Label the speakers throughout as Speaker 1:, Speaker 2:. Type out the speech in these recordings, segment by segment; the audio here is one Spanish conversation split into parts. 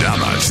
Speaker 1: caballeros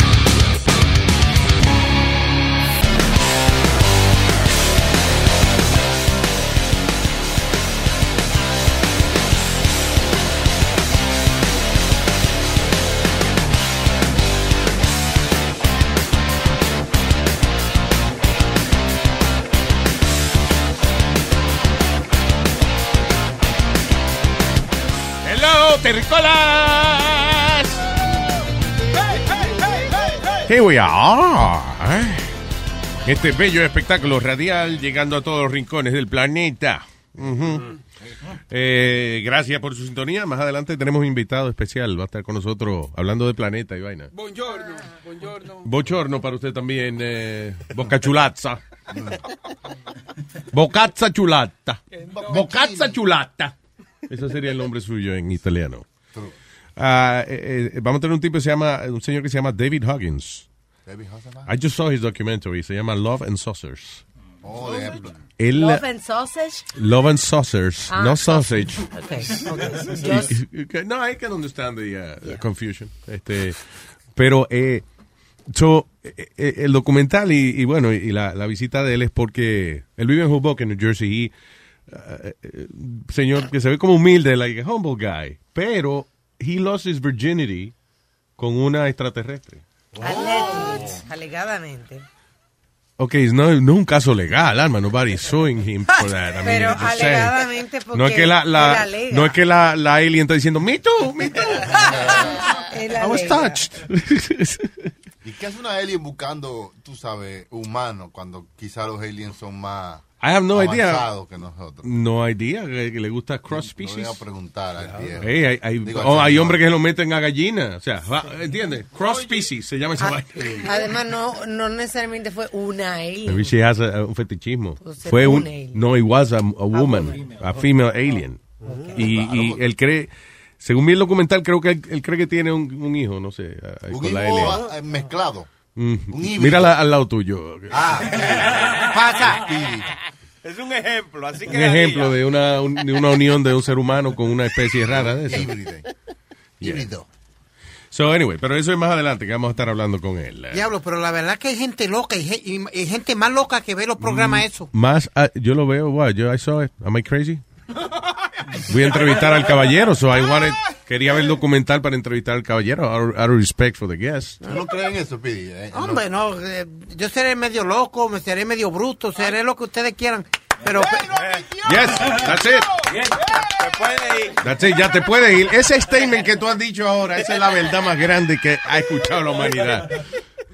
Speaker 2: ¡Hello, Terricolas! Here we are. Este bello espectáculo radial llegando a todos los rincones del planeta. Ujú. Eh, gracias por su sintonía. Más adelante tenemos un invitado especial. Va a estar con nosotros hablando de planeta y vaina.
Speaker 3: Buongiorno, buongiorno.
Speaker 2: Bochorno para usted también. Eh, boca chulazza. Bocazza chulata. Bocazza chulata. Ese sería el nombre suyo en italiano. Ah, eh, eh, vamos a tener un tipo que se llama, un señor que se llama David Huggins.
Speaker 4: David Huggins.
Speaker 2: I just saw his documentary. Se llama Love and Saucers.
Speaker 4: Oh, de ejemplo.
Speaker 2: Él-
Speaker 5: Love and sausage.
Speaker 2: Love and Saucers,
Speaker 5: Ah.
Speaker 2: no sausage.
Speaker 5: Okay,
Speaker 2: Y-
Speaker 5: okay. Just-
Speaker 2: y- que- no, I can understand the, uh, the confusion. Este, pero eh, so, eh, eh, el documental y, y bueno, y la, la visita de él es porque él vive en Hoboken, New Jersey, y eh, eh, un señor que se ve como humilde, like a humble guy, pero he lost his virginity con una extraterrestre.
Speaker 5: Alleged, Alegadamente.
Speaker 2: Ok, no, no es un caso legal, Alma. Nobody's suing him for that. I mean,
Speaker 5: Pero
Speaker 2: I'm just saying.
Speaker 5: alegadamente
Speaker 2: No es
Speaker 5: porque
Speaker 2: que la, la-
Speaker 5: él alega.
Speaker 2: no es que la, la alien está diciendo, me too, me too.
Speaker 5: Él
Speaker 2: I was
Speaker 5: alega.
Speaker 2: touched.
Speaker 4: ¿Y qué hace una alien buscando, tú sabes, humanos cuando quizá los aliens son más
Speaker 2: I have no idea.
Speaker 4: avanzados que nosotros?
Speaker 2: No idea que, que le gusta cross
Speaker 4: No le
Speaker 2: species.
Speaker 4: voy a preguntar al viejo.
Speaker 2: Hey, hay, hay-
Speaker 4: Digo, al
Speaker 2: oh, hay
Speaker 4: señor.
Speaker 2: hombres que lo meten a gallina. O sea, va- ¿entiendes? Cross species se llama esa
Speaker 5: ah,
Speaker 2: vaina.
Speaker 5: Además, no, no necesariamente fue una
Speaker 2: Maybe
Speaker 5: alien.
Speaker 2: she has a- a- un fetichismo.
Speaker 5: Pues será
Speaker 2: Fue
Speaker 5: un
Speaker 2: un,
Speaker 5: alien.
Speaker 2: no, it was a, a woman, a female alien. Y, y él cree, según mi documental, creo que él, él cree que tiene un, un hijo, no sé, a-
Speaker 4: Un
Speaker 2: con la
Speaker 4: hijo
Speaker 2: alien.
Speaker 4: ah, mezclado.
Speaker 2: Mm.
Speaker 4: un híbrido. Ah.
Speaker 2: Mírala al lado tuyo.
Speaker 4: Pasa.
Speaker 3: Es un ejemplo, así que.
Speaker 2: Un ejemplo de una, un- de una unión de un ser humano con una especie rara de esa.
Speaker 4: Híbrido.
Speaker 2: Yeah.
Speaker 4: Híbrido.
Speaker 2: So, anyway, pero eso es más adelante que vamos a estar hablando con él.
Speaker 6: Diablo, pero la verdad que hay gente loca y, ge- y- y gente más loca que ve los programas esos.
Speaker 2: Más, ah, yo lo veo, wow, yo, I saw it. Am I crazy? Voy a entrevistar al caballero, so I wanted, quería ver el documental para entrevistar al caballero, out of- out of respect for the guest.
Speaker 4: ¿Tú no crees en eso, Pidi? Eh, no.
Speaker 6: Hombre, no, eh, yo seré medio loco, me seré medio bruto, seré lo que ustedes quieran, pero
Speaker 2: Yes, that's it. That's it, ya te puedes ir. Ese statement que tú has dicho ahora, esa es la verdad más grande que ha escuchado la humanidad.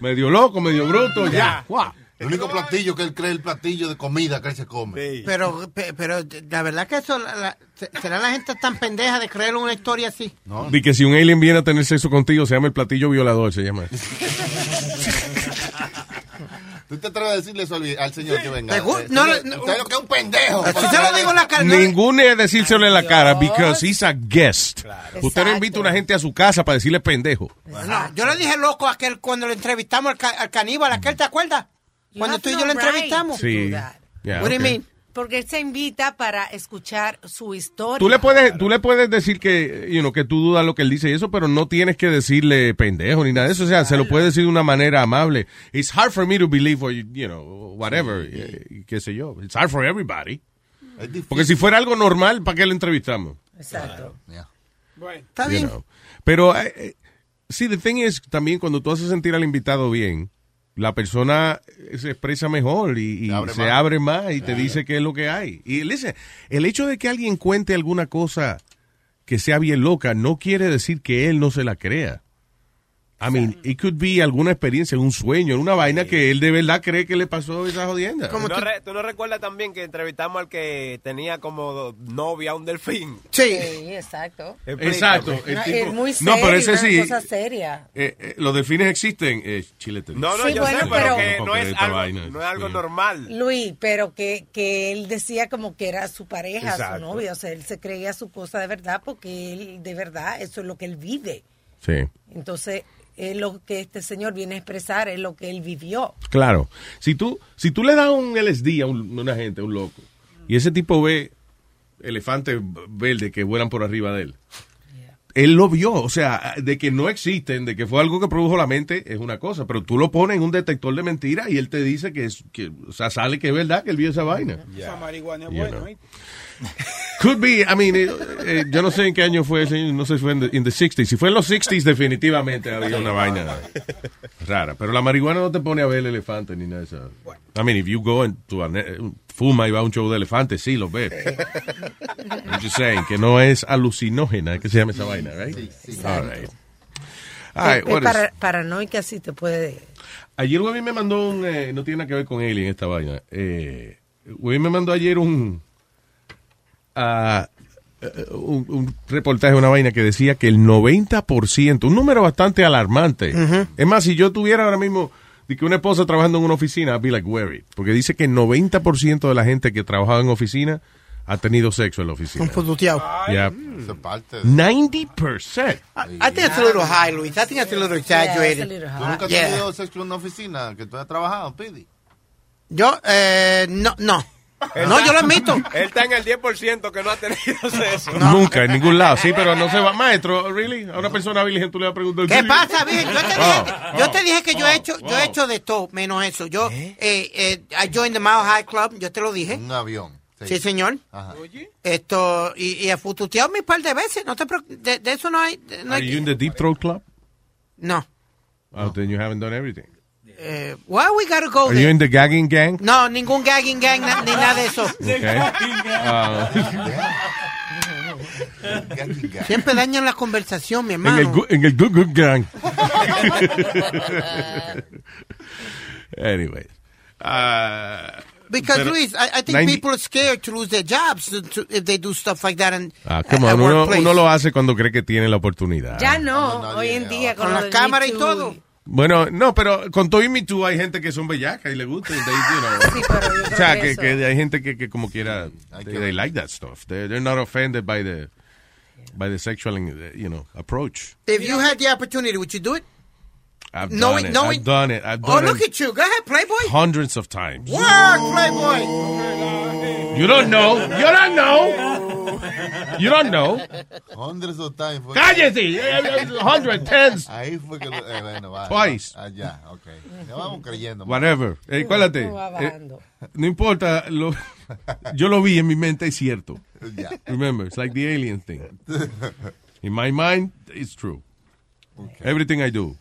Speaker 2: Medio loco, medio bruto, ya. Guau.
Speaker 4: El único platillo que él cree es el platillo de comida que él se come.
Speaker 6: pero pe- pero la verdad que eso la- la- se- será la gente tan pendeja de creer una historia así.
Speaker 4: No,
Speaker 2: Y que si un alien viene a tener sexo contigo, se llama el platillo violador, se llama.
Speaker 4: ¿Tú te atreves a decirle eso al, al señor que venga?
Speaker 6: ¿Te gu-
Speaker 4: Eh,
Speaker 6: no,
Speaker 4: usted-
Speaker 6: no,
Speaker 4: usted lo que es un pendejo.
Speaker 6: Si se lo digo en la cara, no-
Speaker 2: Ninguno es decírselo en la cara, because he's a guest. Usted no invita a una gente a su casa para decirle pendejo.
Speaker 6: no, yo le dije loco a aquel cuando le entrevistamos al, ca- al caníbal, aquel, ¿te acuerdas?
Speaker 5: You
Speaker 6: Cuando
Speaker 5: have
Speaker 6: tú y
Speaker 5: no
Speaker 6: yo le
Speaker 5: right
Speaker 6: entrevistamos.
Speaker 5: to
Speaker 2: Sí.
Speaker 5: do that.
Speaker 2: Yeah,
Speaker 6: What do you
Speaker 2: okay.
Speaker 6: mean?
Speaker 5: Porque él se invita para escuchar su historia.
Speaker 2: Tú le puedes, tú le puedes decir que, you know, que tú dudas lo que él dice y eso, pero no tienes que decirle pendejo ni nada de eso. O sea, se lo puedes decir de una manera amable. It's hard for me to believe, or, you know, whatever, eh, qué sé yo. It's hard for everybody.
Speaker 4: Es difícil.
Speaker 2: Porque si fuera algo normal, ¿para qué lo entrevistamos?
Speaker 5: Exacto.
Speaker 4: Ya.
Speaker 3: Bueno,
Speaker 6: Está
Speaker 2: You
Speaker 6: bien.
Speaker 2: know. Pero, eh, eh, sí, the thing is, también cuando tú haces sentir al invitado bien, la persona eh, se expresa mejor y, y
Speaker 4: Se abre
Speaker 2: se
Speaker 4: más.
Speaker 2: abre más y te dice qué es lo que hay. Y listen, el hecho de que alguien cuente alguna cosa que sea bien loca no quiere decir que él no se la crea. I mean, it could be alguna experiencia, un sueño, una vaina que él de verdad cree que le pasó esa jodienda.
Speaker 3: ¿Tú, no re- tú no recuerdas también que entrevistamos al que tenía como novia un delfín?
Speaker 5: exacto.
Speaker 4: Eh,
Speaker 3: Explícame.
Speaker 2: Exacto,
Speaker 3: pues.
Speaker 2: el
Speaker 5: No,
Speaker 2: tipo-
Speaker 5: es muy
Speaker 2: no,
Speaker 5: serio,
Speaker 2: pero ese
Speaker 5: una
Speaker 2: sí.
Speaker 5: cosa seria.
Speaker 2: Eh, eh, los delfines existen, eh, Chile te
Speaker 3: No, no,
Speaker 5: Sí, yo bueno, sé, pero pero- que
Speaker 3: no
Speaker 2: puedo creer
Speaker 3: es
Speaker 2: esta
Speaker 3: algo-
Speaker 2: vaina.
Speaker 3: no es algo normal.
Speaker 5: Luis, pero que, que él decía como que era su pareja,
Speaker 2: Exacto.
Speaker 5: su novia, o sea, él se creía su cosa de verdad porque él, de verdad, eso es lo que él vive.
Speaker 2: Sí.
Speaker 5: Entonces, es lo que este señor viene a expresar, es lo que él vivió.
Speaker 2: Claro. Si tú, si tú le das un LSD a un, una gente, a un loco, y ese tipo ve elefantes verdes que vuelan por arriba de él, él lo vio. O sea, de que no existen, de que fue algo que produjo la mente, es una cosa. Pero tú lo pones en un detector de mentiras y él te dice que, es, que o sea, sale que es verdad que él vio esa vaina.
Speaker 3: Esa marihuana es
Speaker 2: You
Speaker 3: buena,
Speaker 2: know.
Speaker 3: ¿eh?
Speaker 2: Could be, I mean, eh, eh, yo no sé en qué año fue, ese, no sé si fue en the, in the 60s. Si fue en los 60s, definitivamente había una vaina rara. Pero la marihuana no te pone a ver elefantes ni nada de eso. I mean, if you go and to a ne- fuma y va a un show de elefantes, sí, los ves. I'm just saying, que no es alucinógena, es que se llama esa vaina, right? All right. All right,
Speaker 5: Es-
Speaker 2: what is-
Speaker 5: es Este, para, paranoica sí te puede...
Speaker 2: Ayer Webby me mandó un. eh, no tiene nada que ver con Alien esta vaina. Eh, Webby me mandó ayer un, ah, eh, un. un reportaje, una vaina que decía que el 90%, un número bastante alarmante.
Speaker 7: Ujú.
Speaker 2: Es más, si yo tuviera ahora mismo. De que una esposa trabajando en una oficina, I'd be like worried. Porque dice que el 90% de la gente que trabajaba en oficina ha tenido sexo en la oficina.
Speaker 6: Pututeado.
Speaker 2: Yeah.
Speaker 4: Eso es parte de-
Speaker 2: 90%.
Speaker 6: Ah, I think it's a little high, Luis. I think it's a little exaggerated.
Speaker 4: ¿Tú nunca has
Speaker 6: Yeah.
Speaker 4: tenido sexo en una oficina que tú has trabajado, Pidi?
Speaker 6: Yo, eh, no, no.
Speaker 3: Él
Speaker 6: No,
Speaker 3: está-
Speaker 6: yo lo admito.
Speaker 3: Él está en el 10% que no ha tenido sexo.
Speaker 2: Nunca, en ningún lado. Sí, pero no se va. Maestro, ¿really? A una persona virgen tú le vas a preguntar.
Speaker 6: ¿Qué pasa, Virgen? Yo te dije,
Speaker 2: Wow,
Speaker 6: yo
Speaker 2: wow.
Speaker 6: te dije que
Speaker 2: oh,
Speaker 6: yo he hecho, yo he hecho de todo, menos eso. Yo, eh, eh, I joined the Mile High Club, yo te lo dije.
Speaker 4: Un avión.
Speaker 6: Sí, señor.
Speaker 4: Ajá.
Speaker 6: Esto, y, y he fututeado mis par de veces. No te preocup- de, de eso no hay, de- no
Speaker 2: Are
Speaker 6: hay-
Speaker 2: you in the Deep Throat Club?
Speaker 6: No.
Speaker 2: Oh, then you haven't done everything.
Speaker 6: eh, why we gotta go
Speaker 2: Are you
Speaker 6: there?
Speaker 2: in the gagging gang?
Speaker 6: No, ningún gagging gang, na- ni nada de eso.
Speaker 2: Okay. Ah.
Speaker 6: Siempre dañan la conversación, mi
Speaker 2: en el
Speaker 6: hermano.
Speaker 2: gu- en el good good gang. anyway. Ah,
Speaker 6: Because
Speaker 2: pero-
Speaker 6: Luis, I, I think
Speaker 2: 90
Speaker 6: people are scared to lose their jobs to- to- if they do stuff like that. And
Speaker 2: Ah, come on, uno, uno lo hace cuando cree que tiene la oportunidad.
Speaker 5: Ya no, hoy en día con,
Speaker 6: Con
Speaker 5: lo
Speaker 6: las
Speaker 5: del
Speaker 6: cámaras
Speaker 5: Me
Speaker 6: y
Speaker 5: Too.
Speaker 6: todo.
Speaker 2: Bueno, no, pero con todo y Me Too hay gente que son bellacas y le gusta. y they, you know. o sea,
Speaker 7: que
Speaker 2: que,
Speaker 7: eso-
Speaker 2: que hay gente que, que como quiera, they, they like that stuff. They, they're not offended by the, by the sexual, you know, approach.
Speaker 6: If you had the opportunity, would you do it?
Speaker 2: I've
Speaker 6: No,
Speaker 2: done
Speaker 6: it-
Speaker 2: it.
Speaker 6: no,
Speaker 2: I've
Speaker 6: it-
Speaker 2: done it. I've
Speaker 6: Oh,
Speaker 2: done
Speaker 6: look
Speaker 2: it
Speaker 6: at you. Go ahead, Playboy.
Speaker 2: hundreds of times.
Speaker 6: Work, Playboy.
Speaker 2: You don't know. You don't know. You don't know.
Speaker 4: Hundreds of times. fue-
Speaker 2: Cállese. Hundred tens.
Speaker 4: Ahí fue que... lo- eh, bueno, va.
Speaker 2: Twice.
Speaker 4: Ah, ya, ok. Ya vamos creyendo. man.
Speaker 2: Whatever. Eh, acuérdate. eh, no importa. lo- yo lo vi en mi mente, es cierto.
Speaker 4: Ya.
Speaker 2: Remember, it's like the alien thing. In my mind, it's true. Everything I do.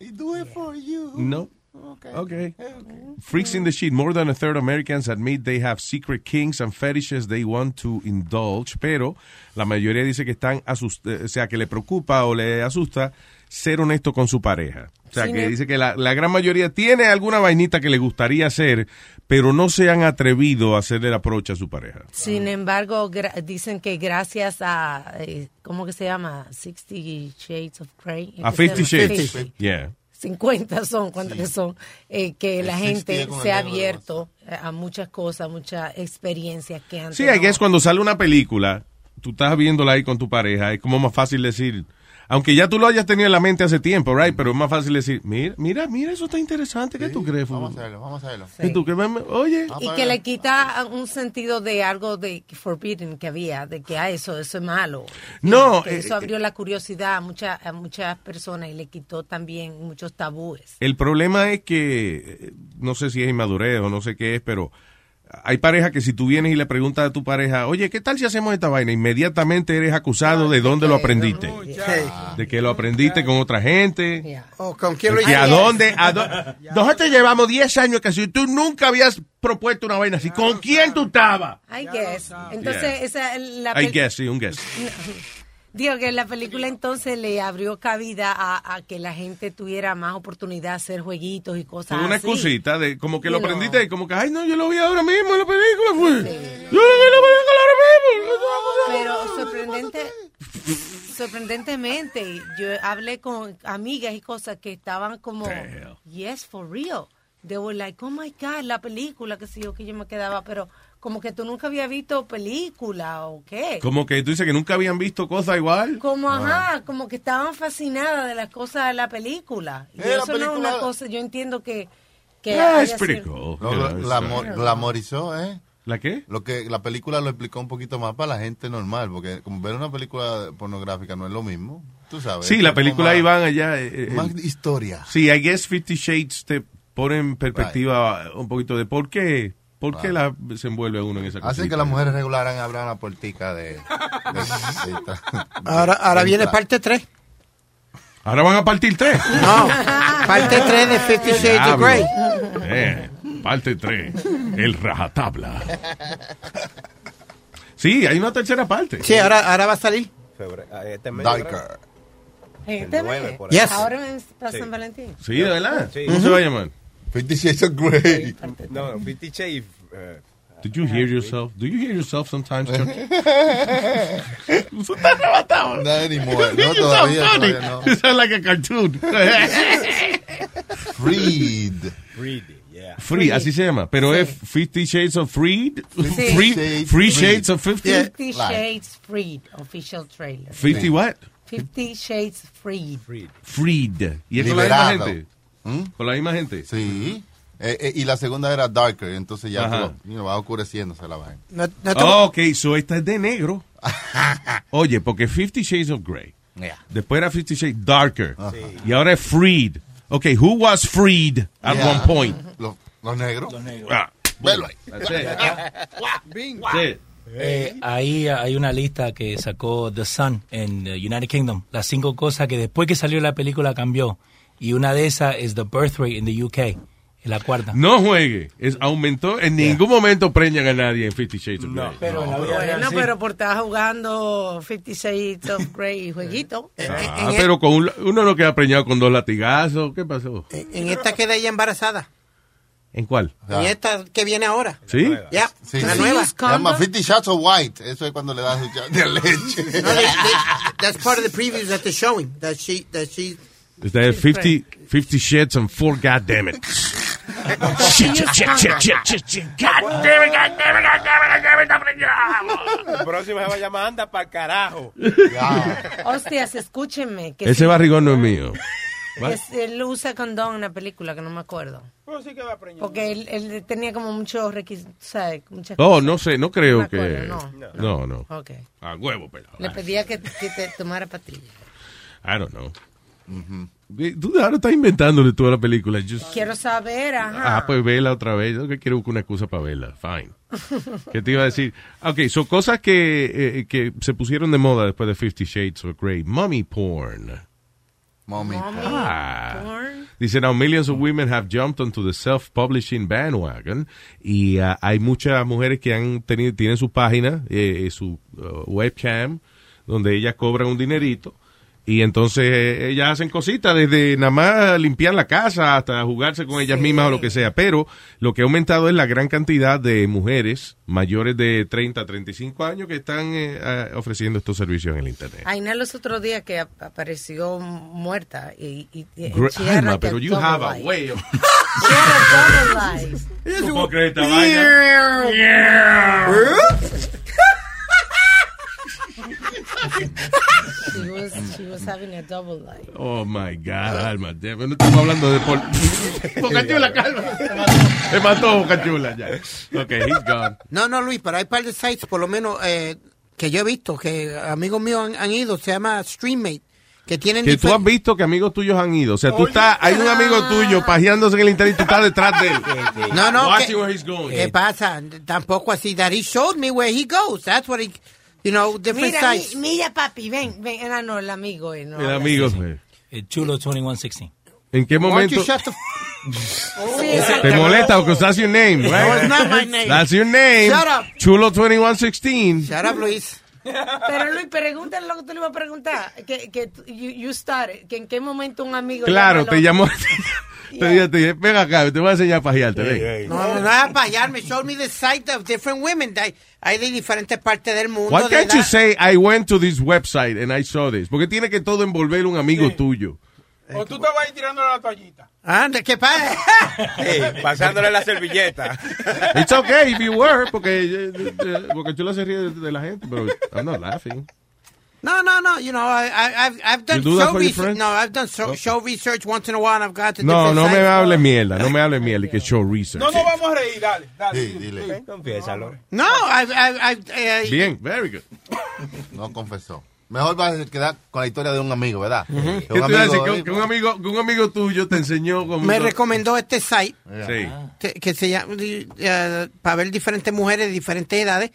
Speaker 4: He do it for you.
Speaker 2: No.
Speaker 4: Okay.
Speaker 2: Okay. Freaks in the sheet. More than a third of Americans admit they have secret kings and fetishes they want to indulge, pero la mayoría dice que están asus- eh, o sea, que le preocupa o le asusta ser honesto con su pareja. O sea,
Speaker 7: Sí,
Speaker 2: que
Speaker 7: mi-
Speaker 2: dice que la, la gran mayoría tiene alguna vainita que le gustaría hacer, pero no se han atrevido a hacerle la procha a su pareja.
Speaker 5: Sin embargo, gra- dicen que gracias a, eh, ¿cómo que se llama? 60 Shades of Grey.
Speaker 2: A
Speaker 5: ¿Es que se
Speaker 2: 50
Speaker 5: llama?
Speaker 2: Shades.
Speaker 5: 50.
Speaker 2: Yeah.
Speaker 5: 50 son, cuántas que son, eh, que la
Speaker 2: 60
Speaker 5: gente
Speaker 2: con el
Speaker 5: se ha
Speaker 2: dedo de
Speaker 5: abierto eh, a muchas cosas, muchas experiencias que antes
Speaker 2: Sí, I
Speaker 5: no.
Speaker 2: guess cuando sale una película, tú estás viéndola ahí con tu pareja, es como más fácil decir, aunque ya tú lo hayas tenido en la mente hace tiempo, right? Pero es más fácil decir, mira, mira, mira, eso está interesante, ¿qué tú crees?
Speaker 4: Vamos
Speaker 2: fulano?
Speaker 4: a verlo, vamos a verlo.
Speaker 2: ¿Y tú qué, mami? Oye,
Speaker 5: Y que le quita un sentido de algo de forbidden que había, de que ah, eso, eso es malo.
Speaker 2: no,
Speaker 5: Que
Speaker 2: eh,
Speaker 5: eso abrió la curiosidad a, mucha- a muchas personas y le quitó también muchos tabúes.
Speaker 2: el problema es que, eh, no sé si es inmadurez o no sé qué es, pero hay parejas que si tú vienes y le preguntas a tu pareja, oye, ¿qué tal si hacemos esta vaina? Inmediatamente eres acusado de dónde lo aprendiste. De que lo aprendiste con otra gente.
Speaker 6: Oh, ¿Con quién lo
Speaker 2: ¿Y a
Speaker 6: hiciste?
Speaker 2: dónde? a dó- Nosotros llevamos 10 años que si tú nunca habías propuesto una vaina así, ¿con quién tú estabas?
Speaker 5: I guess. Entonces,
Speaker 2: Yeah.
Speaker 5: esa es la
Speaker 2: I
Speaker 5: pel-
Speaker 2: guess, sí, un guess.
Speaker 5: Digo que la película entonces le abrió cabida a, a que la gente tuviera más oportunidad de hacer jueguitos y cosas
Speaker 2: una
Speaker 5: así.
Speaker 2: cosita de como que
Speaker 5: You
Speaker 2: lo
Speaker 5: know.
Speaker 2: aprendiste y como que, ay, no, yo lo vi ahora mismo en la película, güey. Yo lo vi en la película ahora mismo.
Speaker 5: Pero sorprendente, sorprendentemente, yo hablé con amigas y cosas que estaban como, yes, for real. They were like, oh my God, la película, que sé yo, que yo me quedaba, pero como que tú nunca había visto película o qué.
Speaker 2: Como que tú dices que nunca habían visto cosas igual.
Speaker 5: Como,
Speaker 2: Ah.
Speaker 5: ajá, como que estaban fascinadas de las cosas de la película. Y
Speaker 4: Eh, la
Speaker 5: eso no es una
Speaker 4: película-
Speaker 5: cosa, yo entiendo que... que
Speaker 2: Yeah, it's
Speaker 5: haya
Speaker 2: Ah, pretty cool.
Speaker 5: sido-
Speaker 4: Lo-
Speaker 2: Yeah,
Speaker 4: lo-
Speaker 2: it's
Speaker 4: la
Speaker 2: right.
Speaker 4: mo- glamorizó, ¿eh?
Speaker 2: ¿La qué?
Speaker 4: Lo que la película lo explicó un poquito más para la gente normal, porque como ver una película pornográfica no es lo mismo, tú sabes.
Speaker 2: Sí, la película ahí van allá. eh, eh,
Speaker 4: Más historia.
Speaker 2: Sí, I guess Fifty Shades te pone en perspectiva un poquito de por qué, por qué la, se eh. envuelve uno en esa cosa.
Speaker 4: Hace que las mujeres regularan abran la puertica de... de- de- de-
Speaker 6: Ahora, ahora viene parte 3.
Speaker 2: Ahora van a partir tres.
Speaker 6: No, parte 3 de Fifty Shades of
Speaker 2: Diablo.
Speaker 6: Grey.
Speaker 2: Eh, parte 3. El rajatabla. Sí, hay una tercera parte.
Speaker 6: Sí, ahora, ahora va a salir.
Speaker 3: ah,
Speaker 4: Darker.
Speaker 5: Gente,
Speaker 3: nueve,
Speaker 5: ve.
Speaker 3: este por ahí. Yes.
Speaker 5: Ahora es para
Speaker 3: Sí.
Speaker 5: San Valentín.
Speaker 2: Sí, de verdad.
Speaker 3: Sí.
Speaker 2: ¿Cómo se va a llamar?
Speaker 4: 50 Shades of Grey.
Speaker 3: No, 50 Shades. eh,
Speaker 2: Did you hear yourself? Do you hear yourself sometimes? Chuck?
Speaker 4: No anymore, no
Speaker 2: You sound
Speaker 4: todavía,
Speaker 2: funny.
Speaker 4: todavía no.
Speaker 2: You sound like a cartoon.
Speaker 4: Freed.
Speaker 3: Freed, yeah.
Speaker 2: Free, así se llama. Pero es 50 Shades of Freed.
Speaker 5: Sí.
Speaker 2: Free,
Speaker 4: Shades
Speaker 2: free
Speaker 4: Freed.
Speaker 2: Shades of 50.
Speaker 4: Yeah.
Speaker 5: Fifty
Speaker 4: Right.
Speaker 5: Shades Freed, official trailer.
Speaker 2: 50 what?
Speaker 5: Fifty Shades Freed.
Speaker 2: Freed. Y es con la misma
Speaker 4: Liberado.
Speaker 2: gente.
Speaker 4: ¿Mm?
Speaker 2: Con la misma gente.
Speaker 4: Sí. Eh, eh, y la segunda era Darker, entonces ya
Speaker 2: Ajá.
Speaker 4: tú- you know, va oscureciéndose la vaina.
Speaker 6: No, no te-
Speaker 2: Oh, ok, so esta es de negro. Oye, porque 50 Shades of Grey.
Speaker 4: Yeah.
Speaker 2: Después era 50 Shades Darker. Y ahora es Freed. Ok, who was freed at
Speaker 4: Yeah.
Speaker 2: one point?
Speaker 4: Los, los negros.
Speaker 2: Ah,
Speaker 4: Velo ahí.
Speaker 2: that's it. That's it.
Speaker 7: Eh, ahí hay una lista que sacó The Sun en eh, United Kingdom. Las cinco cosas que después que salió la película cambió. Y una de esas es The Birth Rate in the UK. Es la cuarta.
Speaker 2: No juegue. Es, aumentó. En ningún momento preñan a nadie en 50 Shades of Grey.
Speaker 7: Pero en la vida real,
Speaker 5: Bueno,
Speaker 7: sí.
Speaker 5: pero por estar jugando 56 of Grey jueguito.
Speaker 4: Eh,
Speaker 2: Ah, pero con un- uno no queda preñado con dos latigazos. ¿Qué pasó?
Speaker 6: En, en esta queda ella embarazada.
Speaker 2: ¿En cuál?
Speaker 4: Ya.
Speaker 6: En esta que viene ahora.
Speaker 2: Ah. ¿Sí?
Speaker 6: Ya,
Speaker 4: Sí,
Speaker 6: la
Speaker 4: sí.
Speaker 6: nueva.
Speaker 4: Se llama 50 Shots of White. Eso es cuando le das un shot de leche.
Speaker 6: No, they- they- that's part of the previews that they're showing. That she, that she,
Speaker 2: Esta es 50, 50 Shades and Four Goddamn It. Shit, shit, shit, shit, shit, shit, shit. God damn it, God damn it, God damn it, God damn it, está preñado.
Speaker 3: El próximo se va a llamar Anda para carajo.
Speaker 4: Ya.
Speaker 5: Hostias, escúchenme. Que
Speaker 2: Ese
Speaker 5: sí,
Speaker 2: barrigón no es mío.
Speaker 5: que sí, él usa condón en una película que no me acuerdo.
Speaker 3: Pero sí que va a preñar.
Speaker 5: Porque él, él tenía como muchos requisitos, ¿sabes? Muchas
Speaker 2: Oh,
Speaker 5: cosas.
Speaker 2: no sé, no creo
Speaker 5: No me
Speaker 2: que.
Speaker 5: acuerdo,
Speaker 2: No, no.
Speaker 5: Ok.
Speaker 2: A huevo, pelado.
Speaker 5: Le pedía que, que te tomara pastillas.
Speaker 2: I don't know. Eh, Tú ahora estás inventándole toda la película. Just-
Speaker 5: Quiero saber, ajá.
Speaker 2: Ah, pues vela otra vez. Yo que quiero buscar una excusa para verla. Fine. ¿Qué te iba a decir? Ok, son cosas que, eh, que se pusieron de moda después de Fifty Shades of Grey. Mummy porn.
Speaker 4: Mommy.
Speaker 5: Mommy,
Speaker 2: Ah.
Speaker 5: porn.
Speaker 2: Dice, now millions of women have jumped onto the self-publishing bandwagon. Y ah, hay muchas mujeres que han tenido, tienen su página, eh, eh, su uh, webcam, donde ellas cobran un dinerito. Y entonces eh, ellas hacen cositas, desde nada más limpiar la casa hasta jugarse con ellas mismas o lo que sea. Pero lo que ha aumentado es la gran cantidad de mujeres mayores de 30 a 35 años que están eh, ah, ofreciendo estos servicios en el Internet.
Speaker 5: Aina los otros días que ap- apareció muerta y, y, y
Speaker 2: Gra-
Speaker 5: she had
Speaker 2: Alma,
Speaker 5: like a
Speaker 2: pero you
Speaker 5: double
Speaker 2: have a
Speaker 5: life.
Speaker 2: way of...
Speaker 5: She had a double life.
Speaker 2: ¿Tú puedes creer esta vaina?
Speaker 5: She was, she was having a double life.
Speaker 2: Oh my God, Alma. ya, No estamos hablando de por. Bocachula, calma. Te mató. Te mató Bocachula ya. Ok, he's gone.
Speaker 6: no, no, Luis, pero hay par de sites, por lo menos, eh, que yo he visto, que amigos míos han, han ido. Se llama StreamMate. Que tienen
Speaker 2: Que tú
Speaker 6: difer-
Speaker 2: has visto que amigos tuyos han ido. O sea, tú estás. Hay un amigo tuyo pajeándose en el internet y tú estás detrás de él.
Speaker 6: No, no.
Speaker 2: Watching
Speaker 6: que-
Speaker 2: where he's going.
Speaker 6: ¿Qué pasa? Tampoco así. That he showed me where he goes. That's what he, you know, different
Speaker 5: Mira,
Speaker 6: sites.
Speaker 5: mi- mira, papi, ven, ven. Era no, el amigo. eh, no.
Speaker 2: El amigo. güey.
Speaker 7: Eh, Chulo 2116.
Speaker 2: ¿En qué
Speaker 6: Why don't you
Speaker 2: momento
Speaker 6: shut the f-
Speaker 5: Sí,
Speaker 2: te molesta o que that's your name,
Speaker 6: No, it's
Speaker 2: right?
Speaker 6: not my name.
Speaker 2: That's your name.
Speaker 6: Shut up.
Speaker 2: Chulo 2116.
Speaker 6: Shut up, Luis.
Speaker 5: Pero Luis, pregúntale lo que tú le ibas a preguntar. Que, que tú- you, you started, que en qué momento un amigo.
Speaker 2: Claro,
Speaker 5: llama
Speaker 2: te
Speaker 5: al
Speaker 2: llamó.
Speaker 5: otro.
Speaker 2: Te dije, te dije, ven acá, te voy a enseñar a pajearte. ven".
Speaker 6: No, no, no era para allá. Me showed me the site of different women. Hay, hay de diferentes partes del mundo.
Speaker 2: Why
Speaker 6: de
Speaker 2: can't you
Speaker 6: edad.
Speaker 2: say I went to this website and I saw this? Porque tiene que todo envolver un amigo tuyo.
Speaker 8: O tú te vas a ir tirando la toallita.
Speaker 6: Anda, ¿qué pasa?
Speaker 3: pasándole la servilleta.
Speaker 2: It's okay if you were, porque, eh, porque yo lo hace reír de la gente, pero I'm not laughing.
Speaker 6: No, no, no. You know, I, I, I've, I've done
Speaker 2: You do that
Speaker 6: show
Speaker 2: for your
Speaker 6: research.
Speaker 2: friends?
Speaker 6: No, I've done so, show research once in a while. and I've got to
Speaker 2: No,
Speaker 6: different
Speaker 2: no me
Speaker 6: sites.
Speaker 2: hable mierda, no me hable mierda y que show research.
Speaker 8: No, no vamos a reír, dale, dale.
Speaker 2: Sí, dile.
Speaker 3: Confiésalo.
Speaker 6: No, I've, I've, I've, eh,
Speaker 2: Bien, very good.
Speaker 4: No confesó. Mejor vas a quedar con la historia de un amigo, ¿verdad? De
Speaker 2: ¿Qué te iba a decir? Que-
Speaker 4: eh,
Speaker 2: que un amigo, que un amigo tuyo te enseñó cómo.
Speaker 6: Me recomendó este site
Speaker 2: Sí.
Speaker 6: que, que se llama eh, para ver diferentes mujeres de diferentes edades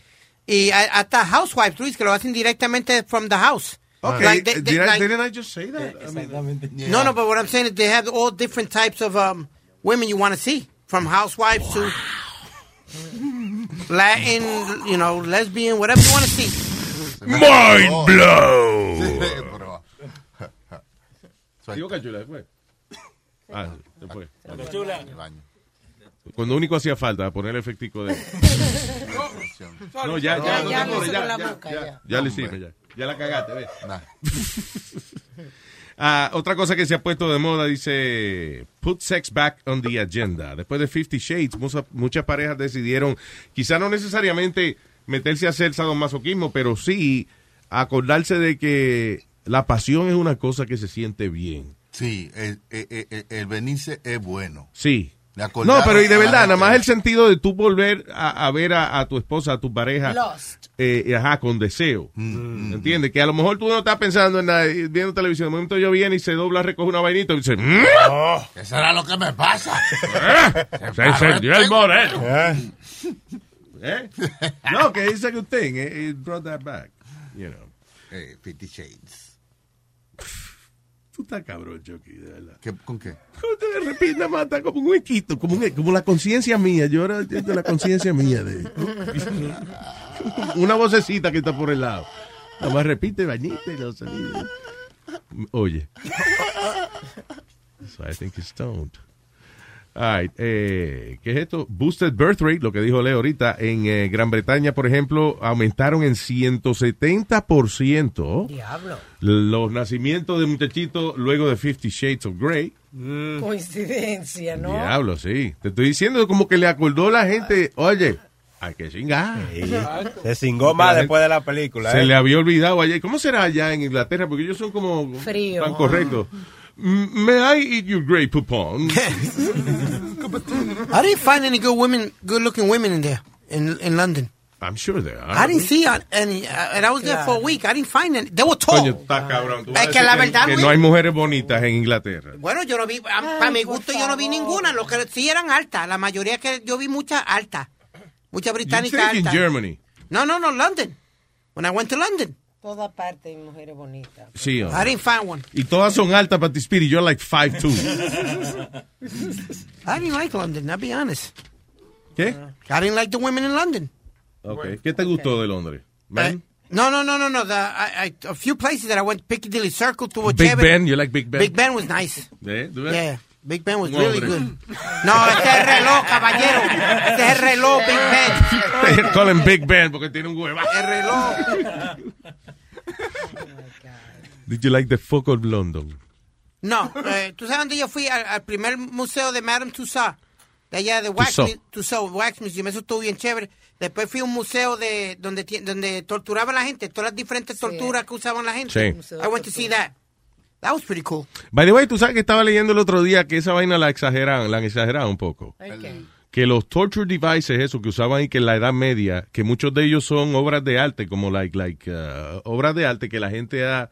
Speaker 6: y a- hasta housewives, Luis, que lo hacen directamente from the house.
Speaker 2: Okay,
Speaker 6: Like they-
Speaker 2: Ah. did
Speaker 6: they-
Speaker 2: I-
Speaker 6: like- Eh,
Speaker 2: didn't I just say that? I mean,
Speaker 6: No, no, but what I'm saying is they have all different types of um, women you want to see, from housewives to Latin, you know, lesbian, whatever you want to see.
Speaker 2: Mind blow.
Speaker 4: Digo
Speaker 2: cachula después. Ah, se fue.
Speaker 8: Cachula.
Speaker 2: Cuando único hacía falta, poner el efectico de. No, ya, ya, no te apures, ya, ya, ya. Ya lo hicimos, ya. Ya la cagaste, ves. Ah, otra cosa que se ha puesto de moda dice put sex back on the agenda. Después de 50 Shades, mucha- muchas parejas decidieron, quizá no necesariamente meterse a hacer sadomasoquismo, pero sí acordarse de que la pasión es una cosa que se siente bien.
Speaker 4: Sí, eh, el, el, el- el venirse es bueno.
Speaker 2: Sí.
Speaker 4: Le
Speaker 2: No,
Speaker 4: acordaron
Speaker 2: pero y de
Speaker 4: a la
Speaker 2: verdad, nada
Speaker 4: gente.
Speaker 2: más el sentido de tú volver a, a ver a, a tu esposa, a tu pareja,
Speaker 4: Lost.
Speaker 2: eh, ajá, con deseo.
Speaker 4: Mm.
Speaker 2: ¿Entiendes? Que a lo mejor tú no estás pensando en nada, y viendo televisión, de momento yo viene y se dobla, recoge una vainita y dice, "Mm".
Speaker 4: Eso era lo que me pasa.
Speaker 2: Se encendió el moreno. ¿Eh? No, que it's a good thing. It, it brought that back. You know.
Speaker 4: Eh, Fifty Shades.
Speaker 2: Tú estás cabrón, Chucky, de verdad.
Speaker 4: ¿Con qué?
Speaker 2: ¿Cómo te de repente mata como un equito, como, un- como la conciencia mía? Yo ahora entiendo la conciencia mía de una vocecita que está por el lado. Nada más repite, bañita y los sonidos. Oye. So I think it's stoned. All right, eh, ¿Qué es esto? Boosted birth rate, lo que dijo Leo ahorita. En eh, Gran Bretaña, por ejemplo, aumentaron en 170%
Speaker 5: Diablo.
Speaker 2: los nacimientos de muchachitos luego de 50 Shades of Grey.
Speaker 5: Coincidencia, Mm, ¿no?
Speaker 2: Diablo, sí. Te estoy diciendo como que le acordó la gente, oye, hay que chingar.
Speaker 3: Se cingó más después de la película.
Speaker 2: Se
Speaker 3: ¿eh?
Speaker 2: le había olvidado ayer. ¿Cómo será allá en Inglaterra? Porque ellos son como
Speaker 5: Frío.
Speaker 2: tan correctos. Mm, May I eat your grey poupon?
Speaker 6: I didn't find any good women, good-looking women in there in in London.
Speaker 2: I'm sure they are.
Speaker 6: I didn't see on- any, uh, and I was there for a week. I didn't find any. They were tall.
Speaker 2: Coño, está cabrón. Tú vas a
Speaker 6: Es que
Speaker 2: decir
Speaker 6: la verdad,
Speaker 2: que
Speaker 6: Will-
Speaker 2: no hay mujeres bonitas en Inglaterra.
Speaker 6: Bueno, yo no vi, um, para mi gusto yo no vi ninguna. Los que sí eran altas, la mayoría que yo vi muchas altas, muchas
Speaker 2: You
Speaker 6: británicas
Speaker 2: think in
Speaker 6: altas.
Speaker 2: Germany.
Speaker 6: No, no, no, London. When I went to London,
Speaker 5: Toda parte hay mujeres bonitas.
Speaker 2: Sí, hombre.
Speaker 6: I didn't find one.
Speaker 2: Y todas son altas para ti, Spirit. You're like 5'2".
Speaker 6: I didn't like London. I'll be honest.
Speaker 2: ¿Qué?
Speaker 6: I didn't like the women in London.
Speaker 2: Okay. ¿Qué te gustó de Londres?
Speaker 6: Eh, no, no, no, no, no. The, I, I, a few places that I went, Piccadilly Circle to a
Speaker 2: Big Ben. You like Big Ben?
Speaker 6: Big Ben was nice.
Speaker 2: ¿Eh? ¿Tú ves?
Speaker 6: Yeah, Big Ben was
Speaker 2: Un
Speaker 6: really
Speaker 2: hombre.
Speaker 6: good. No, este es el reloj, caballero. Este es el reloj, Big Ben.
Speaker 2: They call him Big Ben porque tiene un huevo.
Speaker 6: El reloj.
Speaker 2: Did you like the folk of London?
Speaker 6: No, eh, tú sabes dónde yo fui al, al primer museo de Madame Tussauds, de allá de Wax,
Speaker 2: Tussauds.
Speaker 6: Mu- Tussauds, Wax Museum, eso estuvo bien chévere. Después fui a un museo de donde ti- donde torturaban a la gente, todas las diferentes torturas que usaban la gente.
Speaker 2: Sí. Museo
Speaker 6: I went to see that. That was pretty cool.
Speaker 2: By the way, tú sabes que estaba leyendo el otro día que esa vaina la exageraron, la han exagerado un poco. Que los torture devices, eso que usaban y que en la Edad Media, que muchos de ellos son obras de arte, como like, like, uh, obras de arte que la gente ha,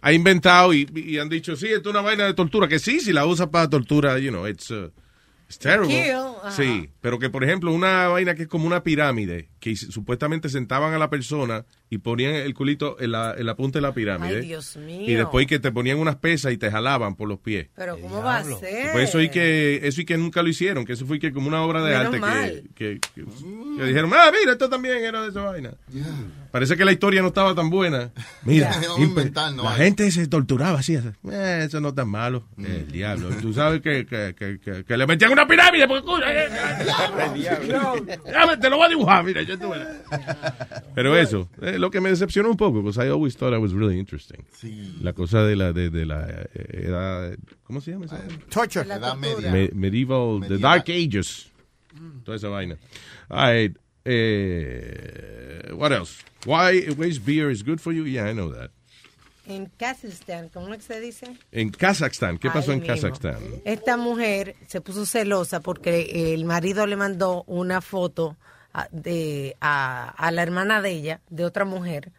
Speaker 2: ha inventado y, y han dicho, sí, esto es una vaina de tortura, que sí, si la usas para tortura, you know, it's, uh, it's terrible.
Speaker 9: Kill, ajá.
Speaker 2: Sí, pero que por ejemplo una vaina que es como una pirámide, que s- supuestamente sentaban a la persona y ponían el culito en la, en la punta de la pirámide.
Speaker 5: Ay, Dios mío.
Speaker 2: Y después que te ponían unas pesas y te jalaban por los pies.
Speaker 5: Pero ¿cómo va a ser?
Speaker 2: Pues eso y que eso y que nunca lo hicieron, que eso fue que como una obra de
Speaker 5: Eh. Menos
Speaker 2: arte
Speaker 5: mal. Mm.
Speaker 2: que, que- que- que dijeron, ah, mira, esto también era de esa vaina. Parece que la historia no estaba tan buena. Mira,
Speaker 4: Ya.
Speaker 2: imp-
Speaker 4: Inventar, no
Speaker 2: la
Speaker 4: hay.
Speaker 2: gente se torturaba así. así. Eh, eso no es tan malo.
Speaker 4: Mm.
Speaker 2: El diablo. Tú sabes que, que, que, que- que le metían una pirámide.
Speaker 1: Pues,
Speaker 2: Porque, coño, eh, eh, Déjame, te lo voy a dibujar. Mira, yo tuve. Pero eso, eh, lo que me decepcionó un poco, because I always thought I was really interesting. La cosa de la, de, de la eh, edad, ¿cómo se llama esa?
Speaker 6: Torture.
Speaker 4: La edad media.
Speaker 2: Me- medieval, The Dark Ages. Toda esa vaina. All right. eh, what else? Why waste beer is good for you? Yeah, I know that.
Speaker 5: En Kazakhstan, ¿cómo es que se dice?
Speaker 2: En Kazajstán, ¿qué pasó
Speaker 5: Ahí
Speaker 2: en
Speaker 5: mismo.
Speaker 2: Kazajstán?
Speaker 5: Esta mujer se puso celosa porque el marido le mandó una foto a, de, a, a la hermana de ella, de otra mujer,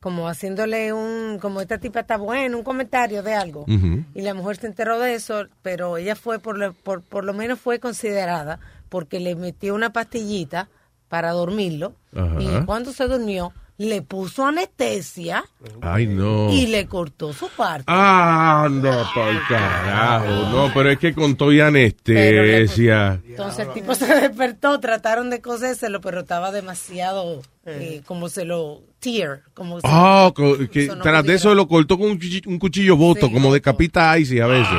Speaker 5: como haciéndole un, como esta tipa está buena, un comentario de algo.
Speaker 2: Mm-hmm.
Speaker 9: Ujú.
Speaker 5: Y la mujer se enteró de eso, pero ella fue, por lo, por, por lo menos fue considerada porque le metió una pastillita para dormirlo.
Speaker 2: Ajá.
Speaker 5: Y cuando se durmió, le puso anestesia
Speaker 2: Ay, no.
Speaker 5: y le cortó su parte.
Speaker 2: Ah, no, por carajo. No, pero es que con todo y anestesia.
Speaker 5: Entonces el tipo se despertó, trataron de cosérselo, pero estaba demasiado eh, como se lo tear, como se-
Speaker 2: Oh, co- que
Speaker 5: Eso no
Speaker 2: tras de eso lo cortó con un cuchillo, un cuchillo boto, como de capita Icy a veces.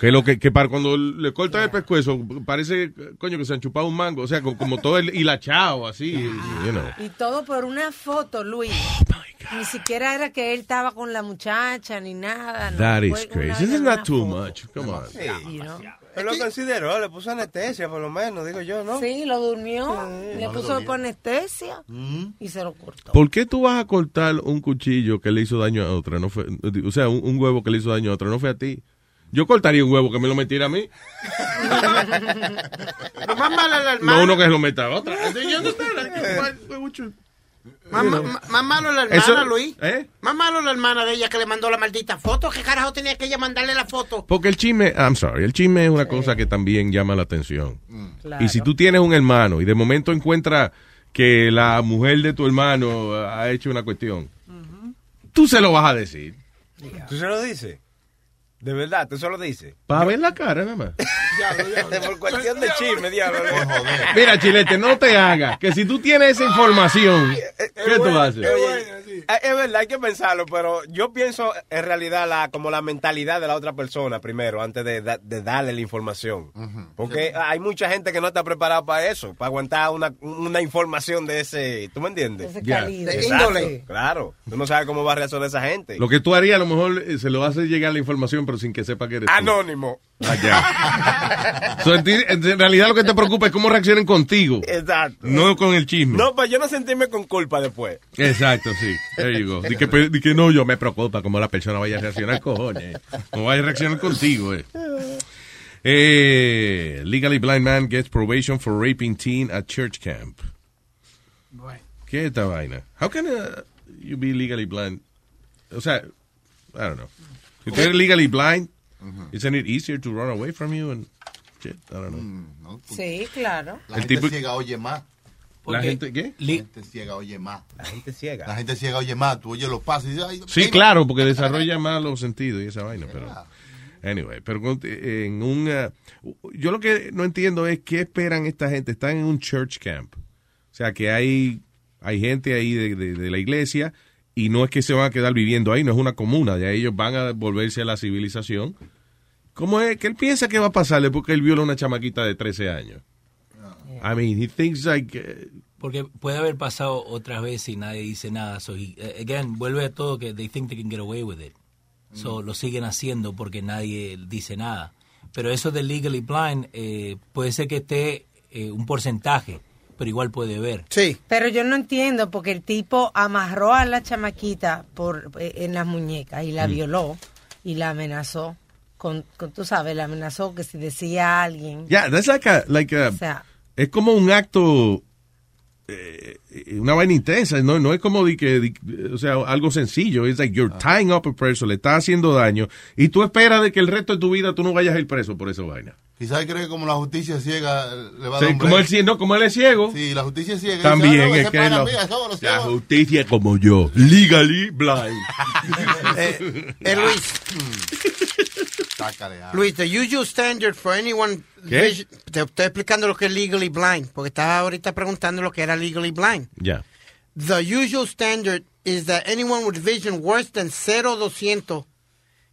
Speaker 2: Que lo que, que para cuando le cortan el pescuezo, parece, coño, que se han chupado un mango. O sea, co- como, todo el hilachado, así. you know.
Speaker 5: y todo por una foto, Luis.
Speaker 2: Oh
Speaker 5: Ni siquiera era que él estaba con la muchacha ni nada. no,
Speaker 2: That is
Speaker 5: fue una-
Speaker 2: crazy. This is not too much. Come on.
Speaker 5: you know.
Speaker 3: Pero lo consideró, le puso anestesia, por lo menos, digo yo, ¿no?
Speaker 5: Sí, lo durmió, le
Speaker 3: no
Speaker 5: puso
Speaker 3: lo
Speaker 5: después anestesia
Speaker 2: Mm.
Speaker 5: y se lo cortó.
Speaker 2: ¿Por qué tú vas a cortar un cuchillo que le hizo daño a otra? No fue, o sea, un, un huevo que le hizo daño a otra, no fue a ti. Yo cortaría un huevo que me lo metiera a mí.
Speaker 6: Lo más malo es la hermana.
Speaker 2: No uno que se lo meta a otra.
Speaker 6: Eh. Más,
Speaker 2: You know.
Speaker 6: más- más malo la hermana,
Speaker 2: Eso-
Speaker 6: Luis.
Speaker 2: ¿Eh?
Speaker 6: Más malo la hermana de ella que le mandó la maldita foto. ¿Qué carajo tenía que ella mandarle la foto?
Speaker 2: Porque el chisme, I'm sorry, el chisme es una cosa que también llama la atención. Y si tú tienes un hermano y de momento encuentras que la mujer de tu hermano eh, ha hecho una cuestión, tú se lo vas a decir.
Speaker 3: ¿Tú se lo dices? De verdad, tú se lo dices.
Speaker 2: Para ver la cara nada más.
Speaker 3: Por cuestión de chisme, diablo.
Speaker 2: Mira, Chilete, no te hagas. Que si tú tienes esa información, ¿qué tú haces?
Speaker 3: Eh, Es verdad, hay que pensarlo, pero yo pienso en realidad la, como la mentalidad de la otra persona primero, antes de, da- de darle la información. Porque hay mucha gente que no está preparada para eso, para aguantar una, una información de ese, ¿tú me entiendes?
Speaker 2: ese Ya. calibre.
Speaker 3: De
Speaker 2: Exacto,
Speaker 3: índole. Claro, tú no sabes cómo va a reaccionar esa gente.
Speaker 2: Lo que tú harías, a lo mejor eh, se lo hace llegar la información, pero sin que sepa que eres tú.
Speaker 3: Anónimo.
Speaker 2: Ah, ya. So, en, ti- en realidad lo que te preocupa es cómo reaccionen contigo,
Speaker 3: Exacto.
Speaker 2: no con el chisme.
Speaker 3: Eh, No, pues yo no sentirme con culpa después.
Speaker 2: Exacto, sí. There you go. Di que, pe- di que no, yo me preocupa cómo la persona vaya a reaccionar, cojones. Cómo vaya a reaccionar contigo, eh. Eh, legally blind man gets probation for raping teen at church camp. ¿Qué es esta vaina? How can uh, you be legally blind? O sea, I don't know. If you're legally blind, isn't it easier to run away from you and shit? I don't know.
Speaker 5: Sí, claro.
Speaker 4: Mm, pues, La
Speaker 2: El
Speaker 4: gente
Speaker 2: tipo-
Speaker 4: ciega oye más.
Speaker 2: ¿La gente qué?
Speaker 4: La gente ciega oye más. La gente ciega. La gente ciega oye más. Tú oyes los pasos y dices, ay,
Speaker 2: Sí,
Speaker 4: mira.
Speaker 2: claro, porque desarrolla más los sentidos y esa vaina, pero... Anyway, pero con- en un... uh, yo lo que no entiendo es qué esperan esta gente. Están en un church camp. O sea, que hay, hay gente ahí de, de- de la iglesia y no es que se van a quedar viviendo ahí, no es una comuna. Ya ellos van a volverse a la civilización. ¿Cómo es que él piensa que va a pasarle porque él viola a una chamaquita de 13 años? I mean, he thinks like... eh,
Speaker 7: Porque puede haber pasado otras veces y nadie dice nada. So he- eh, again, vuelve a todo que they think they can get away with it.
Speaker 10: Mm.
Speaker 7: So lo siguen haciendo porque nadie dice nada. Pero eso de legally blind eh, puede ser que esté eh, un porcentaje, pero igual puede ver.
Speaker 6: Sí.
Speaker 5: Pero yo no entiendo porque el tipo amarró a la chamaquita por eh, en las muñecas y la
Speaker 7: Mm.
Speaker 5: violó y la amenazó con, con- tú sabes, la amenazó que si decía a alguien,
Speaker 2: Yeah, that's like a, like a-
Speaker 5: o sea,
Speaker 2: es como un acto, eh, una vaina intensa, no, no es como de que, de- o sea, algo sencillo, es like you're tying up a person, le está haciendo daño, y tú esperas de que el resto de tu vida tú no vayas a ir preso por esa vaina.
Speaker 4: Quizás cree que como la justicia ciega le va a
Speaker 2: Sí,
Speaker 4: dar un
Speaker 2: como
Speaker 4: break.
Speaker 2: él cie- no, como él es Pues ciego.
Speaker 4: Sí, la justicia ciega. dice,
Speaker 2: También
Speaker 4: "Ah, no,
Speaker 2: es
Speaker 4: ese
Speaker 2: que
Speaker 4: pana
Speaker 2: no.
Speaker 4: mío, somos los
Speaker 2: La
Speaker 4: ciegos".
Speaker 2: justicia como yo, legally blind.
Speaker 6: Eh, eh, Luis. ah. Luis, the usual standard for anyone.
Speaker 2: ¿Qué?
Speaker 6: vision- Te estoy explicando lo que es legally blind, porque estaba ahorita preguntando lo que era legally blind.
Speaker 2: Ya.
Speaker 6: The usual standard is that anyone with vision worse than 0,200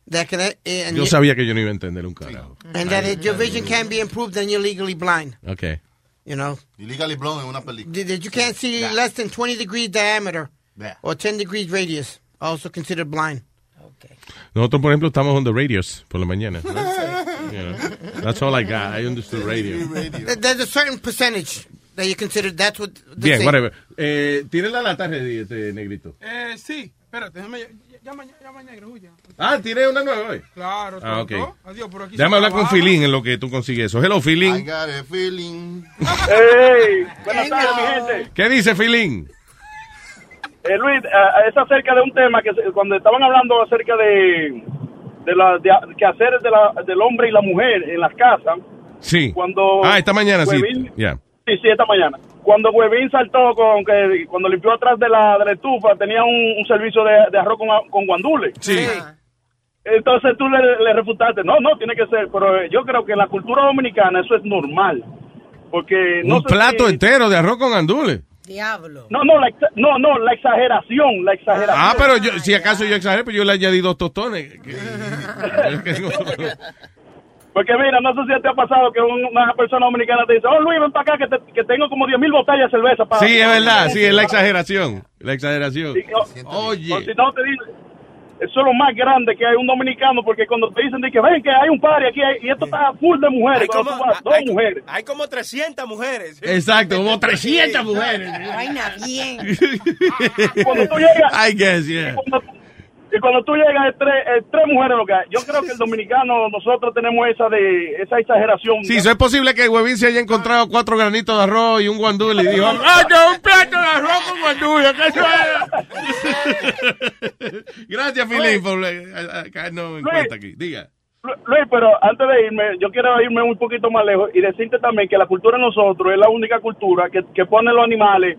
Speaker 6: that can, eh, and,
Speaker 2: Yo
Speaker 6: y-
Speaker 2: sabía que yo no iba a entender un carajo.
Speaker 6: and that if your vision can be improved, then you're legally blind.
Speaker 2: Ok.
Speaker 6: You know.
Speaker 4: Legally Blonde es una película.
Speaker 6: That that you can't see less than 20 degrees diameter
Speaker 4: Yeah.
Speaker 6: or 10 degrees radius, also considered blind.
Speaker 2: Nosotros, por ejemplo, estamos on the radios por la mañana. You know, that's all I got. I understood radio.
Speaker 6: There- There's a certain percentage that you consider that's what. the
Speaker 2: Bien,
Speaker 6: thing.
Speaker 2: whatever. Eh, Tiene la lata, ready, este negrito.
Speaker 8: Eh, sí, espérate, déjame. Llama, llama, negro, huya.
Speaker 2: Ah, tiene una nueva hoy.
Speaker 8: Claro,
Speaker 2: Ah, ok.
Speaker 8: tonto. Adiós, por aquí. se
Speaker 2: Déjame hablar con
Speaker 8: trabaja.
Speaker 2: Filín en lo que tú consigues eso. Hello,
Speaker 4: I
Speaker 2: Filín.
Speaker 4: got a feeling.
Speaker 9: ¡Ey! Buenas tardes, mi gente.
Speaker 2: ¿Qué dice Filín?
Speaker 9: Eh, Luis, eh, es acerca de un tema que se- cuando estaban hablando acerca de, de la de quehaceres de la- del hombre y la mujer en las casas.
Speaker 2: Sí.
Speaker 9: Cuando
Speaker 2: Ah, esta mañana sí.
Speaker 9: Huevín-
Speaker 2: Ya.
Speaker 9: Sí, sí, esta mañana. Cuando Huevín saltó, con que cuando limpió atrás de la, de la estufa, tenía un, un servicio de, de arroz con, a- con guandules.
Speaker 2: Sí.
Speaker 9: Entonces tú le, le refutaste, no, no, tiene que ser, pero eh, yo creo que en la cultura dominicana eso es normal. Porque no
Speaker 2: Un
Speaker 9: sé
Speaker 2: plato
Speaker 9: si-
Speaker 2: entero de arroz con andules.
Speaker 5: Diablo.
Speaker 9: No, no, la, exa- no, no, la exageración, la exageración.
Speaker 2: Ah, pero yo, si acaso yo exagero, pues yo le añadí dos tostones.
Speaker 9: Porque mira, no sé si te ha pasado que un- una persona dominicana te dice, oh Luis, ven para acá que, te- que tengo como 10 mil botellas de cerveza. Para
Speaker 2: Sí, es verdad, sí, es la exageración. La exageración.
Speaker 9: Oye. si no te dicen, eso es lo más grande que hay un dominicano, porque cuando te dicen, de que ven que hay un party aquí hay- y esto está full de mujeres,
Speaker 3: Hay
Speaker 9: cuando
Speaker 3: como-
Speaker 9: tú vas, dos mujeres.
Speaker 3: Hay como 300 mujeres.
Speaker 2: Exacto, como 300 mujeres.
Speaker 5: Vaina bien.
Speaker 9: Cuando tú llegas,
Speaker 2: I guess, yeah.
Speaker 9: Y cuando tú llegas, es tres, es tres mujeres lo que hay. Yo creo que el dominicano, nosotros tenemos esa de esa exageración.
Speaker 2: Sí, eso es posible que Huevín se haya encontrado cuatro granitos de arroz y un guandule y dijo, ¡Ah, yo un plato de arroz con guandule! ¿Qué eso es?" Gracias, Filín, por Ah, no en cuenta aquí. Diga.
Speaker 9: Lu- Luis, pero antes de irme, yo quiero irme un poquito más lejos y decirte también que la cultura de nosotros es la única cultura que, que pone los animales,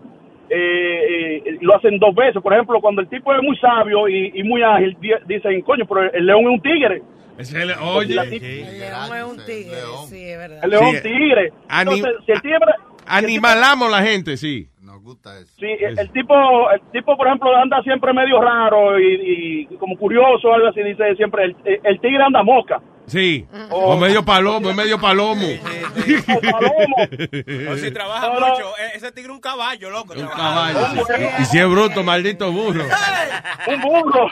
Speaker 9: eh, eh, lo hacen dos veces. Por ejemplo, cuando el tipo es muy sabio y, y muy ágil, di- dicen, coño, pero el león es un tigre.
Speaker 2: Ese le-
Speaker 9: La-
Speaker 2: oye,
Speaker 5: León es un tigre, sí, es verdad.
Speaker 9: El león
Speaker 2: Sí.
Speaker 9: tigre.
Speaker 2: Ani-
Speaker 9: Entonces, si el tigre...
Speaker 2: animalamos la gente, sí.
Speaker 9: Sí, el, el tipo, el tipo, por ejemplo, anda siempre medio raro y, y como curioso, algo así, dice siempre, el, el tigre anda mosca.
Speaker 2: Sí.
Speaker 9: Oh.
Speaker 2: O medio palomo, es medio palomo.
Speaker 3: O si trabaja mucho, eh, ese tigre un caballo, loco.
Speaker 2: Un
Speaker 3: trabaja.
Speaker 2: caballo. sí. Y si es bruto, maldito burro.
Speaker 9: Un burro.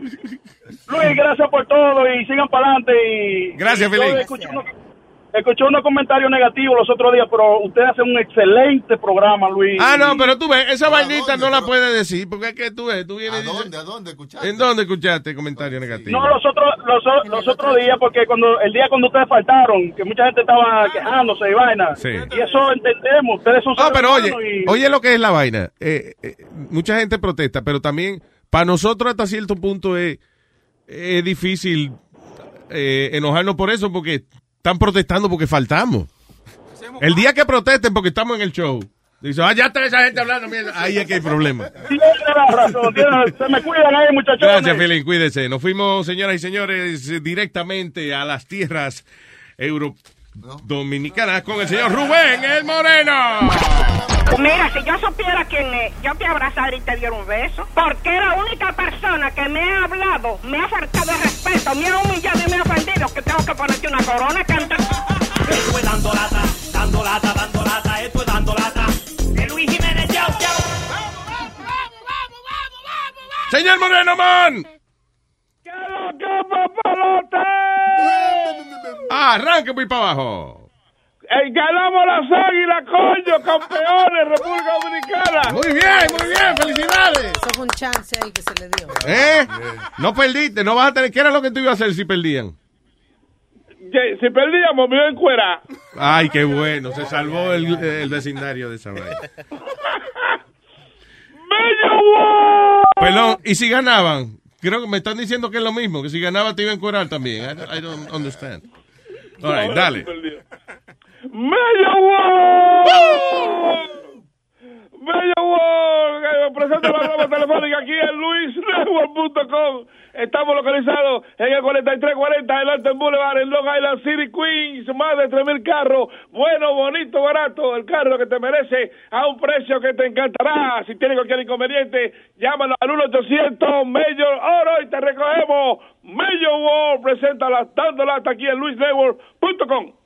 Speaker 9: Luis, gracias por todo y sigan para adelante. Y,
Speaker 2: Gracias,
Speaker 11: Então,
Speaker 9: y yo
Speaker 2: Felipe.
Speaker 9: Escuché unos, escuché unos comentarios negativos los otros días, pero ustedes hacen un excelente programa, Luis.
Speaker 2: Ah, no, pero tú ves, esa vainita no la puedes decir, porque es que tú ves, tú vienes... ¿A dónde,
Speaker 4: a dónde escuchaste?
Speaker 2: ¿En dónde escuchaste comentario negativo?
Speaker 9: No, los otros, los, o- los otros días, porque cuando el día cuando ustedes faltaron, que mucha gente estaba quejándose y vaina.
Speaker 2: Sí.
Speaker 9: Y eso entendemos, ustedes son
Speaker 2: No, pero
Speaker 9: seres
Speaker 2: oye,
Speaker 9: humanos y-
Speaker 2: oye lo que es la vaina. Eh, eh, mucha gente protesta, pero también para nosotros hasta cierto punto es, es difícil eh, enojarnos por eso, porque están protestando porque faltamos. El día que protesten porque estamos en el show, dicen, ah, ya está esa gente hablando, mierda". ahí es que hay problema.
Speaker 9: Tiene la razón, tiene- se me cuidan ahí, muchachos.
Speaker 2: Gracias, Felipe, cuídese. Nos fuimos, señoras y señores, eh, directamente a las tierras euro dominicanas con el señor Rubén el Moreno.
Speaker 12: Mira, si yo supiera quién es, yo te abrazara y te diera un beso. Porque es la única persona que me ha hablado, me ha faltado el respeto, me ha humillado y me ha ofendido que tengo que ponerte una corona, canta.
Speaker 13: Esto es dando lata, dando lata, dando lata, esto es dando lata. De Luis Jiménez, chao, chao.
Speaker 2: Señor Moreno Man. Arranque muy para abajo.
Speaker 11: Eh, ganamos las águilas, coño, campeones, República Dominicana.
Speaker 2: Muy bien, muy bien, felicidades.
Speaker 5: Eso fue un chance ahí que se le dio.
Speaker 2: ¿Eh? No perdiste, no vas a tener. ¿Qué era lo que tú ibas a hacer si perdían?
Speaker 11: Que si perdíamos, me iba a encuerar.
Speaker 2: Ay, qué bueno, se salvó el, el vecindario de esa vaina. Perdón, ¿y si ganaban? Creo que me están diciendo que es lo mismo, que si ganaba te iba a encuerar también. I, I don't understand. All right, dale.
Speaker 11: ¡Mello World! ¡Mello World! Eh, Presento la broma telefónica aquí en luisnetwork.com. Estamos localizados en el 4340 del Alton Boulevard, en Long Island City, Queens. Más de 3.000 carros. Bueno, bonito, barato. El carro que te merece a un precio que te encantará. Si tienes cualquier inconveniente, llámanos al 1-800 Mello Oro y te recogemos. Mello World presenta las dando lata aquí en luisnetwork.com.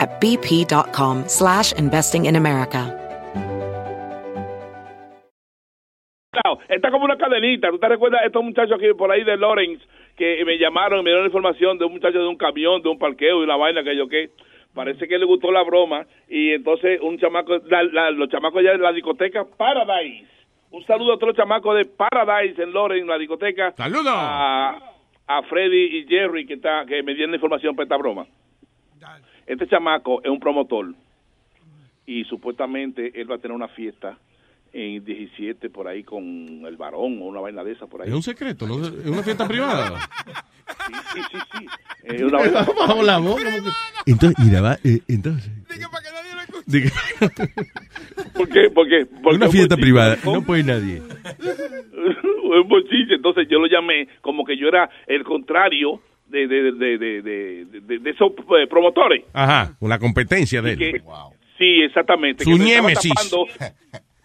Speaker 14: at bp.com slash investing in America.
Speaker 11: Claro, Está como una cadenita. ¿Tú te recuerdas estos muchachos aquí por ahí de Lawrence que me llamaron y me dieron información de un muchacho de un camión, de un parqueo y la vaina que yo qué? Parece que le gustó la broma y entonces un chamaco, la- la- los chamacos ya de la discoteca Paradise. Un saludo a todos los chamacos de Paradise en Lawrence, la discoteca.
Speaker 2: Saludos.
Speaker 11: A, a Freddy y Jerry que, está, que me dieron la información para esta broma. Este chamaco es un promotor y supuestamente él va a tener una fiesta en 17 por ahí con el varón o una vaina de esa por ahí.
Speaker 2: Es un secreto, ¿no? es una fiesta privada.
Speaker 11: Eh, una vaina-
Speaker 15: Bajo la voz, como que- Entonces, mira, va, eh, entonces.
Speaker 2: Diga-
Speaker 11: ¿Por qué? ¿Por qué? Porque
Speaker 2: una
Speaker 11: un
Speaker 2: fiesta
Speaker 11: bochiche,
Speaker 2: privada,
Speaker 11: ¿no?
Speaker 2: no puede nadie.
Speaker 11: un bochiche. Entonces yo lo llamé como que yo era el contrario de, de, de, de, de, de- de esos eh, promotores.
Speaker 2: Ajá, una competencia de
Speaker 11: Y
Speaker 2: él.
Speaker 11: que- Sí, exactamente.
Speaker 2: Su
Speaker 11: que me estaba
Speaker 2: ñémesis.
Speaker 11: tapando-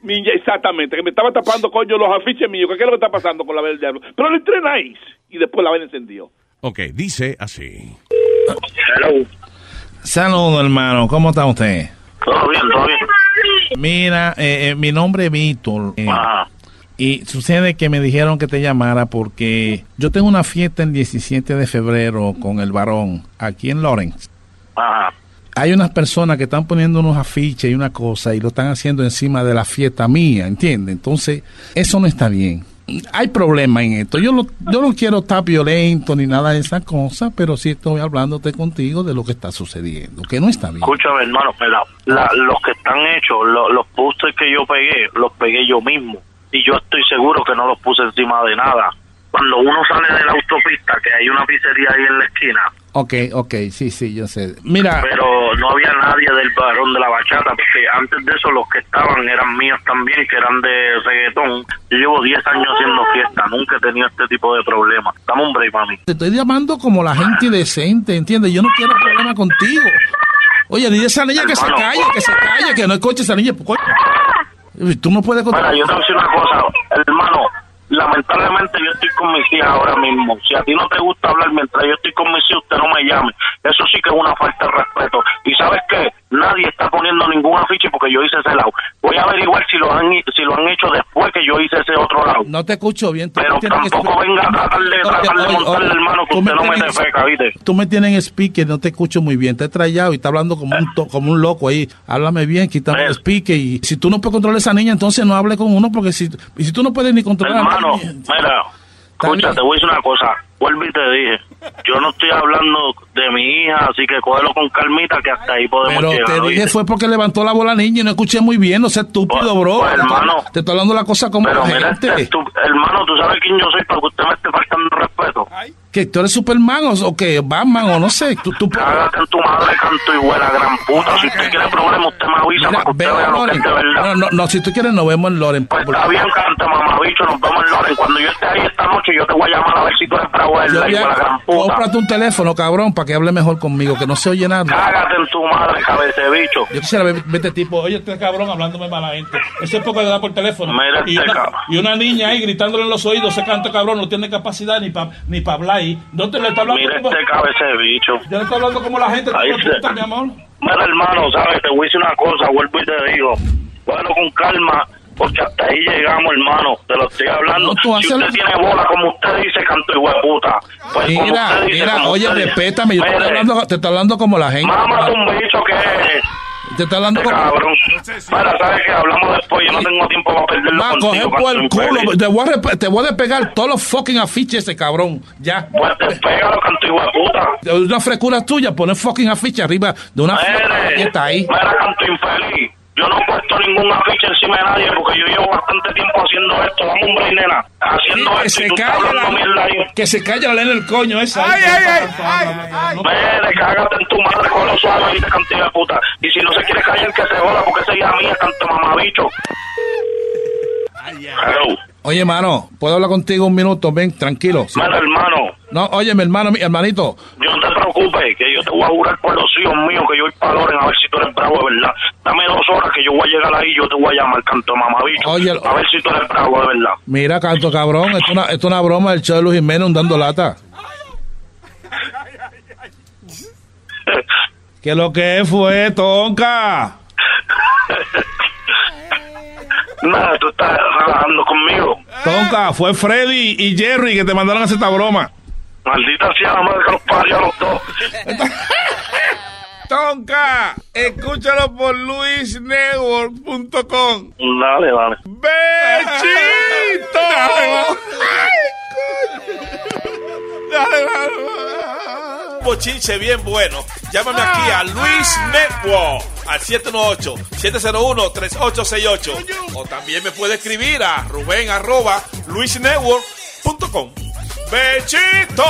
Speaker 11: mi- exactamente, que me estaba tapando, coño, los afiches míos. ¿Qué es lo que está pasando con la vela del diablo? Pero le entrenáis. Y después la vela encendió.
Speaker 2: Ok, dice así.
Speaker 16: Saludos, hermano. ¿Cómo está usted?
Speaker 17: Todo bien, todo bien.
Speaker 16: Mira, eh, eh, mi nombre es Víctor. eh,
Speaker 17: Ajá.
Speaker 16: y sucede que me dijeron que te llamara porque yo tengo una fiesta el 17 de febrero con el varón aquí en Lawrence.
Speaker 17: Ajá.
Speaker 16: Hay unas personas que están poniendo unos afiches y una cosa y lo están haciendo encima de la fiesta mía, ¿entiendes? Entonces, eso no está bien. Hay problema en esto. Yo, lo- yo no quiero estar violento ni nada de esas cosas, pero sí estoy hablándote contigo de lo que está sucediendo, que no está bien.
Speaker 17: Escúchame, hermano, pero la- los que están hechos, lo- los pósters que yo pegué, los pegué yo mismo. Y yo estoy seguro que no los puse encima de nada. Cuando uno sale de la autopista, que hay una pizzería ahí en la esquina,
Speaker 16: Ok, ok, sí, sí, yo sé. Mira,
Speaker 17: pero no había nadie del varón de la bachata, porque antes de eso los que estaban eran míos también, que eran de reggaetón. Yo llevo 10 años haciendo fiesta, nunca he tenido este tipo de problemas. Dame un break, mami.
Speaker 16: te estoy llamando como la gente decente, ¿entiendes? Yo no quiero problema contigo. Oye, dile a esa niña que se
Speaker 17: Hermano.
Speaker 16: calle, que se calle, que no escuche esa niña. coño. Uy, Tú no puedes contar.
Speaker 17: Mira, yo te voy a decir una cosa, hermano. Lamentablemente yo estoy con mis hijas ahora mismo. Si a ti no te gusta hablar mientras yo estoy con mis hijas, usted no me llame. Eso sí que es una falta de respeto. Y sabes qué, nadie está poniendo ningún afiche porque yo hice ese lado. Voy a averiguar si lo han si lo han hecho después que yo hice ese otro lado.
Speaker 16: No te escucho bien. Tú
Speaker 17: Pero
Speaker 16: me tienes en
Speaker 17: tampoco
Speaker 16: speak-
Speaker 17: venga a tratar de-
Speaker 16: Oye,
Speaker 17: tratar de
Speaker 16: oye,
Speaker 17: montarle,
Speaker 16: oye,
Speaker 17: hermano, que
Speaker 16: tú
Speaker 17: usted no me
Speaker 16: tienes en-
Speaker 17: defeca, ¿viste?
Speaker 16: Tú me tienes en speaker, no te escucho muy bien. Te he trayado y está hablando como un, to- como un loco ahí. Háblame bien, quítame el speaker. Y si tú no puedes controlar a esa niña, entonces no hable con uno, porque si, y si tú no puedes ni controlar a la
Speaker 17: Hermano,
Speaker 16: niña-
Speaker 17: mira, escucha, te voy a decir una cosa. Vuelvo y te dije, yo no estoy hablando de mi hija, así que cógelo con calmita que hasta ahí podemos
Speaker 16: Pero
Speaker 17: llegar.
Speaker 16: te
Speaker 17: ¿oíste?
Speaker 16: dije fue porque levantó la bola niña y no escuché muy bien, no seas estúpido, bro.
Speaker 17: pues,
Speaker 16: Te estoy-
Speaker 17: hermano.
Speaker 16: te estoy hablando la cosa como
Speaker 17: Pero
Speaker 16: la
Speaker 17: mira,
Speaker 16: gente.
Speaker 17: este, tú- hermano, tú sabes quién yo soy para que usted me esté faltando el respeto.
Speaker 16: que tú eres Superman o, o que Batman o no sé. Tú, tú
Speaker 17: Cágate en tu madre, canto y huela, gran puta. Si usted quiere problemas, usted me avisa para que usted vea lo que es de verdad.
Speaker 16: No, no, no, si tú quieres nos vemos en Loren.
Speaker 17: Está bien, canta, mamabicho, nos vemos en Loren. Cuando yo esté ahí esta noche, yo te voy a llamar a ver si tú eres bravo de verdad,
Speaker 16: Yo
Speaker 17: hijo de la gran
Speaker 16: ya-
Speaker 17: puta.
Speaker 16: cómprate un teléfono, cabrón, para que hable mejor conmigo, que no se oye nada.
Speaker 17: Cágate en tu madre, cabecebicho.
Speaker 16: Yo quisiera ver, ver este tipo, oye, este cabrón hablándome malamente. Eso es poco de dar por teléfono.
Speaker 17: Mira
Speaker 16: Y
Speaker 17: este
Speaker 16: una,
Speaker 17: cabrón.
Speaker 16: y una niña ahí gritándole en los oídos, ese canto cabrón no tiene capacidad ni para ni pa hablar ahí. No te le está hablando
Speaker 17: Mira
Speaker 16: como,
Speaker 17: este cabecebicho.
Speaker 16: ya le está hablando como la gente,
Speaker 17: Ahí
Speaker 16: como
Speaker 17: se-
Speaker 16: puta, mi amor.
Speaker 17: Mira, hermano, ¿sabes? Te voy a decir una cosa, vuelvo y te digo. Bueno, con calma, porque hasta ahí llegamos, hermano. Te lo estoy hablando.
Speaker 16: tú
Speaker 17: Si
Speaker 16: haces
Speaker 17: usted
Speaker 16: lo-
Speaker 17: tiene bola, como usted dice, canto y puta. Pues, como
Speaker 16: Mira,
Speaker 17: usted dice,
Speaker 16: mira,
Speaker 17: como
Speaker 16: oye,
Speaker 17: usted dice.
Speaker 16: respétame, yo te estoy
Speaker 17: Mire,
Speaker 16: hablando, te está hablando como la gente.
Speaker 17: Mámate un bicho que es.
Speaker 16: Te está hablando
Speaker 17: Este
Speaker 16: como...
Speaker 17: cabrón. Mira, ¿sabes qué? Hablamos después. Yo no tengo tiempo para perderlo
Speaker 16: Va a coger Ah,
Speaker 17: contigo.
Speaker 16: por el
Speaker 17: canto infeliz.
Speaker 16: culo, te voy, a rep- te voy a despegar todos los fucking afiches ese cabrón, ya.
Speaker 17: Pues despégalo, canto puta.
Speaker 16: De una frescura tuya, poner fucking afiche arriba de una fiesta y está ahí.
Speaker 17: Mira, canto infeliz. Yo no he puesto ningún afiche encima de nadie porque yo llevo bastante tiempo haciendo esto. Dame un break, nena. Haciendo
Speaker 16: Que
Speaker 17: esto y
Speaker 16: se
Speaker 17: tú estás
Speaker 16: calle
Speaker 17: hablando mierda ahí.
Speaker 16: la que se calle la ley del coño esa.
Speaker 17: Ay, ay, ay, Mire, cágate en tu madre con los suave y te cantiga puta. Y si no se quiere callar, que se joda porque esa hija mía, tanto mamabicho. Hello.
Speaker 16: Oye, hermano, ¿puedo hablar contigo un minuto? Ven, tranquilo. Sí.
Speaker 17: Mira, hermano,
Speaker 16: No, oye, mi hermano, mi hermanito.
Speaker 17: yo no te preocupes, que yo te voy a jurar por los hijos míos que yo voy para Loren a ver si tú eres bravo de verdad. Dame dos horas que yo voy a llegar ahí yo te voy a llamar, canto mamabicho.
Speaker 16: Oye, el-
Speaker 17: a ver si tú eres bravo de verdad.
Speaker 16: Mira, canto cabrón, esto es una, esto es una broma del show de Luis Jiménez un dando lata. ¿Qué lo que fue, tonca?
Speaker 17: Nada, tú estás relajando conmigo.
Speaker 16: Tonca, fue Freddy y Jerry que te mandaron a hacer esta broma.
Speaker 17: Maldita sea la madre que los parió a los dos.
Speaker 16: Tonca, escúchalo por luisnetwork.com.
Speaker 17: Dale, dale.
Speaker 16: ¡Bechito!
Speaker 10: Pochinche bien bueno. Llámame aquí a Luis Network al 718-701-3868. O también me puede escribir a Rubén arroba luisnetwork.com. ¡Bechito!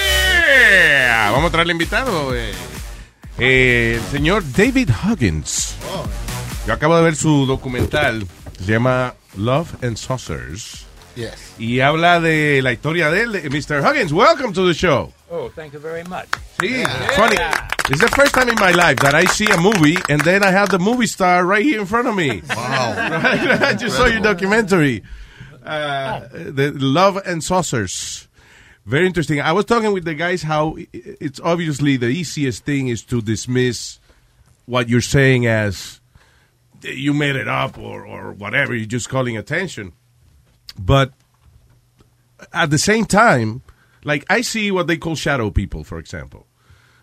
Speaker 2: Yeah. Vamos a traerle invitado. eh. Eh, el señor David Huggins. Yo acabo de ver su documental. Se llama Love and Saucers.
Speaker 4: Yes.
Speaker 2: Y habla de la historia de él. de- Mr. Huggins, welcome to the show.
Speaker 7: Oh, thank you very much.
Speaker 2: Sí, Funny. It's the first time in my life that I see a movie and then I have the movie star right here in front of me. Right? I just saw your documentary. Uh, the Love and Saucers. Very interesting. I was talking with the guys how i- i- it's obviously the easiest thing is to dismiss what you're saying as you made it up or, or whatever. You're just calling attention. But at the same time, like I see what they call shadow people, for example.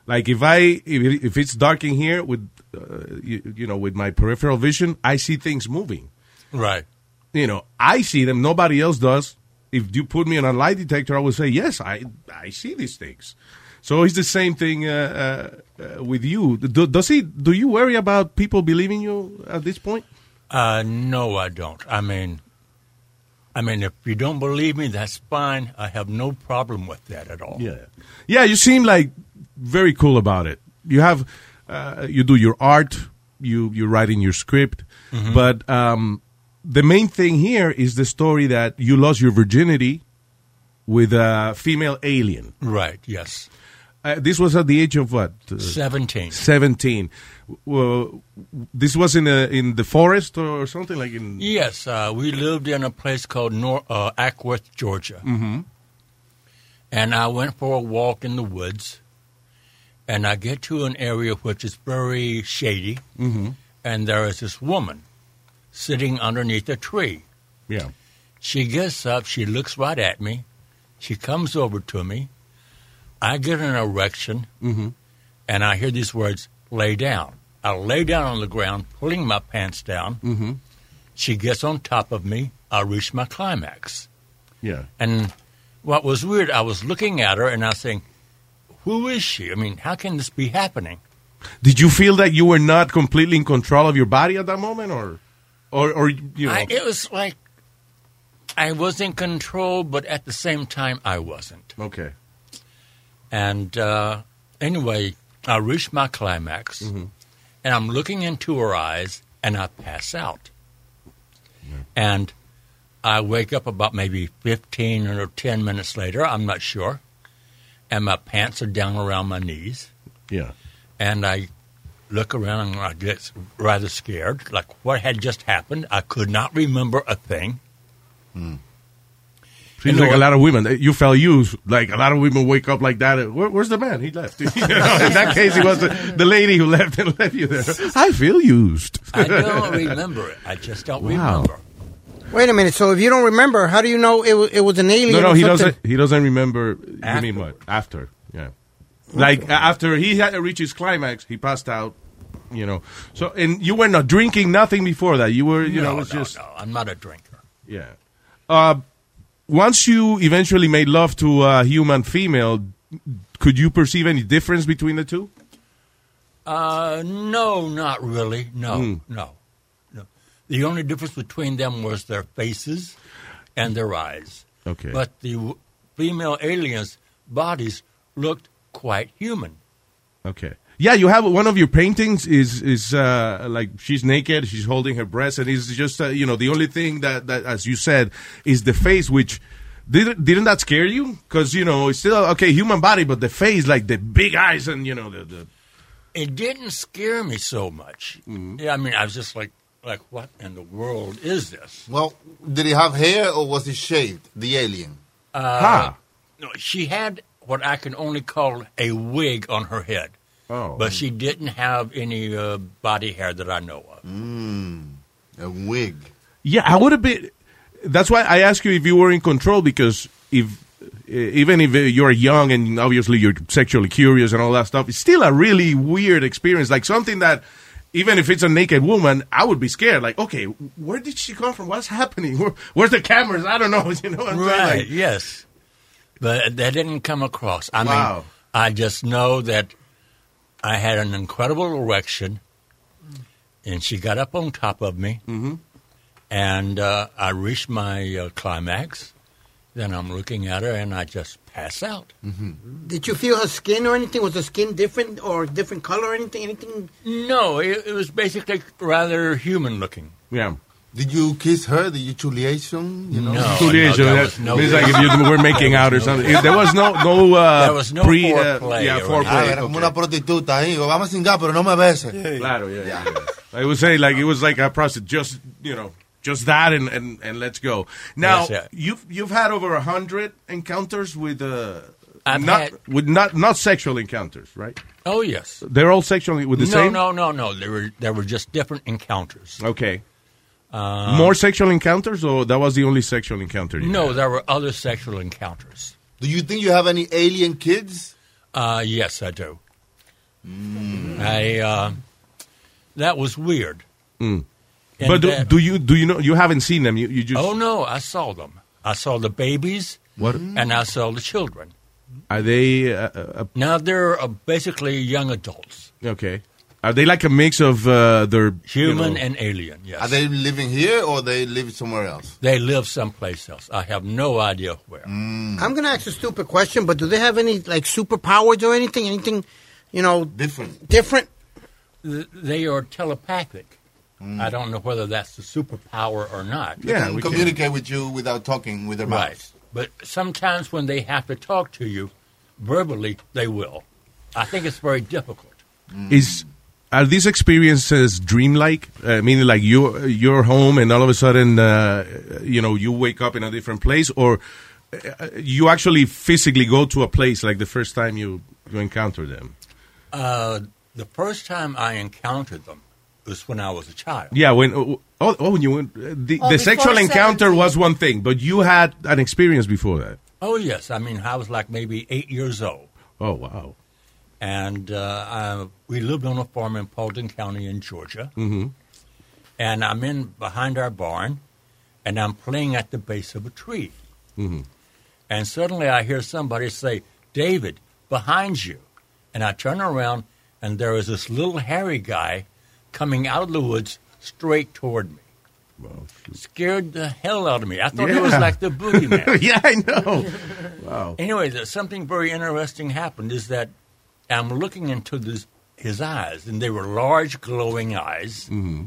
Speaker 2: Like if I if, it- if it's dark in here with uh, you, you know with my peripheral vision, I see things moving.
Speaker 10: Right.
Speaker 2: You know, I see them. Nobody else does. If you put me on a lie detector, I will say yes. I I see these things. So it's the same thing uh, uh, uh, with you. Do, does he? Do you worry about people believing you at this point?
Speaker 10: Uh, no, I don't. I mean, I mean, if you don't believe me, that's fine. I have no problem with that at all.
Speaker 2: Yeah. Yeah, you seem like very cool about it. You have, uh, you do your art, you you write in your script,
Speaker 10: Mhm.
Speaker 2: but um, the main thing here is the story that you lost your virginity with a female alien.
Speaker 10: Right. Yes.
Speaker 2: Uh, this was at the age of what? Uh,
Speaker 10: Seventeen.
Speaker 2: Seventeen. Well, this was in a, in the forest or something like in.
Speaker 10: Yes, uh, we lived in a place called Nor- uh, Ackworth, Georgia,
Speaker 2: Mhm.
Speaker 10: and I went for a walk in the woods, and I get to an area which is very shady,
Speaker 2: Mhm.
Speaker 10: and there is this woman sitting underneath a tree.
Speaker 2: Yeah.
Speaker 10: She gets up, she looks right at me, she comes over to me, I get an erection,
Speaker 2: Mhm.
Speaker 10: and I hear these words, lay down. I lay down on the ground, pulling my pants down.
Speaker 2: Mm-hmm.
Speaker 10: She gets on top of me. I reach my climax.
Speaker 2: Yeah.
Speaker 10: And what was weird, I was looking at her and I was saying, who is she? I mean, how can this be happening?
Speaker 2: Did you feel that you were not completely in control of your body at that moment, or, or, or you know?
Speaker 10: I, it was like I was in control, but at the same time, I wasn't.
Speaker 2: Okay.
Speaker 10: And uh, anyway, I reached my climax,
Speaker 2: Mm-hmm.
Speaker 10: and I'm looking into her eyes, and I pass out. And I wake up about maybe 15 or 10 minutes later, I'm not sure, and my pants are down around my knees.
Speaker 2: Yeah.
Speaker 10: And I look around and I get rather scared. Like, what had just happened? I could not remember a thing.
Speaker 2: Seems
Speaker 10: You know
Speaker 2: like a
Speaker 10: what?
Speaker 2: lot of women. You felt used. Like a lot of women wake up like that. Where, where's the man? He left. You know, in that case, he was the, the lady who left and left you there. I feel used.
Speaker 10: I don't remember it. I just don't
Speaker 2: Wow.
Speaker 10: remember.
Speaker 6: Wait a minute. So if you don't remember, how do you know it, wa- it was an alien?
Speaker 2: No, no,
Speaker 6: or
Speaker 2: he
Speaker 6: something?
Speaker 2: doesn't. He doesn't remember. You mean what? After, yeah. Like a- after he had reached his climax, he passed out. You know. So and you were not drinking nothing before that. You were, you
Speaker 10: no,
Speaker 2: know, it's
Speaker 10: no,
Speaker 2: just
Speaker 10: no, I'm not a drinker.
Speaker 2: yeah. Uh, once you eventually made love to a human female, could you perceive any difference between the two?
Speaker 10: Uh, no, not really. No,
Speaker 2: Mm.
Speaker 10: no, no. The only difference between them was their faces and their eyes.
Speaker 2: Okay.
Speaker 10: But the w- female aliens' bodies looked quite human.
Speaker 2: Okay. Yeah, you have one of your paintings is is uh, like she's naked, she's holding her breast, and it's just uh, you know the only thing that, that as you said is the face, which didn't didn't that scare you? Because you know it's still okay human body, but the face, like the big eyes, and you know the, the
Speaker 10: It didn't scare me so much.
Speaker 2: Mm-hmm.
Speaker 10: Yeah, I mean, I was just like, like, what in the world is this?
Speaker 4: Well, did he have hair or was he shaved? The alien.
Speaker 10: Uh, No, she had what I can only call a wig on her head.
Speaker 2: Oh.
Speaker 10: But she didn't have any uh, body hair that I know of. Mm,
Speaker 4: a wig.
Speaker 2: Yeah, I would have been. That's why I asked you if you were in control because if eh, even if you're young and obviously you're sexually curious and all that stuff, it's still a really weird experience. Like something that even if it's a naked woman, I would be scared. Like, okay, where did she come from? What's happening? Where, where's the cameras? I don't know. You know what I'm saying?
Speaker 10: Right,
Speaker 2: Like,
Speaker 10: yes. But that didn't come across.
Speaker 2: Wow.
Speaker 10: I mean, I just know that I had an incredible erection, and she got up on top of me,
Speaker 2: Mm-hmm.
Speaker 10: and uh, I reached my uh, climax. Then I'm looking at her, and I just pass out.
Speaker 2: Mm-hmm.
Speaker 6: Did you feel her skin or anything? Was the skin different or different color or anything? Anything?
Speaker 10: No, it, it was basically rather human looking.
Speaker 2: Yeah.
Speaker 4: Did you kiss her? Did you chuliation? You know?
Speaker 10: No,
Speaker 2: Humiliation,
Speaker 10: no, there
Speaker 2: that's-
Speaker 10: was no-
Speaker 2: it's like if you were making out or something. There was no no uh,
Speaker 10: There was no
Speaker 2: pre uh,
Speaker 10: foreplay
Speaker 2: yeah
Speaker 10: or
Speaker 4: Ah,
Speaker 2: foreplay.
Speaker 4: era como una prostituta ahí. Digo, Vamos a cingar, pero no me beses.
Speaker 2: Claro, yeah, yeah. I would say like it was like a process. Just you know, just that and and, and let's go. Now
Speaker 10: Yes, yeah.
Speaker 2: you've you've had over a hundred encounters with uh,
Speaker 10: I've
Speaker 2: not
Speaker 10: had-
Speaker 2: with not not sexual encounters, right?
Speaker 10: Oh yes,
Speaker 2: They're all sexually with the
Speaker 10: no,
Speaker 2: same.
Speaker 10: no, no, no. There were there were just different encounters.
Speaker 2: Okay.
Speaker 10: Um,
Speaker 2: More sexual encounters, or that was the only sexual encounter? you
Speaker 10: No, there were other sexual encounters.
Speaker 4: Do you think you have any alien kids?
Speaker 10: Uh, yes, I do. I uh, that was weird.
Speaker 2: Mm.
Speaker 10: And
Speaker 2: But do,
Speaker 10: that-
Speaker 2: do you do you know you haven't seen them? You you just
Speaker 10: oh no, I saw them. I saw the babies,
Speaker 2: What-
Speaker 10: and I saw the children.
Speaker 2: are they uh, uh,
Speaker 10: Now they're uh, basically young adults,
Speaker 2: okay? Are they like a mix of uh, their
Speaker 10: human
Speaker 2: you know-
Speaker 10: and alien. Yes,
Speaker 4: Are they living here or they live somewhere else?
Speaker 10: they live someplace else. I have no idea where.
Speaker 6: Mm. I'm gonna ask a stupid question, but do they have any like superpowers or anything? Anything, you know,
Speaker 4: different?
Speaker 6: Different?
Speaker 10: Th- They are telepathic.
Speaker 4: Mm.
Speaker 10: I don't know whether that's a superpower or not.
Speaker 4: They can communicate with you without talking with their
Speaker 10: Right.
Speaker 4: mouths.
Speaker 10: But sometimes when they have to talk to you verbally, they will. I think it's very difficult.
Speaker 2: Mm. Is are these experiences dreamlike? I mean, like you you're home and all of a sudden, uh, you know, you wake up in a different place, or uh, you actually physically go to a place like the first time you you encounter them.
Speaker 10: Uh, the first time I encountered them was when I was a child.
Speaker 2: Yeah, when oh, oh when you went, the,
Speaker 10: Oh,
Speaker 2: the
Speaker 10: before
Speaker 2: sexual encounter
Speaker 10: 17.
Speaker 2: was one thing, but you had an experience before that.
Speaker 10: Oh, yes. I mean, I was like maybe eight years old.
Speaker 2: Oh wow.
Speaker 10: And uh, I, we lived on a farm in Paulding County in Georgia.
Speaker 2: hmm
Speaker 10: And I'm in behind our barn, and I'm playing at the base of a tree.
Speaker 2: hmm
Speaker 10: And suddenly I hear somebody say, David, behind you. And I turn around, and there is this little hairy guy coming out of the woods straight toward me. Scared the hell out of me. I thought it was like the boogeyman.
Speaker 2: yeah, I know. Wow.
Speaker 10: Anyway, that something very interesting happened is that I'm looking into this, his eyes, and they were large, glowing eyes.
Speaker 2: Mm-hmm.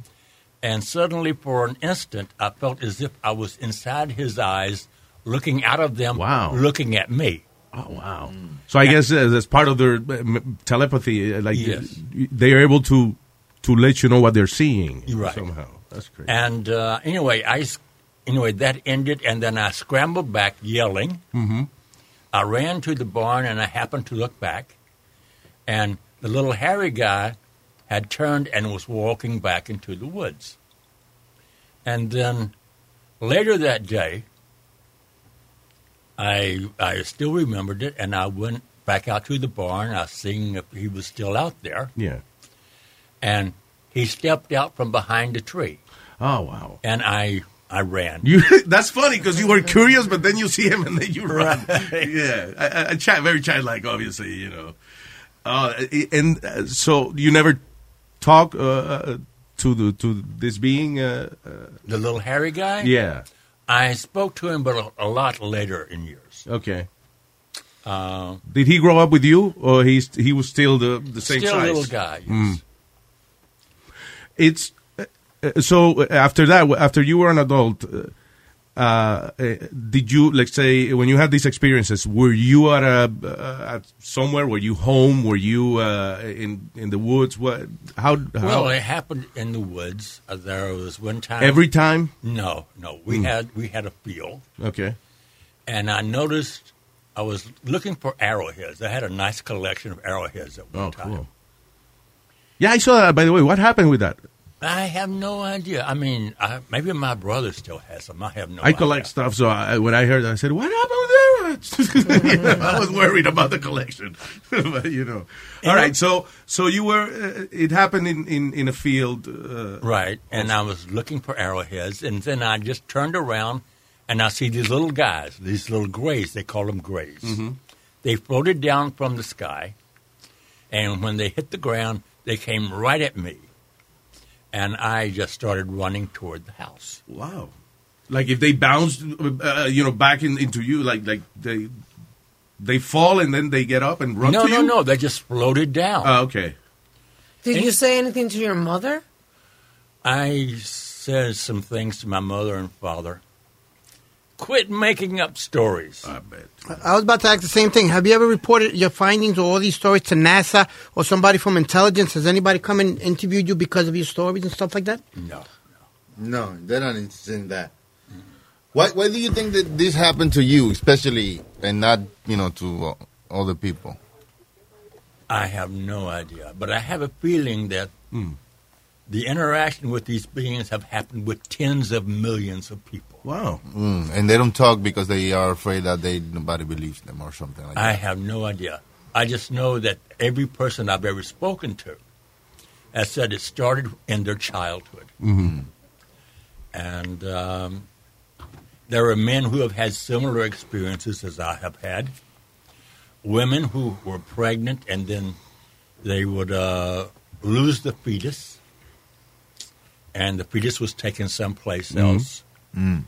Speaker 10: And suddenly, for an instant, I felt as if I was inside his eyes, looking out of them,
Speaker 2: Wow.
Speaker 10: looking at me.
Speaker 2: Oh, wow. So I guess uh, that's part of their uh, m- telepathy. uh, Like uh, they are able to to let you know what they're seeing.
Speaker 10: You're right.
Speaker 2: Somehow. That's crazy.
Speaker 10: And uh, anyway, I s- anyway that ended, and then I scrambled back yelling.
Speaker 2: Mm-hmm.
Speaker 10: I ran to the barn, and I happened to look back, and the little hairy guy had turned and was walking back into the woods. And then later that day, I I still remembered it, and I went back out to the barn. I seeing if he was still out there,
Speaker 2: Yeah.
Speaker 10: and he stepped out from behind a tree.
Speaker 2: Oh, wow.
Speaker 10: And I I ran.
Speaker 2: You, that's funny because you were curious, but then you see him and then you run. Yeah, I, I, I chi- very childlike, obviously, you know. Uh, i- and uh, so you never talk uh, uh, to the to this being. Uh, uh,
Speaker 10: The little hairy guy.
Speaker 2: yeah.
Speaker 10: I spoke to him, but a, a lot later in years.
Speaker 2: Okay.
Speaker 10: Uh,
Speaker 2: Did he grow up with you, or he's he was still the the same
Speaker 10: Still
Speaker 2: size?
Speaker 10: little guy, yes.
Speaker 2: Mm. It's uh, uh, so uh, after that, w- after you were an adult. Uh, uh, uh, did you like say when you had these experiences? Were you at a uh, at somewhere? Were you home? Were you uh, in in the woods? What? How? how
Speaker 10: Well, eh. it happened in the woods. Uh, There was one time.
Speaker 2: Every time?
Speaker 10: No, no. We
Speaker 2: Hmm.
Speaker 10: had we had a field,
Speaker 2: okay.
Speaker 10: and I noticed I was looking for arrowheads. I had a nice collection of arrowheads at one
Speaker 2: Oh,
Speaker 10: time.
Speaker 2: cool. Yeah, I saw that. By the way, what happened with that?
Speaker 10: I have no idea. I mean, I, maybe my brother still has them. I have no.
Speaker 2: I collect stuff, so I, when I heard, that, I said, "What happened there?" You know, I was worried about the collection, but you know. All right, so so you were. Uh, it happened in in in a field, uh,
Speaker 10: Right, and I was looking for arrowheads, and then I just turned around, and I see these little guys, these little grays. They call them grays.
Speaker 2: Mm-hmm.
Speaker 13: Mhm.
Speaker 10: They floated down from the sky, and when they hit the ground, they came right at me, and I just started running toward the house.
Speaker 2: Wow! Like if they bounced, uh, you know, back in, into you, like like they they fall and then they get up and run
Speaker 10: no,
Speaker 2: to
Speaker 10: no,
Speaker 2: you.
Speaker 10: no! They just floated down.
Speaker 2: Oh, okay.
Speaker 5: Did you say anything to your mother?
Speaker 10: I said some things to my mother and father. Quit making up stories. I
Speaker 2: bet.
Speaker 6: I was about to ask the same thing. Have you ever reported your findings or all these stories to NASA or somebody from intelligence? Has anybody come and interviewed you because of your stories and stuff like that?
Speaker 10: No.
Speaker 15: No, they're not interested in that.
Speaker 4: Why, why do you think that this happened to you, especially, and not, you know, to uh, other people?
Speaker 10: I have no idea, but I have a feeling that the interaction with these beings have happened with tens of millions of people.
Speaker 2: Wow.
Speaker 4: Mm, and they don't talk because they are afraid that they nobody believes them or something like
Speaker 10: I have no idea. I just know that every person I've ever spoken to has said it started in their childhood.
Speaker 13: Mm-hmm.
Speaker 10: And um, there are men who have had similar experiences as I have had. Women who were pregnant and then they would uh, lose the fetus, and the fetus was taken someplace
Speaker 2: Mm-hmm.
Speaker 10: else.
Speaker 4: Mm.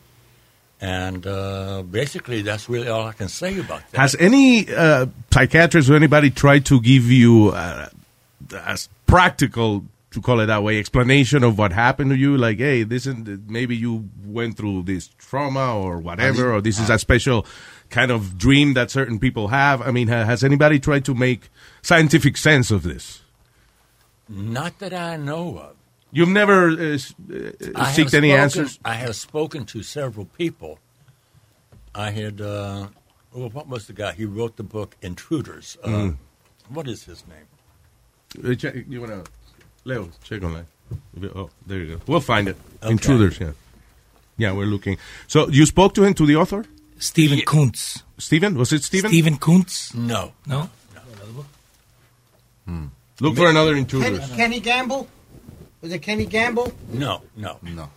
Speaker 10: And uh, basically, that's really all I can say about that.
Speaker 2: Has any uh, psychiatrist or anybody tried to give you uh, as practical, to call it that way, explanation of what happened to you? Like, hey, this is maybe you went through this trauma or whatever, or this is a special kind of dream that certain people have. I mean, ha- has anybody tried to make scientific sense of this?
Speaker 10: Not that I know of.
Speaker 2: You've never uh, s- uh,
Speaker 10: I have
Speaker 2: seeked any
Speaker 10: spoken-
Speaker 2: answers.
Speaker 10: I have spoken to several people. I had, uh, well, what was the guy? He wrote the book Intruders. Uh,
Speaker 2: Mm.
Speaker 10: What is his name?
Speaker 2: Uh, check, you wanna, Leo, check on that. If it- Oh, there you go. We'll find it.
Speaker 10: Okay.
Speaker 2: Intruders, yeah. Yeah, we're looking. So you spoke to him, to the author?
Speaker 7: Stephen Kuntz.
Speaker 2: Stephen? Was it Stephen?
Speaker 7: Stephen Kuntz?
Speaker 10: No.
Speaker 7: No?
Speaker 6: Hmm.
Speaker 2: Look for another
Speaker 6: Kenny,
Speaker 2: intruders.
Speaker 6: Kenny Gamble? Was it Kenny Gamble?
Speaker 10: No, no.
Speaker 4: No.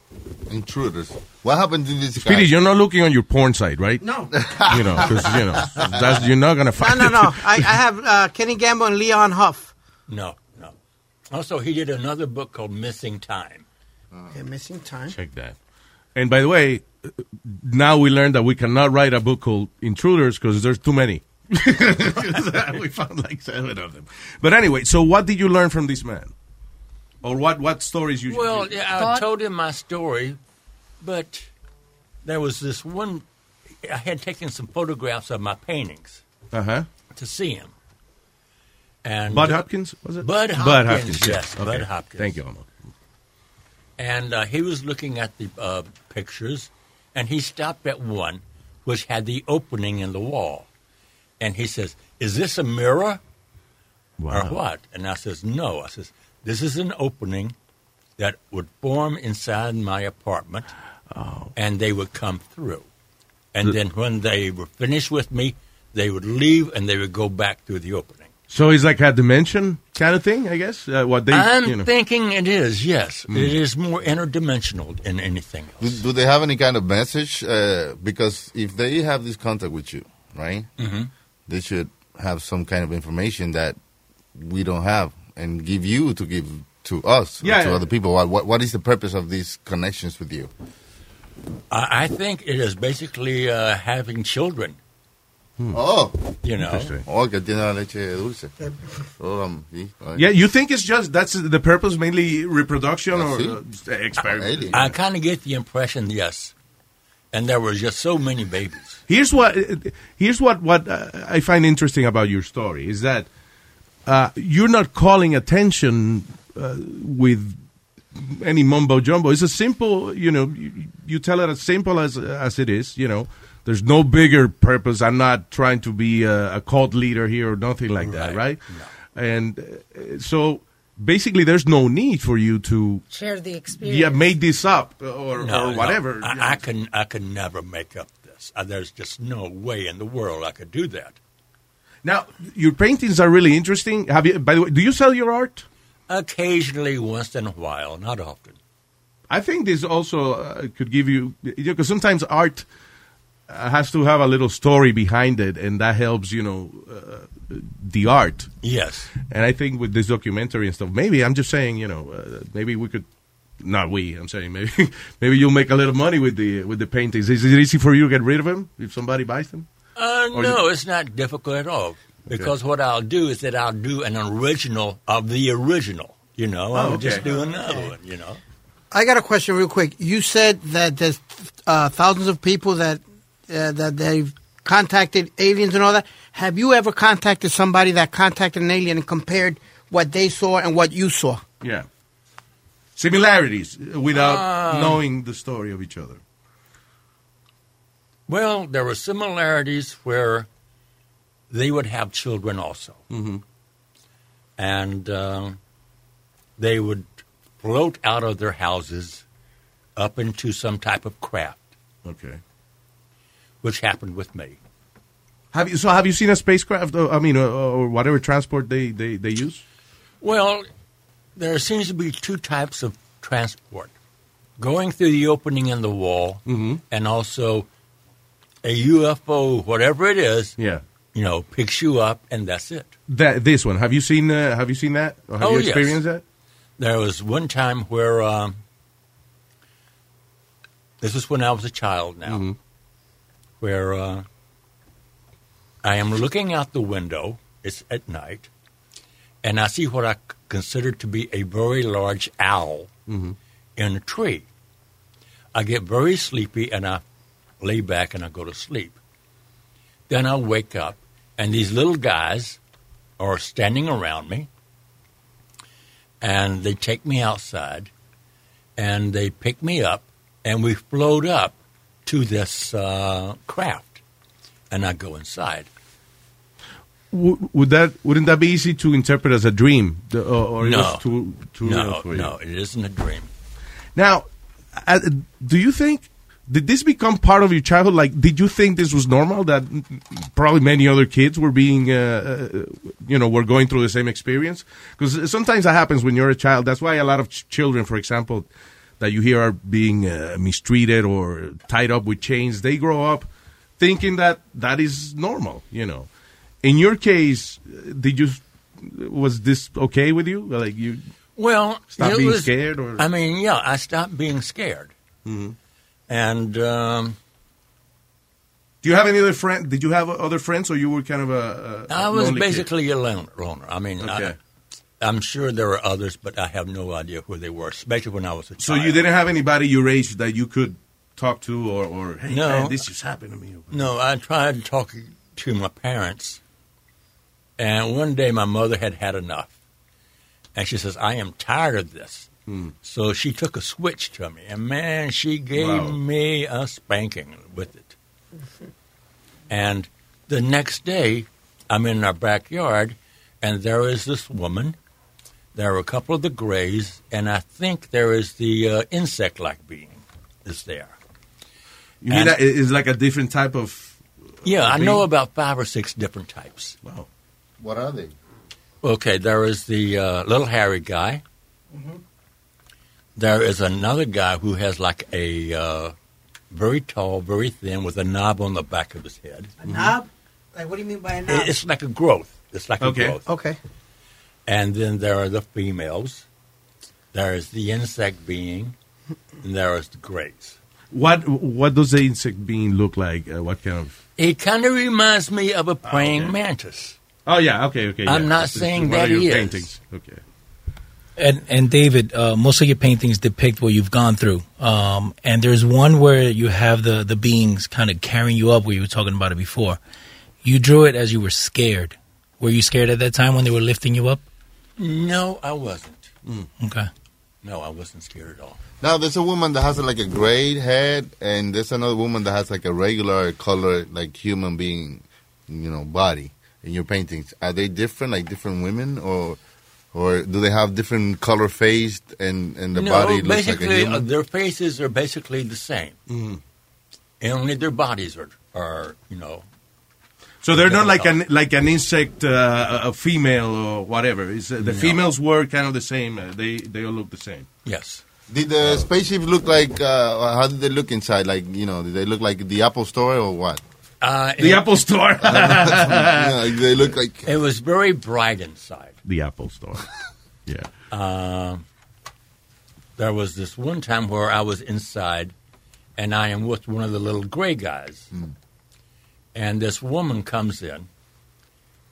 Speaker 4: Intruders. What happened to this guy?
Speaker 2: Speedy, you're not looking on your porn site, right?
Speaker 6: No.
Speaker 2: You know, because, you know, that's, you're not going to
Speaker 6: No,
Speaker 2: find
Speaker 6: no,
Speaker 2: it.
Speaker 6: no. I, I have uh, Kenny Gamble and Leon Huff.
Speaker 10: No, no. Oh, Also, he did another book called Missing Time.
Speaker 6: Okay, missing time.
Speaker 2: Check that. And by the way, uh, now we learned that we cannot write a book called Intruders because there's too many. we found like seven of them. But anyway, so what did you learn from this man? Or what, what stories you
Speaker 10: Well, yeah, I told him my story, but there was this one. I had taken some photographs of my paintings
Speaker 2: Uh huh.
Speaker 10: to see him. And
Speaker 2: Bud Hopkins, was it?
Speaker 10: Bud Hopkins,
Speaker 2: Bud Hopkins, yeah.
Speaker 10: yes, Bud
Speaker 2: Okay.
Speaker 10: Hopkins.
Speaker 2: Thank you, Elmo.
Speaker 10: And uh, he was looking at the uh, pictures, and he stopped at one which had the opening in the wall, and he says, "Is this a mirror or what?" And I says, "No." I says, "This is an opening that would form inside my apartment,
Speaker 2: Oh.
Speaker 10: and they would come through, and then when they were finished with me, they would leave and they would go back through the opening."
Speaker 2: So he's like a dimension kind of thing, I guess. Uh, what they,
Speaker 10: I'm
Speaker 2: you know. Hmm.
Speaker 10: thinking it is, yes. It is more interdimensional than anything else.
Speaker 4: Do, do they have any kind of message? Uh, because if they have this contact with you, right,
Speaker 10: Mhm.
Speaker 4: they should have some kind of information that we don't have and give you to give to us, or
Speaker 10: Yeah,
Speaker 4: to
Speaker 10: yeah.
Speaker 4: other people. What, what, what is the purpose of these connections with you?
Speaker 10: I, I think it is basically uh, having children.
Speaker 4: Oh,
Speaker 10: You know.
Speaker 4: Oh, que tiene la leche dulce. Oh, um, sí, right.
Speaker 2: Yeah, you think it's just that's the purpose, mainly reproduction or
Speaker 4: sí.
Speaker 2: uh, just, uh, experiment.
Speaker 10: I kind of get the impression, yes. And there was just so many babies.
Speaker 2: Here's what here's what what uh, I find interesting about your story is that uh, you're not calling attention uh, with any mumbo jumbo. It's a simple, you know, you, you tell it as simple as as it is. You know, there's no bigger purpose. I'm not trying to be a, a cult leader here or nothing like that, right? And uh, so basically, there's no need for you to
Speaker 5: Share the experience.
Speaker 2: yeah make this up or
Speaker 10: No,
Speaker 2: or
Speaker 10: no.
Speaker 2: whatever.
Speaker 10: I, I can I can never make up this. Uh, there's just no way in the world I could do that.
Speaker 2: Now, your paintings are really interesting. Have you, by the way, do you sell your art?
Speaker 10: Occasionally, once in a while, not often.
Speaker 2: I think this also uh, could give you, because sometimes art uh, has to have a little story behind it, and that helps, you know, uh, the art.
Speaker 10: Yes.
Speaker 2: And I think with this documentary and stuff, maybe I'm just saying, you know, uh, maybe we could. Not we. I'm saying maybe maybe you'll make a little money with the with the paintings. Is it easy for you to get rid of them if somebody buys them?
Speaker 10: Uh,
Speaker 2: Or
Speaker 10: no, it's not difficult at all. Because what I'll do is that I'll do an original of the original. You know,
Speaker 6: Oh,
Speaker 10: I'll
Speaker 6: okay.
Speaker 10: just do another one. You know,
Speaker 6: I got a question real quick. You said that there's uh, thousands of people that uh, that they've contacted aliens and all that. Have you ever contacted somebody that contacted an alien and compared what they saw and what you saw?
Speaker 2: Yeah. Similarities uh, without
Speaker 10: Ah.
Speaker 2: knowing the story of each other.
Speaker 10: well, there were similarities where they would have children also, mm-hmm. and um, they would float out of their houses up into some type of craft,
Speaker 2: Okay.
Speaker 10: which happened with me.
Speaker 2: Have you so have you seen a spacecraft? Or, I mean, or, or whatever transport they, they, they use.
Speaker 10: Well, there seems to be two types of transport going through the opening in the wall
Speaker 2: Mm-hmm.
Speaker 10: and also a UFO, whatever it is,
Speaker 2: Yeah.
Speaker 10: you know, picks you up and that's it.
Speaker 2: That this one. Have you seen? Uh, have you seen that? Or have
Speaker 10: Oh,
Speaker 2: you
Speaker 10: yes.
Speaker 2: experienced that?
Speaker 10: There was one time where um, this was when I was a child now,
Speaker 2: Mm-hmm.
Speaker 10: where uh, I am looking out the window. It's at night, and I see what I c- consider to be a very large owl
Speaker 2: Mm-hmm.
Speaker 10: in a tree. I get very sleepy and I lay back and I go to sleep. Then I wake up, and these little guys are standing around me and they take me outside and they pick me up and we float up to this uh, craft and i go inside
Speaker 2: W- would that wouldn't that be easy to interpret as a dream? The- uh, or, or Oh, it
Speaker 10: no
Speaker 2: was too, too
Speaker 10: no
Speaker 2: real for you?
Speaker 10: no it isn't a dream
Speaker 2: Now, uh, do you think did this become part of your childhood? Like, did you think this was normal that probably many other kids were being, uh, uh, you know, were going through the same experience? Because sometimes that happens when you're a child. That's why a lot of ch- children, for example, that you hear are being uh, mistreated or tied up with chains, they grow up thinking that that is normal. You know, in your case, uh, did you? Was this okay with you? Like you
Speaker 10: well
Speaker 2: Stop
Speaker 10: it
Speaker 2: being
Speaker 10: was-
Speaker 2: scared or- Mm-hmm.
Speaker 10: i mean yeah i stopped being scared And um,
Speaker 2: Do you have any other friend? Did you have other friends, or you were kind of a? a
Speaker 10: I was
Speaker 2: lonely kid?
Speaker 10: basically a lone- loner. I mean,
Speaker 2: Okay.
Speaker 10: I, I'm sure there were others, but I have no idea who they were, especially when I was a child.
Speaker 2: So you didn't have anybody your age that you could talk to, or, or hey,
Speaker 10: No.
Speaker 2: man, this just happened to me.
Speaker 10: No, I tried talking to my parents, and one day my mother had had enough, and she says, "I am tired of this."
Speaker 2: Hmm.
Speaker 10: So she took a switch to me, and man, she gave
Speaker 1: Wow.
Speaker 10: me a spanking with it. And the next day, I'm in our backyard, and there is this woman. There are a couple of the grays, and I think there is the uh, insect-like being is there.
Speaker 2: You mean
Speaker 10: And-
Speaker 2: that it- it's like a different type of? uh,
Speaker 10: Yeah, I
Speaker 2: being?
Speaker 10: know about five or six different types.
Speaker 2: Wow.
Speaker 4: What are they?
Speaker 10: Okay, there is the uh, little Harry guy. There is another guy who has like a uh, very tall, very thin, with a knob on the back of his head.
Speaker 6: Knob? Like, what do you mean by a knob?
Speaker 10: It- It's like a growth. It's like
Speaker 6: Okay.
Speaker 10: a growth.
Speaker 6: Okay.
Speaker 10: And then there are the females. There is the insect being, and there is the grays.
Speaker 2: What What does the insect being look like? Uh, what kind of?
Speaker 10: It kind of reminds me of a praying mantis.
Speaker 2: Oh yeah, okay, okay.
Speaker 10: I'm
Speaker 2: yeah.
Speaker 10: not
Speaker 2: This is
Speaker 10: saying
Speaker 2: one of
Speaker 10: that
Speaker 2: your
Speaker 10: he is.
Speaker 2: paintings. Okay.
Speaker 7: And and David, uh, most of your paintings depict what you've gone through. Um, and there's one where you have the the beings kind of carrying you up, where you were talking about it before. You drew it as you were scared. Were you scared at that time when they were lifting you up?
Speaker 10: No, I wasn't.
Speaker 7: Okay.
Speaker 10: No, I wasn't scared at all.
Speaker 4: Now there's a woman that has like a gray head, and there's another woman that has like a regular color, like human being, you know, body in your paintings. Are they different, like different women, or or do they have different color faced and and the
Speaker 10: no,
Speaker 4: body looks like a
Speaker 10: basically,
Speaker 4: human?
Speaker 10: uh, Mm-hmm.
Speaker 4: Mm-hmm.
Speaker 10: their faces are basically the same, and only their bodies are, are you know.
Speaker 2: So they're not like an like an insect, uh, a a female or whatever. It's, uh, the
Speaker 10: No.
Speaker 2: females were kind of the same. Uh, they they all look the same.
Speaker 10: Yes.
Speaker 4: Did the spaceship look like? Uh, or how did they look inside? Like you know, did they look like the Apple Store or what?
Speaker 10: Uh,
Speaker 4: The
Speaker 10: it-
Speaker 4: Apple Store. Yeah, they look like-
Speaker 10: It was very bright inside.
Speaker 2: The Apple Store. Yeah.
Speaker 10: Uh, there was this one time where I was inside, and I am with one of the little gray guys, and this woman comes in,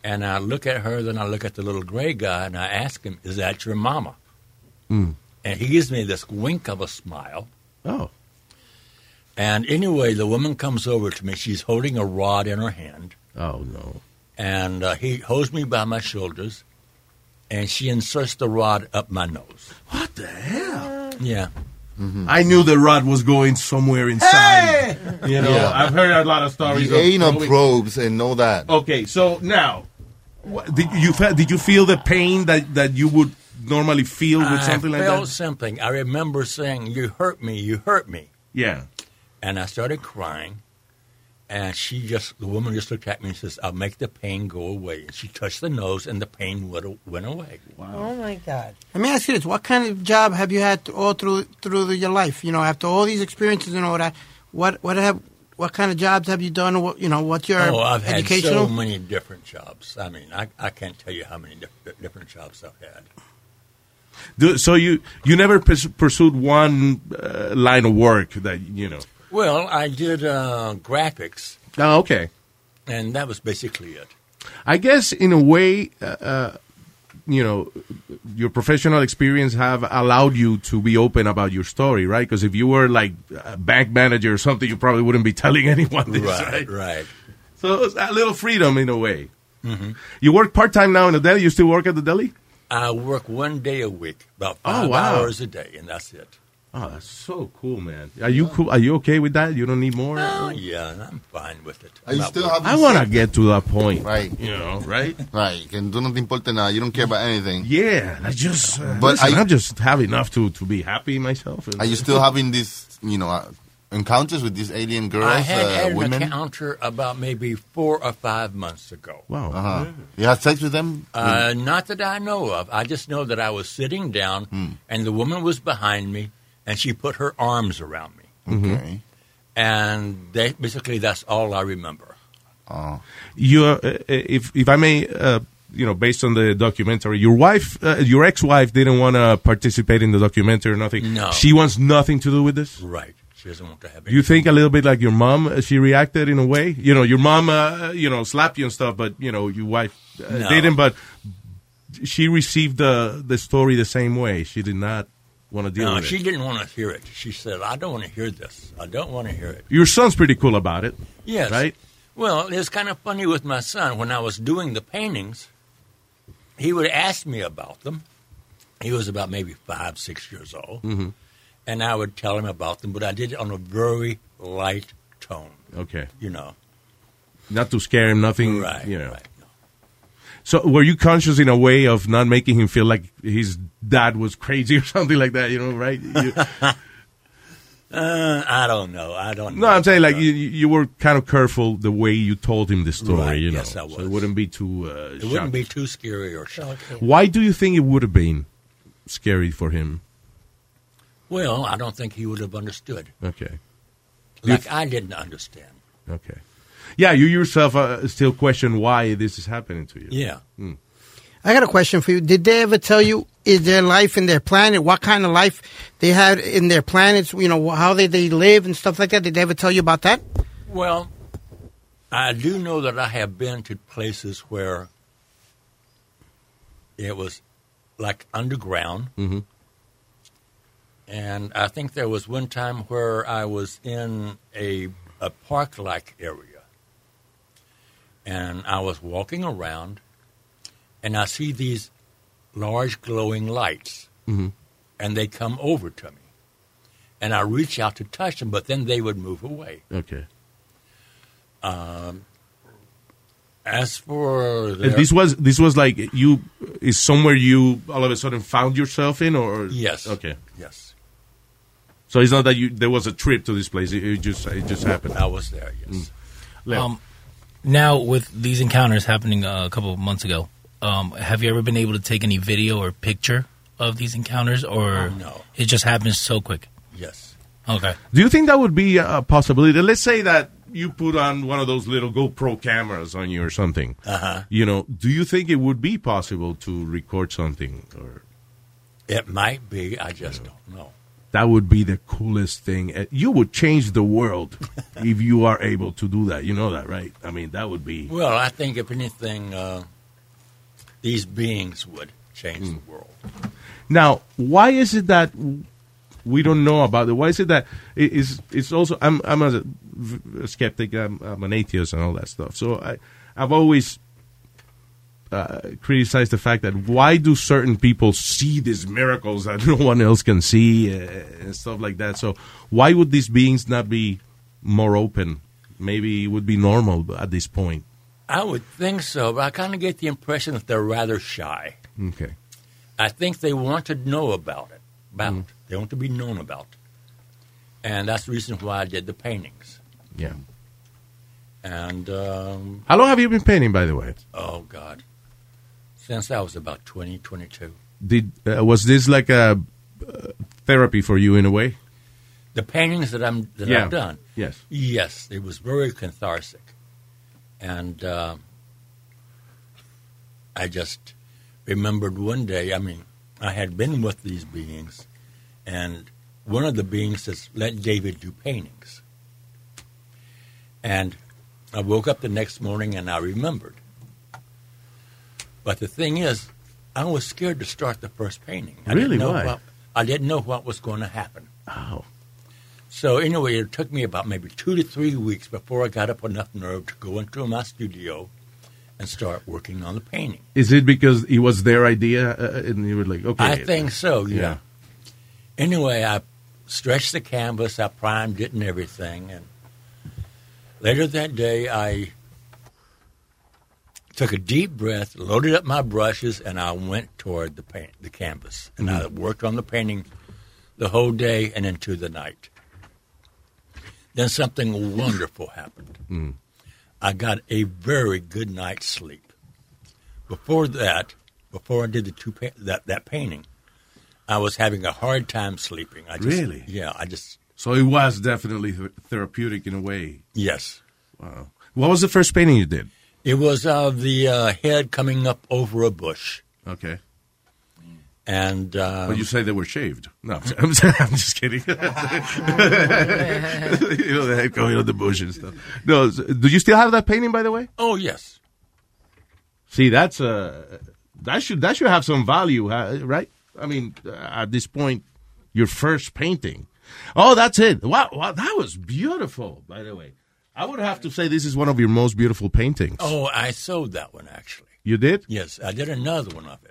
Speaker 10: and I look at her, then I look at the little gray guy, and I ask him, "Is that your mama?"
Speaker 1: Mm.
Speaker 10: And he gives me this wink of a smile.
Speaker 2: Oh.
Speaker 10: And anyway, the woman comes over to me. She's holding a rod in her hand.
Speaker 2: Oh, no.
Speaker 10: And uh, he holds me by my shoulders, and she inserts the rod up my nose.
Speaker 2: What the hell?
Speaker 10: Yeah.
Speaker 2: I knew the rod was going somewhere inside. You know,
Speaker 4: Yeah.
Speaker 2: I've heard a lot of stories.
Speaker 4: The anal
Speaker 2: throwing-
Speaker 4: probes and all that.
Speaker 2: Okay, so now, what, did you fe- did you feel the pain that, that you would normally feel with
Speaker 10: I
Speaker 2: something like
Speaker 10: felt
Speaker 2: that?
Speaker 10: something. I remember saying, "You hurt me. You hurt me."
Speaker 2: Yeah.
Speaker 10: And I started crying, and she just the woman just looked at me and says, "I'll make the pain go away." And she touched the nose, and the pain went, went away.
Speaker 5: Oh my God.
Speaker 6: Let me ask you this: What kind of job have you had all through through your life? You know, after all these experiences and all that, what what have what kind of jobs have you done? What you know, what's your
Speaker 10: oh, I've had
Speaker 6: educational?
Speaker 10: so many different jobs. I mean, I, I can't tell you how many diff- different jobs I've had.
Speaker 2: Do, so you you never pers- pursued one uh, line of work that you know.
Speaker 10: Well, I did uh, graphics,
Speaker 2: Oh, okay.
Speaker 10: and that was basically it.
Speaker 2: I guess in a way, uh, uh, you know, your professional experience have allowed you to be open about your story, right? Because if you were like a bank manager or something, you probably wouldn't be telling anyone this, right?
Speaker 10: right, right.
Speaker 2: So it's a little freedom in a way. Mm-hmm. You work part time now in the deli. You still work at the deli?
Speaker 10: I work one day a week, about five
Speaker 2: Oh, wow.
Speaker 10: hours a day, and that's it.
Speaker 2: Oh, that's so cool, man. Are you cool? Are you okay with that? You don't need more.
Speaker 10: Oh, yeah, and I'm fine with it.
Speaker 4: Are you
Speaker 10: Not
Speaker 4: still
Speaker 10: working.
Speaker 4: having
Speaker 2: I want to get to that point.
Speaker 4: Right.
Speaker 2: You know, right?
Speaker 4: Right. Que tú no te importa nada. You don't care about anything.
Speaker 2: Yeah. I just, uh,
Speaker 4: But
Speaker 2: listen,
Speaker 4: I-
Speaker 2: I'm just have enough to, to be happy myself.
Speaker 4: Are you still having these, you know, uh, encounters with these alien girls,
Speaker 10: I had,
Speaker 4: uh,
Speaker 10: had an
Speaker 4: women?
Speaker 10: encounter about maybe four or five months ago. Mm-hmm.
Speaker 2: Wow.
Speaker 4: Uh-huh. You had sex with them? Mm.
Speaker 10: Uh,
Speaker 2: Hmm.
Speaker 10: not that I know of. I just know that I was sitting down,
Speaker 2: Hmm.
Speaker 10: and the woman was behind me, and she put her arms around me,
Speaker 4: Okay.
Speaker 10: and they, basically that's all I remember.
Speaker 2: you uh, if if I may uh, you know based on the documentary your wife uh, your ex-wife didn't want to participate in the documentary or nothing
Speaker 10: No.
Speaker 2: she wants nothing to do with this
Speaker 10: Right. She doesn't want to have
Speaker 2: You think a little bit like your mom, uh, she reacted in a way? You know, your mom, uh, you know, slapped you and stuff, but, you know, your wife uh,
Speaker 10: No.
Speaker 2: didn't, but she received the, the story the same way. She did not want to deal
Speaker 10: No,
Speaker 2: with
Speaker 10: Uh, she
Speaker 2: it.
Speaker 10: didn't want to hear it. She said, "I don't want to hear this. I don't want to hear it."
Speaker 2: Your son's pretty cool about it.
Speaker 10: Yes.
Speaker 2: Right?
Speaker 10: Well, it's kind of funny with my son. When I was doing the paintings, he would ask me about them. He was about maybe five, six years old,
Speaker 2: Mhm.
Speaker 10: and I would tell him about them, but I did it on a very light tone.
Speaker 2: Okay.
Speaker 10: You know,
Speaker 2: Not to scare him, nothing.
Speaker 10: Right,
Speaker 2: You know. So were you conscious in a way of not making him feel like his dad was crazy or something like that, you know, right? You-
Speaker 10: uh, I don't know. I don't.
Speaker 2: No, I'm saying like you, you you were kind of careful the way you told him the story.
Speaker 10: Right,
Speaker 2: you know,
Speaker 10: yes, I
Speaker 2: so it wouldn't be too. Uh,
Speaker 10: It wouldn't be too scary or shocking.
Speaker 2: Why do you think it would have been scary for him?
Speaker 10: Well, I don't think he would have understood,
Speaker 2: Okay, You-
Speaker 10: like I didn't understand.
Speaker 2: okay, yeah. You yourself uh, still question why this is happening to you.
Speaker 10: Yeah.
Speaker 2: Mm.
Speaker 6: I got a question for you. Did they ever tell you is their life in their planet? What kind of life they had in their planets? You know how they they live and stuff like that. Did they ever tell you about that?
Speaker 10: Well, I do know that I have been to places where it was like underground,
Speaker 2: Mhm.
Speaker 10: and I think there was one time where I was in a a park like area, and I was walking around, and I see these large glowing lights,
Speaker 2: Mhm.
Speaker 10: and they come over to me, and I reach out to touch them, but then they would move away.
Speaker 2: Okay.
Speaker 10: Um, as for
Speaker 2: And
Speaker 10: their-
Speaker 2: this was this was like you is somewhere you all of a sudden found yourself in, or
Speaker 10: yes,
Speaker 2: okay.
Speaker 10: yes,
Speaker 2: So it's not that you there was a trip to this place. It, it just it just happened. Hmm.
Speaker 10: I was there. Yes.
Speaker 2: Leo.
Speaker 7: Um, now with these encounters happening uh, a couple of months ago, um, have you ever been able to take any video or picture of these encounters, or no? It just happens so quick.
Speaker 10: Yes.
Speaker 7: Okay.
Speaker 2: Do you think that would be a possibility? Let's say that you put on one of those little GoPro cameras on you or something.
Speaker 10: Uh-huh.
Speaker 2: You know, do you think it would be possible to record something or
Speaker 10: It might be. I just don't know.
Speaker 2: that would be the coolest thing. Uh, You would change the world if you are able to do that. You know that, right? I mean, that would be
Speaker 10: Well, I think if anything, uh, these beings would change
Speaker 2: Hmm.
Speaker 10: the world.
Speaker 2: Now, why is it that we don't know about it? Why is it that it is? It's also I'm I'm a, v- skeptic. I'm, I'm an atheist and all that stuff. So I I've always uh, criticized the fact that why do certain people see these miracles that no one else can see uh, and stuff like that? So why would these beings not be more open? Maybe it would be normal at this point.
Speaker 10: I would think so, but I kind of get the impression that they're rather shy.
Speaker 2: Okay.
Speaker 10: I think they want to know about it.
Speaker 2: Hmm.
Speaker 10: About it. they want to be known about, it. and that's the reason why I did the paintings.
Speaker 2: Yeah.
Speaker 10: And um,
Speaker 2: How long have you been painting, by the way?
Speaker 10: oh God, since I was about 20, 22.
Speaker 2: Did uh, was this like a uh, therapy for you in a way?
Speaker 10: the paintings that I'm that
Speaker 2: Yeah.
Speaker 10: I've done.
Speaker 2: Yes.
Speaker 10: yes, it was very cathartic, and uh, I just remembered one day. I mean, I had been with these beings, and one of the beings says, "Let David do paintings," and I woke up the next morning and I remembered. But the thing is, I was scared to start the first painting. I
Speaker 2: Really?
Speaker 10: Didn't know
Speaker 2: Why?
Speaker 10: What, I didn't know what was going to happen.
Speaker 2: Oh.
Speaker 10: So anyway, it took me about maybe two to three weeks before I got up enough nerve to go into my studio and start working on the painting.
Speaker 2: Is it because it was their idea uh, and you were like, okay?
Speaker 10: I think so. Yeah. Anyway, I stretched the canvas, I primed it, and everything. And later that day, I took a deep breath, loaded up my brushes, and I went toward the paint, the canvas, and I
Speaker 1: Mhm.
Speaker 10: worked on the painting the whole day and into the night. Then something wonderful happened.
Speaker 1: Mm.
Speaker 10: I got a very good night's sleep. Before that, before I did the two pa- that that painting, I was having a hard time sleeping. I just,
Speaker 2: Really?
Speaker 10: Yeah, I just
Speaker 2: So it was definitely th- therapeutic in a way.
Speaker 10: yes.
Speaker 2: Wow. What was the first painting you did?
Speaker 10: It was uh, the uh, head coming up over a bush.
Speaker 2: Okay.
Speaker 10: And uh,
Speaker 2: But you say they were shaved. No, I'm, sorry, I'm just kidding. you know, the head going on the bush and stuff. No, s- do you still have that painting, by the way?
Speaker 10: oh yes,
Speaker 2: See, that's uh, that should that should have some value, uh, right? I mean, uh, at this point, your first painting. Oh, that's it. Wow, wow, that was beautiful. By the way, I would have to say this is one of your most beautiful paintings.
Speaker 10: oh I sold that one actually.
Speaker 2: You did?
Speaker 10: Yes, I did another one of it.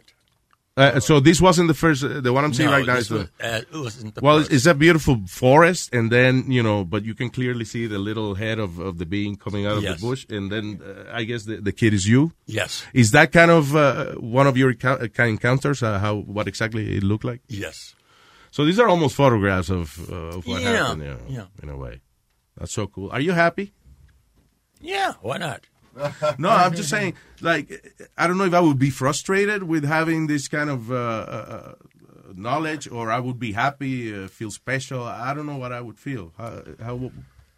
Speaker 2: Uh, so this wasn't the first. Uh, the one I'm seeing
Speaker 10: No,
Speaker 2: right now
Speaker 10: this
Speaker 2: is the.
Speaker 10: was- uh, it wasn't the
Speaker 2: well,
Speaker 10: first.
Speaker 2: it's a beautiful forest, and then you know, but you can clearly see the little head of, of the being coming out of
Speaker 10: Yes.
Speaker 2: the bush, and then uh, I guess the, the kid is you.
Speaker 10: Yes.
Speaker 2: Is that kind of uh, one of your encou- uh, kind encounters? Uh, how what exactly it looked like?
Speaker 10: Yes.
Speaker 2: So these are almost photographs of, uh, of what
Speaker 10: Yeah,
Speaker 2: happened. You
Speaker 10: yeah.
Speaker 2: In a way, that's so cool. Are you happy?
Speaker 10: Yeah, why not?
Speaker 2: no, I'm just saying, like, I don't know if I would be frustrated with having this kind of uh, uh, uh, knowledge, or I would be happy, uh, feel special. I don't know what I would feel. How, how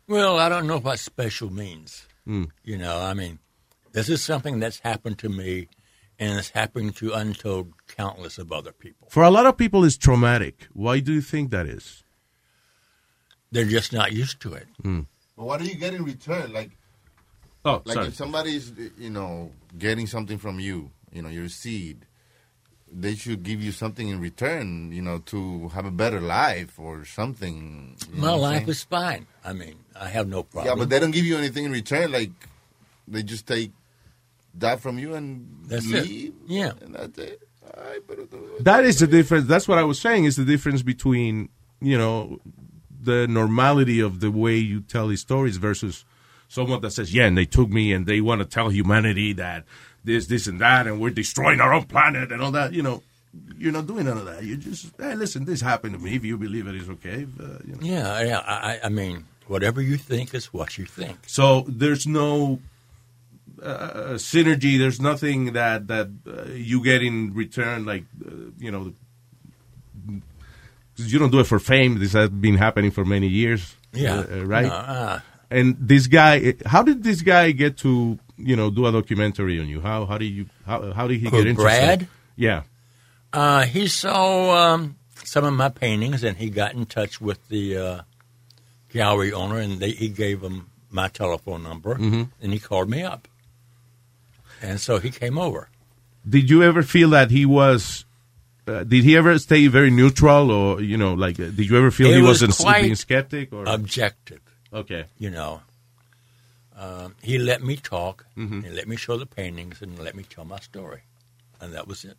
Speaker 10: Well, I don't know what special means.
Speaker 4: Hmm.
Speaker 2: Mm.
Speaker 10: You know, I mean, this is something that's happened to me, and it's happened to untold countless of other people.
Speaker 2: for a lot of people, it's traumatic. Why do you think that is? Hmm.
Speaker 10: They're just not used to it.
Speaker 4: But what do you get in
Speaker 2: Eh,
Speaker 4: return? Like,
Speaker 2: oh,
Speaker 4: like
Speaker 10: sorry.
Speaker 4: if somebody's you know getting something from you, you know your seed, they should give you something in return, you know, to have a better life or something. you
Speaker 10: My
Speaker 4: know what I'm
Speaker 10: life
Speaker 4: saying?
Speaker 10: is fine. I mean, I have no problem.
Speaker 4: Yeah, but they don't give you anything in return. Like, they just take that from you and
Speaker 10: That's it.
Speaker 4: leave.
Speaker 10: Yeah,
Speaker 4: and that's it. All right, but
Speaker 2: That is the difference. That's what I was saying. Is the difference between you know the normality of the way you tell these stories versus someone that says, "Yeah, and they took me, and they want to tell humanity that this, this, and that, and we're destroying our own planet and all that." You know, you're not doing none of that. You just, hey, listen, this happened to me. If you believe it, it's okay. Uh, you know.
Speaker 10: yeah, yeah. I, I- I mean, whatever you think is what you think.
Speaker 2: So there's no uh, synergy. There's nothing that that uh, you get in return. Like uh, you know, 'cause you don't do it for fame. This has been happening for many years.
Speaker 10: Yeah.
Speaker 2: uh, uh, right.
Speaker 10: No, uh.
Speaker 2: and this guy, how did this guy get to you know do a documentary on you? How how did you how how did he
Speaker 10: Who,
Speaker 2: get interested?
Speaker 10: Brad?
Speaker 2: Yeah.
Speaker 10: Uh, he saw um, some of my paintings, and he got in touch with the uh, gallery owner, and they, he gave him my telephone number,
Speaker 4: Mm-hmm.
Speaker 2: Mhm.
Speaker 10: and he called me up. And so he came over.
Speaker 2: Did you ever feel that he was? Uh, did he ever stay very neutral, or you know, like? Uh, did you ever feel
Speaker 10: It
Speaker 2: he
Speaker 10: was
Speaker 2: wasn't
Speaker 10: quite
Speaker 2: being skeptic or
Speaker 10: objective?
Speaker 2: Okay,
Speaker 10: you know, um, he let me talk,
Speaker 2: Mm-hmm.
Speaker 10: and let me show the paintings, and let me tell my story, and that was it.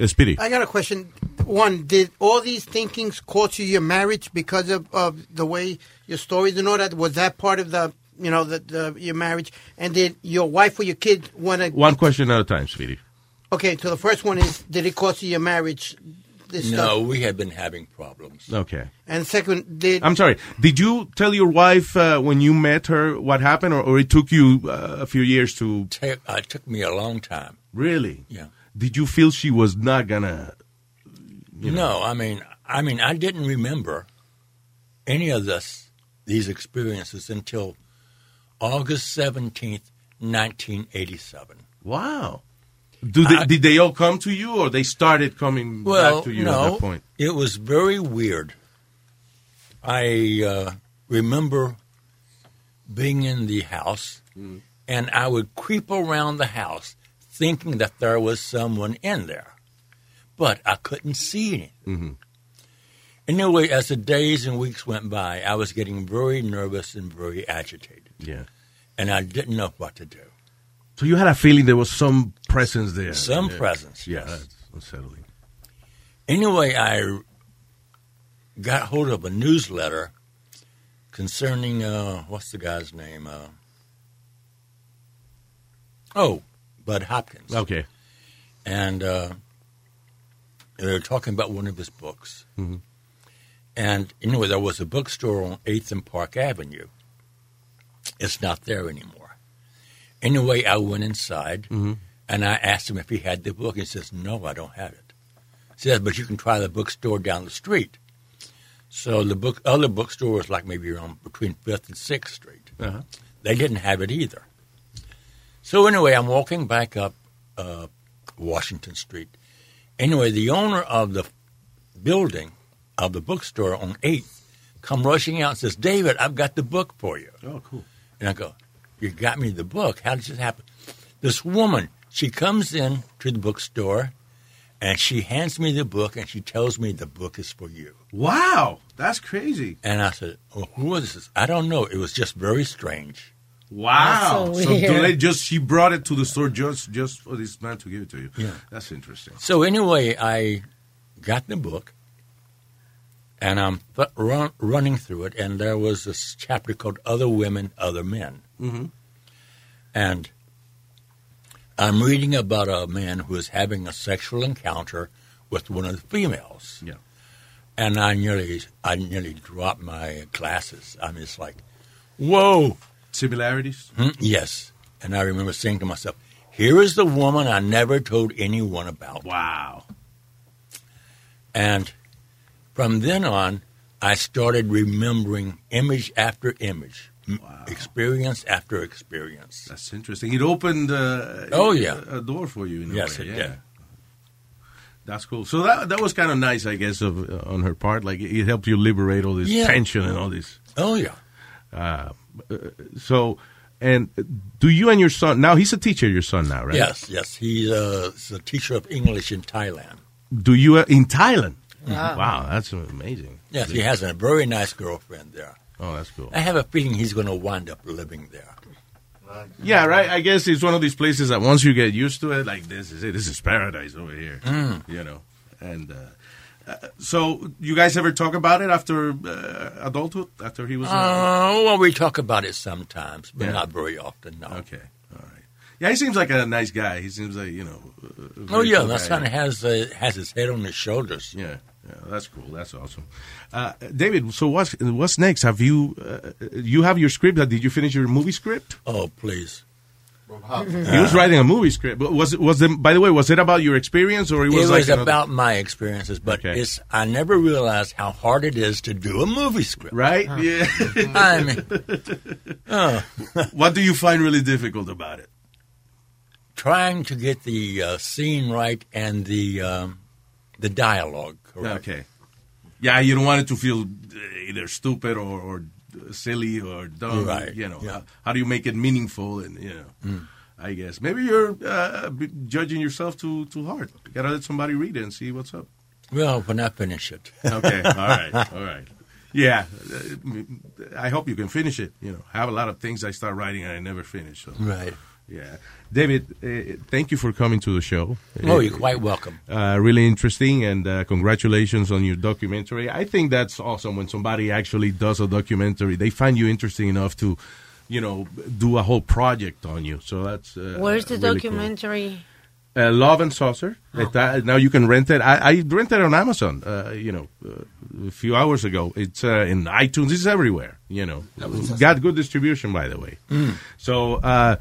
Speaker 2: Uh, Speedy?
Speaker 6: I got a question. One, did all these thinkings cost you your marriage because of, of the way your stories and all that? Was that part of the you know the, the your marriage? And did your wife or your kids want to?
Speaker 2: One question at a time, Speedy.
Speaker 6: Okay, so the first one is, did it cost you your marriage? This
Speaker 10: No,
Speaker 6: stuff.
Speaker 10: we had been having problems.
Speaker 2: Okay.
Speaker 6: And second, did
Speaker 2: I'm sorry. Did you tell your wife uh, when you met her what happened, or, or it took you uh, a few years to?
Speaker 10: It, uh, it took me a long time.
Speaker 2: Really?
Speaker 10: Yeah.
Speaker 2: Did you feel she was not gonna?
Speaker 10: No, I mean, I mean, I didn't remember any of this, these experiences until August seventeenth, nineteen eighty-seven.
Speaker 2: Wow. Do they,
Speaker 10: I-
Speaker 2: did they all come to you, or they started coming
Speaker 10: Well,
Speaker 2: back to you
Speaker 10: no,
Speaker 2: at that point?
Speaker 10: it was very weird. I uh, remember being in the house,
Speaker 2: Mm.
Speaker 10: and I would creep around the house thinking that there was someone in there, but I couldn't see anything.
Speaker 2: Mm-hmm.
Speaker 10: Anyway, as the days and weeks went by, I was getting very nervous and very agitated.
Speaker 2: Yeah.
Speaker 10: And I didn't know what to do.
Speaker 2: So you had a feeling there was some presence there.
Speaker 10: Some
Speaker 2: Yeah.
Speaker 10: presence,
Speaker 2: Yeah,
Speaker 10: yes.
Speaker 2: that's unsettling.
Speaker 10: Anyway, I got hold of a newsletter concerning, uh, what's the guy's name? Uh, oh, Bud Hopkins.
Speaker 2: Okay.
Speaker 10: And uh, they were talking about one of his books.
Speaker 2: Mhm.
Speaker 10: And anyway, there was a bookstore on 8th and Park Avenue. It's not there anymore. Anyway, I went inside and I asked him if he had the book. He says, No, I don't have it. He says, But you can try the bookstore down the street. So the book, other bookstore was like maybe around between 5th and 6th Street.
Speaker 2: Uh-huh.
Speaker 10: They didn't have it either. So anyway, I'm walking back up uh, Washington Street Anyway, the owner of the building of the bookstore on 8th come rushing out and says, David, I've got the book for you.
Speaker 2: Oh, cool.
Speaker 10: And I go, You got me the book. How did this happen? This woman, she comes in to the bookstore and she hands me the book and she tells me the book is for you.
Speaker 2: Wow, that's crazy.
Speaker 10: And I said, well, Who is this? I don't know. It was just very strange.
Speaker 2: Wow.
Speaker 10: That's so
Speaker 2: so
Speaker 10: weird.
Speaker 2: Dulé just she brought it to the store just just for this man to give it to you.
Speaker 10: Yeah.
Speaker 2: That's interesting.
Speaker 10: So anyway, I got the book, and I'm th- run, running through it, and there was this chapter called "Other Women, Other Men,"
Speaker 2: Mm-hmm.
Speaker 10: and I'm reading about a man who is having a sexual encounter with one of the females.
Speaker 2: Yeah.
Speaker 10: And I nearly, I nearly dropped my glasses. I'm just like, whoa. Hmm,
Speaker 2: Similarities?
Speaker 10: yes. And I remember saying to myself, here is the woman I never told anyone about.
Speaker 2: Wow.
Speaker 10: And from then on, I started remembering image after image, m- experience after experience.
Speaker 2: That's interesting. It opened uh,
Speaker 10: Oh, yeah.
Speaker 2: a door for you. In a
Speaker 10: Yes,
Speaker 2: way.
Speaker 10: it
Speaker 2: yeah. That's cool. So that that was kind of nice, I guess, of, uh, on her part. Like it, it helped you liberate all this
Speaker 10: Yeah.
Speaker 2: tension and all this.
Speaker 10: Oh yeah.
Speaker 2: Uh, uh, so, and do you and your son now? He's a teacher. Your son now, right?
Speaker 10: Yes, yes. He's a, he's a teacher of English in Thailand.
Speaker 2: Do you uh, in Thailand?
Speaker 10: Wow.
Speaker 2: Wow, that's amazing.
Speaker 10: Yes, he has a very nice girlfriend there.
Speaker 2: Oh, that's cool.
Speaker 10: I have a feeling he's going to wind up living there.
Speaker 2: Yeah, right. I guess it's one of these places that once you get used to it, like this is it. This is paradise over here.
Speaker 10: Mm.
Speaker 2: You know, and. Uh, uh, so, you guys ever talk about it after uh, adulthood? After he was, uh,
Speaker 10: Oh, well, we talk about it sometimes, but
Speaker 2: Yeah.
Speaker 10: not very often. No. Okay.
Speaker 2: yeah, he seems like a nice guy. He seems like you know. uh, a
Speaker 10: Oh
Speaker 2: very
Speaker 10: yeah,
Speaker 2: cool
Speaker 10: my
Speaker 2: guy.
Speaker 10: son has uh, has his head on his shoulders.
Speaker 2: Yeah, yeah, that's cool. That's awesome. Uh, David, so what's what's next? Have you uh, you have your script? Uh, Did you finish your movie script?
Speaker 10: Oh please. Uh,
Speaker 2: he was writing a movie script. But was it was the, by the way was it about your experience or it
Speaker 10: It
Speaker 2: was
Speaker 10: was,
Speaker 2: like another-
Speaker 10: about my experiences, but it's I never realized how hard it is to do a movie script.
Speaker 2: Right? Yeah.
Speaker 10: I mean, oh.
Speaker 2: what do you find really difficult about it?
Speaker 10: Trying to get the uh, scene right and the um, the dialogue correct.
Speaker 2: Okay. Yeah, you don't want it to feel uh, either stupid or, or silly or dumb.
Speaker 10: Right,
Speaker 2: You know,
Speaker 10: yeah.
Speaker 2: how, how do you make it meaningful? And you know,
Speaker 10: Mm.
Speaker 2: I guess maybe you're uh, b- judging yourself too too hard. You gotta let somebody read it and see what's up.
Speaker 10: Well, when I finish it.
Speaker 2: Okay, all right, all right. Yeah, uh, I hope you can finish it. You know, I have a lot of things I start writing and I never finish. So.
Speaker 10: Right.
Speaker 2: Yeah, David, uh, thank you for coming to the show.
Speaker 10: Oh, you're quite welcome.
Speaker 2: Uh, really interesting, and uh, congratulations on your documentary. I think that's awesome when somebody actually does a documentary. They find you interesting enough to, you know, do a whole project on you. So that's uh,
Speaker 5: Where's the
Speaker 2: really cool.
Speaker 5: documentary?
Speaker 2: Uh, Love and Saucer. Está- now you can rent it. I, I rented it on Amazon. Uh, you know, uh, a few hours ago. It's uh, in iTunes. It's everywhere. You know, got good distribution by the way.
Speaker 11: Mm.
Speaker 2: So. Uh,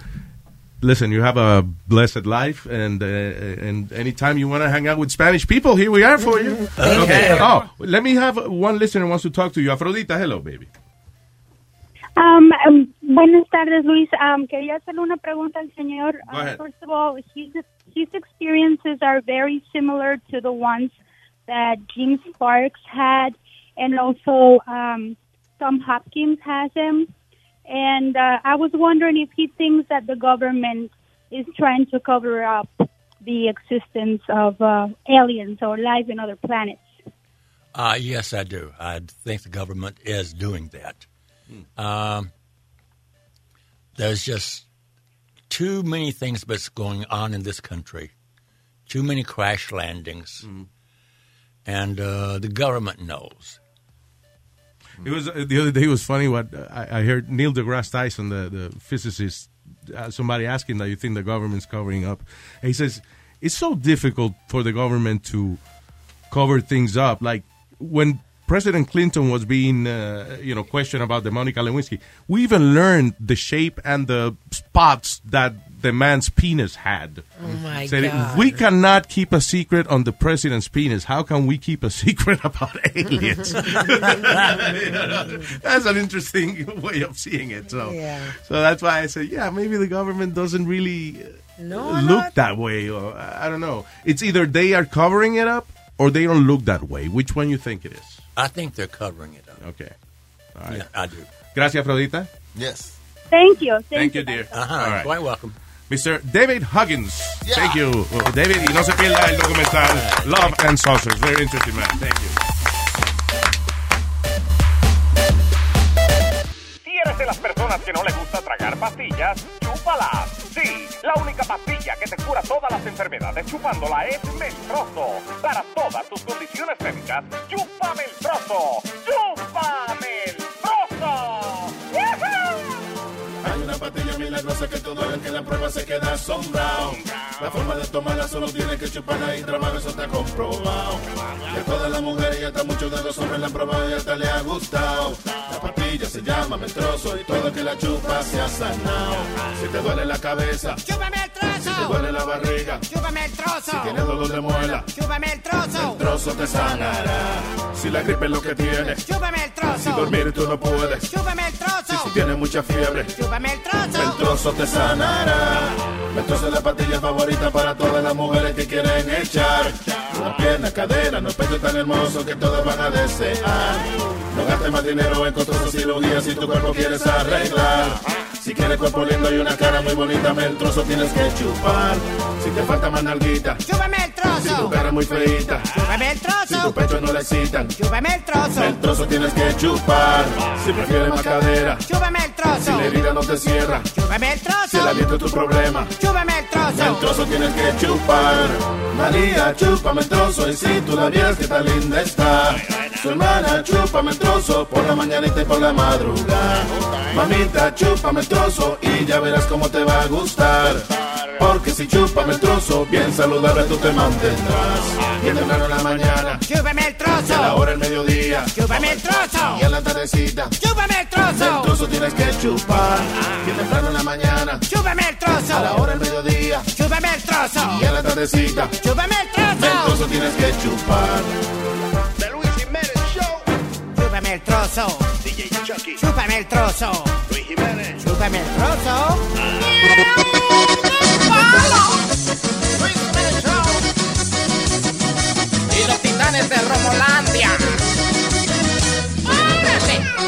Speaker 2: Listen, you have a blessed life, and uh, and anytime you want to hang out with Spanish people, here we are for you. Okay. Oh, let me have one listener wants to talk to you. Afrodita, hello, baby.
Speaker 18: Um, um, buenas tardes, Luis. Um, quería hacerle una pregunta al señor.
Speaker 2: Go
Speaker 18: Um,
Speaker 2: ahead.
Speaker 18: first of all, his, his experiences are very similar to the ones that Jim Sparks had, and also um, Tom Hopkins has him. And uh, I was wondering if he thinks that the government is trying to cover up the existence of uh, aliens or life in other planets.
Speaker 10: Uh, yes, I do. I think the government is doing that.
Speaker 2: Hmm.
Speaker 10: Um, there's just too many things that's going on in this country, too many crash landings,
Speaker 2: Hmm.
Speaker 10: and uh, the government knows.
Speaker 2: It was uh, the other day. It was funny what uh, I, I heard Neil deGrasse Tyson, the the physicist, uh, somebody asking that you think the government's covering up. And he says it's so difficult for the government to cover things up. Like when President Clinton was being, uh, you know, questioned about the Monica Lewinsky, we even learned the shape and the spots that the man's penis had.
Speaker 1: Oh, my
Speaker 2: Said,
Speaker 1: God.
Speaker 2: We cannot keep a secret on the president's penis. How can we keep a secret about aliens? that's an interesting way of seeing it. So,
Speaker 1: Yeah.
Speaker 2: so that's why I say, yeah, maybe the government doesn't really uh,
Speaker 19: No,
Speaker 2: look
Speaker 19: no.
Speaker 2: that way. Or, I don't know. It's either they are covering it up or they don't look that way. Which one you think it is?
Speaker 10: I think they're covering it up.
Speaker 2: Okay. All right.
Speaker 10: Yeah, I do.
Speaker 2: Gracias, Afrodita.
Speaker 20: Yes.
Speaker 18: Thank you. Thank,
Speaker 2: Thank you,
Speaker 18: guys.
Speaker 2: dear. All
Speaker 10: Ajá,
Speaker 2: right.
Speaker 10: Uh-huh. quite welcome.
Speaker 2: Mr. David Huggins.
Speaker 20: Yeah.
Speaker 2: Thank you. Well, David, y no se pierda el documental Love and Saucers. Very interesting, man. Thank you.
Speaker 13: Si eres de las personas que no le gusta tragar pastillas, chúpalas. Sí, la única pastilla que te cura todas las enfermedades chupándola es Meltrozo. Para todas tus condiciones médicas, chupa Meltrozo. ¡Chupa Meltrozo!
Speaker 21: Hay una pastilla milagrosa que todo el que la prueba se queda asombrado. La forma de tomarla solo tiene que chuparla y trabajar, eso está comprobado. Que todas las mujeres y hasta muchos de los hombres la han probado y hasta le ha gustado. La pastilla se llama Meltrozo y todo el que la chupa se ha sanado. Si te duele la cabeza,
Speaker 13: ¡Chúpame el
Speaker 21: si te duele la barriga,
Speaker 13: ¡Chúpame el trozo!
Speaker 21: si tienes dolor de muela,
Speaker 13: ¡Chúpame el trozo!
Speaker 21: trozo te sanará. Si la gripe es lo que tienes,
Speaker 13: ¡Chúpame el
Speaker 21: si dormir tú no puedes,
Speaker 13: ¡Chúpame el
Speaker 21: si
Speaker 13: trozo!
Speaker 21: tienes mucha fiebre,
Speaker 13: ¡Chúpame el
Speaker 21: El trozo te sanará. El trozo es la pastilla favorita para todas las mujeres que quieren echar. Una pierna, cadera, no pecho tan hermoso que todos van a desear. No gastes más dinero en costosas cirugías si tu cuerpo quieres arreglar. Si quieres cuerpo lindo y una cara muy bonita, el trozo tienes que chupar. Si te falta más nalguita,
Speaker 13: ¡Chúpame el
Speaker 21: si tu
Speaker 13: trozo!
Speaker 21: cara muy feita,
Speaker 13: ¡Chúpame el
Speaker 21: si tu
Speaker 13: trozo!
Speaker 21: pecho no le excitan,
Speaker 13: ¡Chúpame el
Speaker 21: el
Speaker 13: trozo!
Speaker 21: trozo tienes que chupar. Si prefieres más cadera,
Speaker 13: ¡Chúpame el
Speaker 21: si la
Speaker 13: trozo!
Speaker 21: herida no te cierra,
Speaker 13: ¡Chúpame el
Speaker 21: si el
Speaker 13: trozo!
Speaker 21: aliento es tu problema.
Speaker 13: ¡Chúpame el
Speaker 21: El
Speaker 13: trozo!
Speaker 21: trozo tienes que chupar. María, chúpame el trozo. Y si tú la vieras, que tan linda está. Su hermana, chúpame el trozo. Por la mañanita y por la madrugada. Mamita, chúpame el trozo. Y ya verás cómo te va a gustar. Porque si chúpame el trozo, bien saludable tú te mantendrás. Bien temprano en la mañana,
Speaker 13: ¡Chúpame
Speaker 21: y
Speaker 13: el
Speaker 21: a la
Speaker 13: trozo!
Speaker 21: hora del mediodía.
Speaker 13: ¡Chúpame el trozo!
Speaker 21: Y a la tardecita,
Speaker 13: ¡Chúpame el
Speaker 21: el
Speaker 13: trozo! Ah.
Speaker 21: trozo tienes que chupar. Bien temprano en la mañana,
Speaker 13: ¡Chúpame el
Speaker 21: a la
Speaker 13: trozo!
Speaker 21: hora del mediodía.
Speaker 13: ¡Chúpame el trozo!
Speaker 21: Y a la tardecita,
Speaker 13: ¡Chúpame el
Speaker 21: el
Speaker 13: trozo!
Speaker 21: trozo tienes que chupar.
Speaker 13: De Luis Jiménez Show. Chúpame el trozo. DJ Chucky. Chúpame el trozo. Luis Jiménez. Chúpame el trozo. Luis Jiménez Show. Y los titanes de Romolandia. ¡Párate!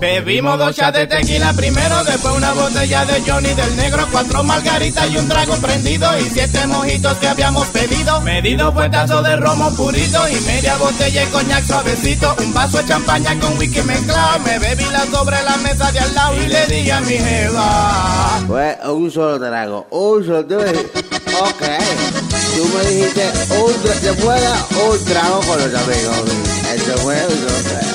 Speaker 21: Bebimos dos chas de tequila primero, después una botella de Johnny del Negro, cuatro margaritas y un trago prendido y siete mojitos que habíamos pedido. Medido puestazo de romo purito y media botella de coñac suavecito, un vaso de champaña con whisky mezclado. Me bebí la sobre la mesa de al lado y le di a mi jeva.
Speaker 4: Fue Eh, un solo trago, un solo tú me dijiste, ok, tú me dijiste un tra- se puede un trago con los amigos, eso fue un solo trago.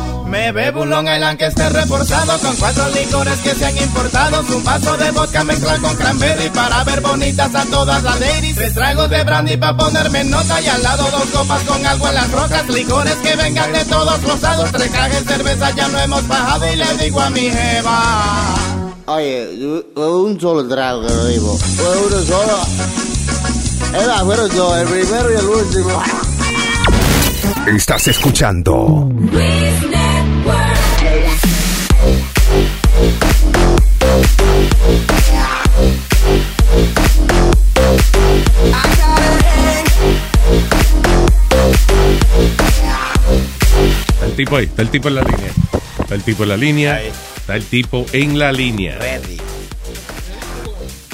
Speaker 21: Me bebo un Long Island que esté reforzado con cuatro licores que se han importado. Un vaso de vodka mezclado con cranberry para ver bonitas a todas las ladies. Tres tragos de brandy para ponerme en nota y al lado dos copas con agua en las rocas. Licores que vengan de todos rosados. Tres cajas de cerveza ya no hemos bajado y le digo a mi jeva.
Speaker 4: Oye, fue un solo trago que lo digo, fue uno solo, era, fueron dos, el primero y el último.
Speaker 11: Estás escuchando
Speaker 2: Está el tipo ahí. Está el tipo en la línea. Está el tipo en la línea. Está el tipo en la línea.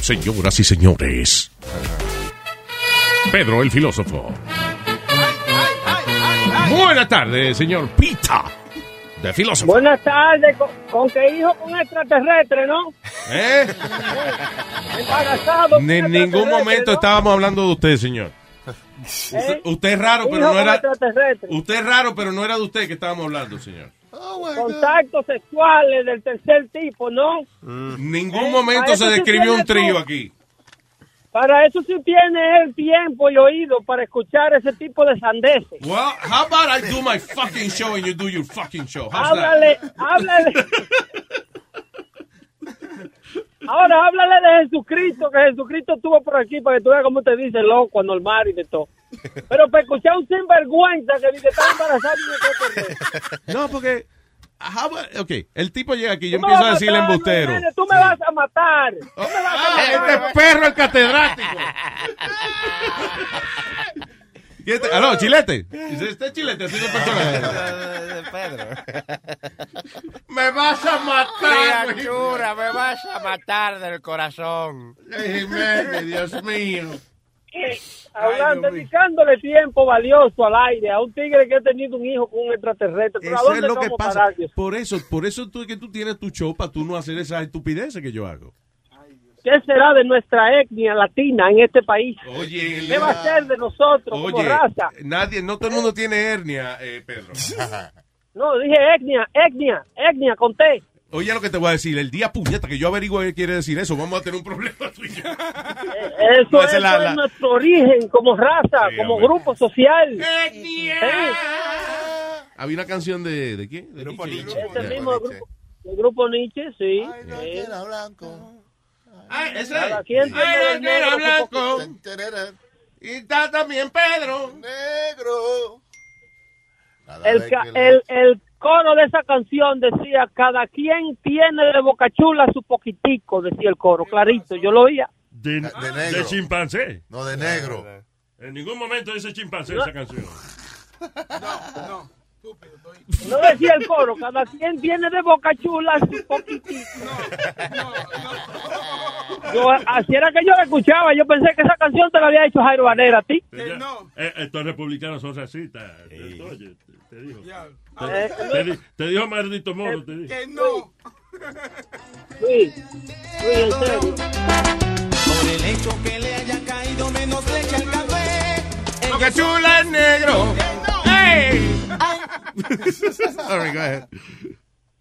Speaker 2: Señoras y señores. Pedro el filósofo. Buenas tardes, señor Pita. De filósofo.
Speaker 22: Buenas tardes, ¿con, con qué hijo? Con un extraterrestre, ¿no?
Speaker 2: ¿Eh?
Speaker 22: Embarazado. con
Speaker 2: Ni- En ningún
Speaker 22: extraterrestre,
Speaker 2: momento
Speaker 22: ¿no?
Speaker 2: estábamos hablando de usted, señor.
Speaker 1: ¿Eh?
Speaker 2: Usted, usted es raro, pero no era. Usted es raro, pero no era de usted que estábamos hablando, señor.
Speaker 22: Contactos sexuales del tercer tipo, ¿no?
Speaker 2: Ningún momento se describió un trío aquí.
Speaker 22: Para eso sí tiene el tiempo y oído para escuchar ese tipo de sandeces.
Speaker 2: Well, how about I do my fucking show and you do your fucking show? How's
Speaker 22: háblale,
Speaker 2: that?
Speaker 22: háblale. Ahora háblale de Jesucristo, que Jesucristo estuvo por aquí para que tú veas cómo te dice loco, normal y de todo. Pero para escuchar un sinvergüenza que dice está embarazado y no puede perder.
Speaker 2: No, porque. how about- ok, el tipo llega aquí, yo
Speaker 22: Tú me
Speaker 2: empiezo a
Speaker 22: vas
Speaker 2: decirle
Speaker 22: matar,
Speaker 2: embustero.
Speaker 22: Luis Jiménez, Ah, Tú me vas a matar. Tú me vas a matar.
Speaker 2: Este perro el catedrático. Y este- aló, chilete. Dice, Este chilete, así de
Speaker 3: Pedro.
Speaker 2: Me vas a matar, güey.
Speaker 3: Criatura, me vas a matar del corazón.
Speaker 2: Jiménez, Dios mío.
Speaker 22: Hablando, dedicándole tiempo valioso al aire a un tigre que ha tenido un hijo con un extraterrestre. Pero ¿a
Speaker 2: Eso es
Speaker 22: dónde
Speaker 2: lo que
Speaker 22: vamos a
Speaker 2: pasa.
Speaker 22: parar, Dios?
Speaker 2: Por eso, por eso tú, que tú tienes tu show para tú no hacer esas estupideces que yo hago.
Speaker 22: ¿Qué será de nuestra etnia latina en este país?
Speaker 2: Oye,
Speaker 22: ¿Qué va a ser de nosotros como
Speaker 2: Oye,
Speaker 22: raza?
Speaker 2: nadie, no todo el mundo tiene hernia, eh, Pedro.
Speaker 22: No, dije etnia, etnia, etnia, conté.
Speaker 2: Oye, lo que te voy a decir, el día puñeta que yo averigüe qué quiere decir eso, vamos a tener un problema tú y yo.
Speaker 22: Eso,
Speaker 2: No, esa
Speaker 22: eso
Speaker 2: es la-
Speaker 22: es
Speaker 2: la-
Speaker 22: nuestro origen como raza, como
Speaker 2: hombre.
Speaker 22: grupo social.
Speaker 2: ¡Etnia! Había una canción de, ¿de quién? De grupo
Speaker 22: Ese mismo grupo, el grupo Nietzsche, sí. sí.
Speaker 2: ese
Speaker 22: Cada quien tiene del negro su
Speaker 2: blanco. Y está también Pedro.
Speaker 23: Negro.
Speaker 22: el, ca- el, el coro de esa canción decía, cada quien tiene de bocachula su poquitico, decía el coro, clarito, yo lo oía.
Speaker 8: De,
Speaker 23: negro.
Speaker 8: de chimpancé.
Speaker 23: No, de negro.
Speaker 8: En ningún momento dice chimpancé
Speaker 22: No.
Speaker 8: esa canción.
Speaker 22: No decía el coro, cada quien tiene de bocachula su poquitico. Yo, así era que yo la escuchaba, yo pensé que esa canción te la había hecho Jairo Banera a ti.
Speaker 8: no. Eh, estos republicanos son racistas. Oye, te, te dijo.
Speaker 22: Eh,
Speaker 8: Te, te di- te dijo maldito moro, te
Speaker 1: Eh,
Speaker 8: dijo.
Speaker 22: no. Sí, sí, en serio.
Speaker 1: Por el hecho que le haya caído menos leche al café.
Speaker 2: Porque chula es negro. ¡Ey! Sorry, go ahead.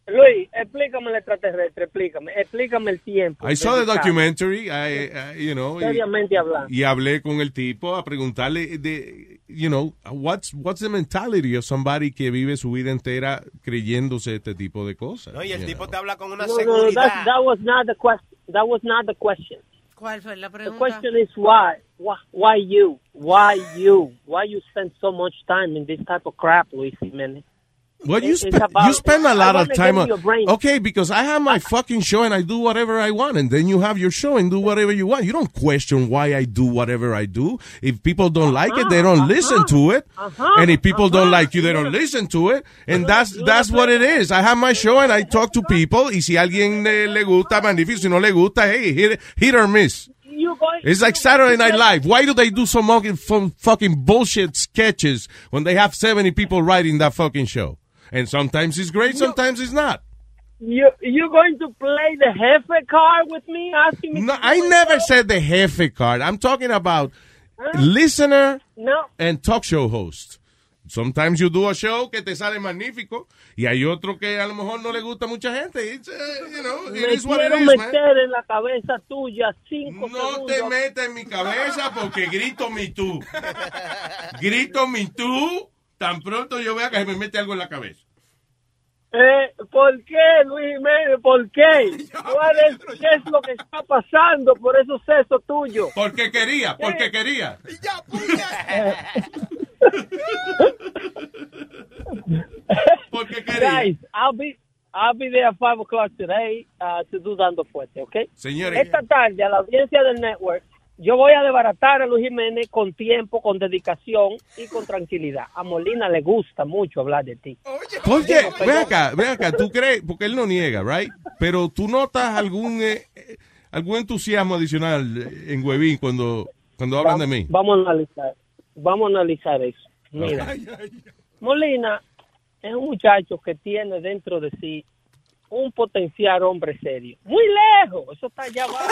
Speaker 22: Luis, explícame el extraterrestre, explícame, explícame el tiempo.
Speaker 2: I saw the
Speaker 22: Dedicado,
Speaker 2: documentary, I, I- you know, y,
Speaker 22: Seriamente hablando.
Speaker 2: y hablé con el tipo a preguntarle de, you know, what's, what's the mentality of somebody que vive su vida entera creyéndose este tipo de cosas.
Speaker 3: No, y
Speaker 2: you
Speaker 3: el tipo te habla con una
Speaker 22: No, no,
Speaker 3: seguridad.
Speaker 22: that, that was not the question. That was not the question.
Speaker 24: ¿Cuál fue la
Speaker 22: The
Speaker 24: pregunta?
Speaker 22: question is why, why, why you, why you, why you spend so much time in this type of crap, Luis Jiménez.
Speaker 2: Well, you,
Speaker 22: It's
Speaker 2: spe-
Speaker 22: about-
Speaker 2: you spend
Speaker 22: I
Speaker 2: a lot of
Speaker 22: wanna
Speaker 2: time
Speaker 22: give
Speaker 2: on.
Speaker 22: you a break.
Speaker 2: Okay, because I have my fucking show and I do whatever I want, and then you have your show and do whatever you want. You don't question why I do whatever I do. If people don't like it, they don't listen to it,
Speaker 25: uh-huh,
Speaker 2: and if people don't like you, they don't listen to it, and that's that's what it is. I have my show and I talk to
Speaker 22: Uh-huh.
Speaker 2: people. Y si alguien le, le gusta, magnífico. Si no le gusta, hey, hit, hit or miss.
Speaker 22: You going,
Speaker 2: It's like Saturday Night Live. Why do they do so fucking fucking bullshit sketches when they have 70 people writing that fucking show? And sometimes it's great, sometimes it's not.
Speaker 22: you you going to play the jefe card with me, asking me?
Speaker 2: No, I never said the jefe card. I'm talking about listener
Speaker 22: No.
Speaker 2: and talk show host. Sometimes you do a show que te sale magnífico y hay otro que a lo mejor no le gusta a mucha gente. It's, uh, you know,
Speaker 22: Me
Speaker 2: it is what it
Speaker 22: quiero
Speaker 2: is, man.
Speaker 22: meter en la cabeza tuya cinco
Speaker 2: No
Speaker 22: segundos.
Speaker 2: te metas en mi cabeza porque grito mi tú. Grito mi tú tan pronto yo vea que se me mete algo en la cabeza.
Speaker 22: Eh, ¿Por qué, Luis Jiménez? ¿Por qué? ¿Cuál es, ¿Qué es lo que está pasando por esos sesos tuyos?
Speaker 2: Porque quería, porque quería. porque quería.
Speaker 22: Guys, I'll be, I'll be there at 5 o'clock today uh, to do Dando Fuerte, ¿ok?
Speaker 2: Señores.
Speaker 22: Esta tarde a la audiencia del network, yo voy a desbaratar a Luis Jiménez con tiempo, con dedicación y con tranquilidad. A Molina le gusta mucho hablar de ti.
Speaker 2: Porque,
Speaker 22: pues,
Speaker 2: ve acá, ve acá, tú crees, porque él no niega, right? Pero tú notas algún eh, eh, algún entusiasmo adicional eh, en Huevín cuando, cuando hablan de mí.
Speaker 22: Vamos a analizar, vamos a analizar eso. Mira, Molina es un muchacho que tiene dentro de sí un potencial hombre serio. Muy lejos, eso está allá abajo.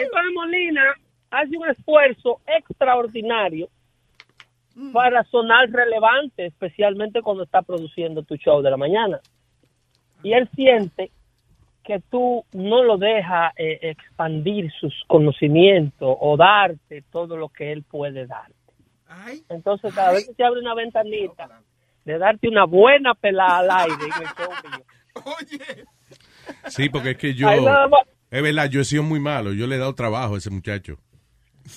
Speaker 22: Entonces Molina hace un esfuerzo extraordinario para sonar relevante, especialmente cuando está produciendo tu show de la mañana. Y él siente que tú no lo dejas eh, expandir sus conocimientos o darte todo lo que él puede darte. Entonces cada vez que se abre una ventanita de darte una buena pelada al aire en el show mío.
Speaker 2: Sí, porque es que yo.
Speaker 22: Ay, nada más.
Speaker 2: Es verdad, yo he sido muy malo. Yo le he dado trabajo a ese muchacho.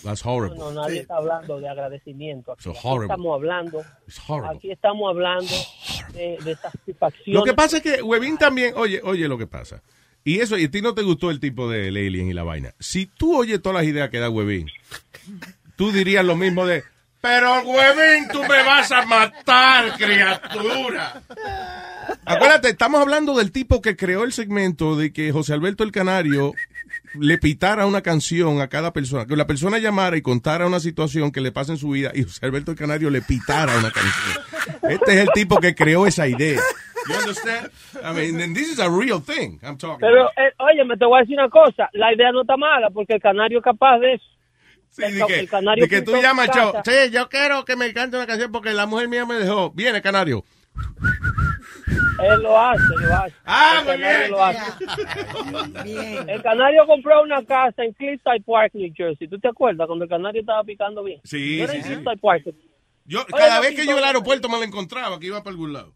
Speaker 2: That's horrible.
Speaker 22: No, no, nadie está hablando de agradecimiento. Aquí,
Speaker 2: So
Speaker 22: Aquí
Speaker 2: horrible.
Speaker 22: estamos hablando.
Speaker 2: horrible.
Speaker 22: Aquí estamos hablando de, de satisfacción.
Speaker 2: Lo que pasa es que Webin también, oye, oye lo que pasa. Y eso, y a ti no te gustó el tipo del alien y la vaina. Si tú oyes todas las ideas que da Webin, tú dirías lo mismo de, pero Webin, tú me vas a matar, criatura. Acuérdate, estamos hablando del tipo que creó el segmento de que José Alberto el Canario le pitara una canción a cada persona, que la persona llamara y contara una situación que le pasa en su vida y José Alberto el Canario le pitara una canción. Este es el tipo que creó esa idea. You understand? I mean, and this is a real thing I'm talking
Speaker 22: Pero,
Speaker 2: about.
Speaker 22: eh, oye, me te voy a decir una cosa. La idea no está mala porque el canario es capaz de eso. el,
Speaker 2: de
Speaker 22: ca-
Speaker 2: que,
Speaker 22: el canario
Speaker 2: de que tú
Speaker 22: pintó su
Speaker 2: llamas, chao.
Speaker 22: casa.
Speaker 2: Sí, yo quiero que me cante una canción porque la mujer mía me dejó. Viene, Canario.
Speaker 22: Él lo hace, lo hace.
Speaker 2: Ah,
Speaker 22: el
Speaker 2: muy
Speaker 22: canario
Speaker 2: bien.
Speaker 22: lo hace. El canario compró una casa en Cliffside Park, New Jersey. ¿Tú te acuerdas cuando el canario estaba picando bien?
Speaker 2: Sí,
Speaker 22: Yo era
Speaker 2: sí,
Speaker 22: en
Speaker 2: sí.
Speaker 22: Cliffside Park.
Speaker 2: Yo,
Speaker 22: Oye,
Speaker 2: cada
Speaker 22: lo
Speaker 2: vez que
Speaker 22: pintó-
Speaker 2: yo al aeropuerto me lo encontraba, que iba para algún lado.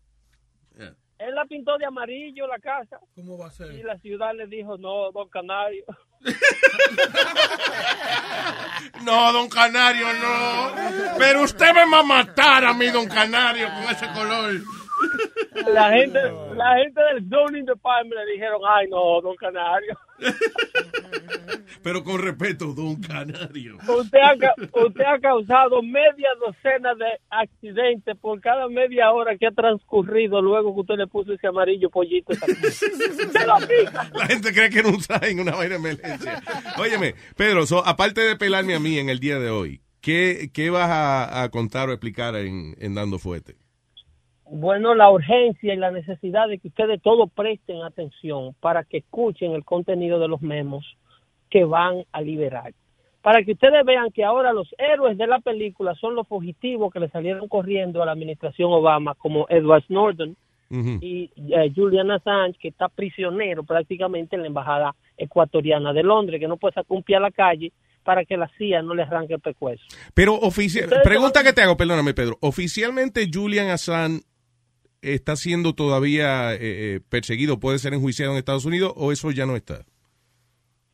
Speaker 22: Él la pintó de amarillo la casa. ¿Cómo va a ser? Y la ciudad le dijo, no, don Canario.
Speaker 2: No, don Canario, no. Pero usted me va a matar a mí, don Canario, con ese color.
Speaker 22: La gente, la gente del zoning department le dijeron, ay, no, don Canario.
Speaker 2: Pero con respeto, don Canario.
Speaker 22: Usted ha, ca- usted ha causado media docena de accidentes por cada media hora que ha transcurrido luego que usted le puso ese amarillo pollito. Se la pica.
Speaker 2: La gente cree que no saben una vaina de emergencia. Óyeme, Pedro, so, aparte de pelarme a mí en el día de hoy, ¿qué, qué vas a, a contar o explicar en, en Dando Fuerte?
Speaker 22: Bueno, la urgencia y la necesidad de que ustedes todos presten atención para que escuchen el contenido de los memos que van a liberar. Para que ustedes vean que ahora los héroes de la película son los fugitivos que le salieron corriendo a la administración Obama, como Edward Snowden,
Speaker 1: Hmm.
Speaker 22: y eh, Julian Assange, que está prisionero prácticamente en la embajada ecuatoriana de Londres, que no puede sacar un pie a la calle para que la CIA no le arranque el pescuezo.
Speaker 2: Pero oficial, pregunta que te hago, perdóname, Pedro. Oficialmente, Julian Assange está siendo todavía eh, eh, perseguido, puede ser enjuiciado en Estados Unidos o eso ya no está.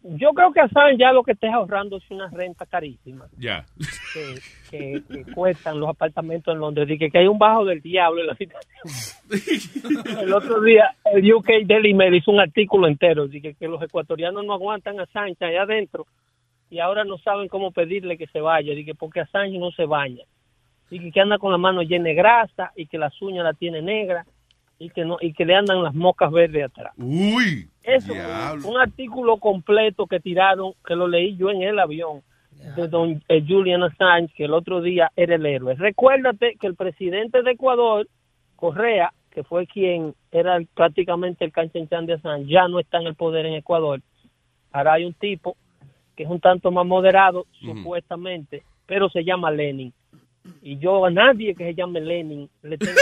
Speaker 22: Yo creo que Assange ya lo que está es ahorrando es una renta carísima
Speaker 2: Ya.
Speaker 22: que, que- que cuestan los apartamentos en Londres. Dice que, que hay un bajo del diablo en la situación. El otro día el UK Daily Mail hizo un artículo entero. Dice que, que los ecuatorianos no aguantan a Assange allá adentro y ahora no saben cómo pedirle que se vaya. Dice que porque Assange no se baña. Dice que anda con la mano llena de grasa y que las uñas la tiene negra y que, no, y que le andan las mocas verdes atrás.
Speaker 2: Uy.
Speaker 22: Eso,
Speaker 2: Diablo.
Speaker 22: un artículo completo que tiraron, que lo leí yo en el avión, de don eh, Julian Assange, que el otro día era el héroe. Recuérdate que el presidente de Ecuador, Correa, que fue quien era el- prácticamente el canchanchan de Assange, ya no está en el poder en Ecuador. Ahora hay un tipo que es un tanto más moderado,
Speaker 9: Ujú.
Speaker 22: supuestamente, pero se llama Lenin. Y yo a nadie que se llame Lenin le tengo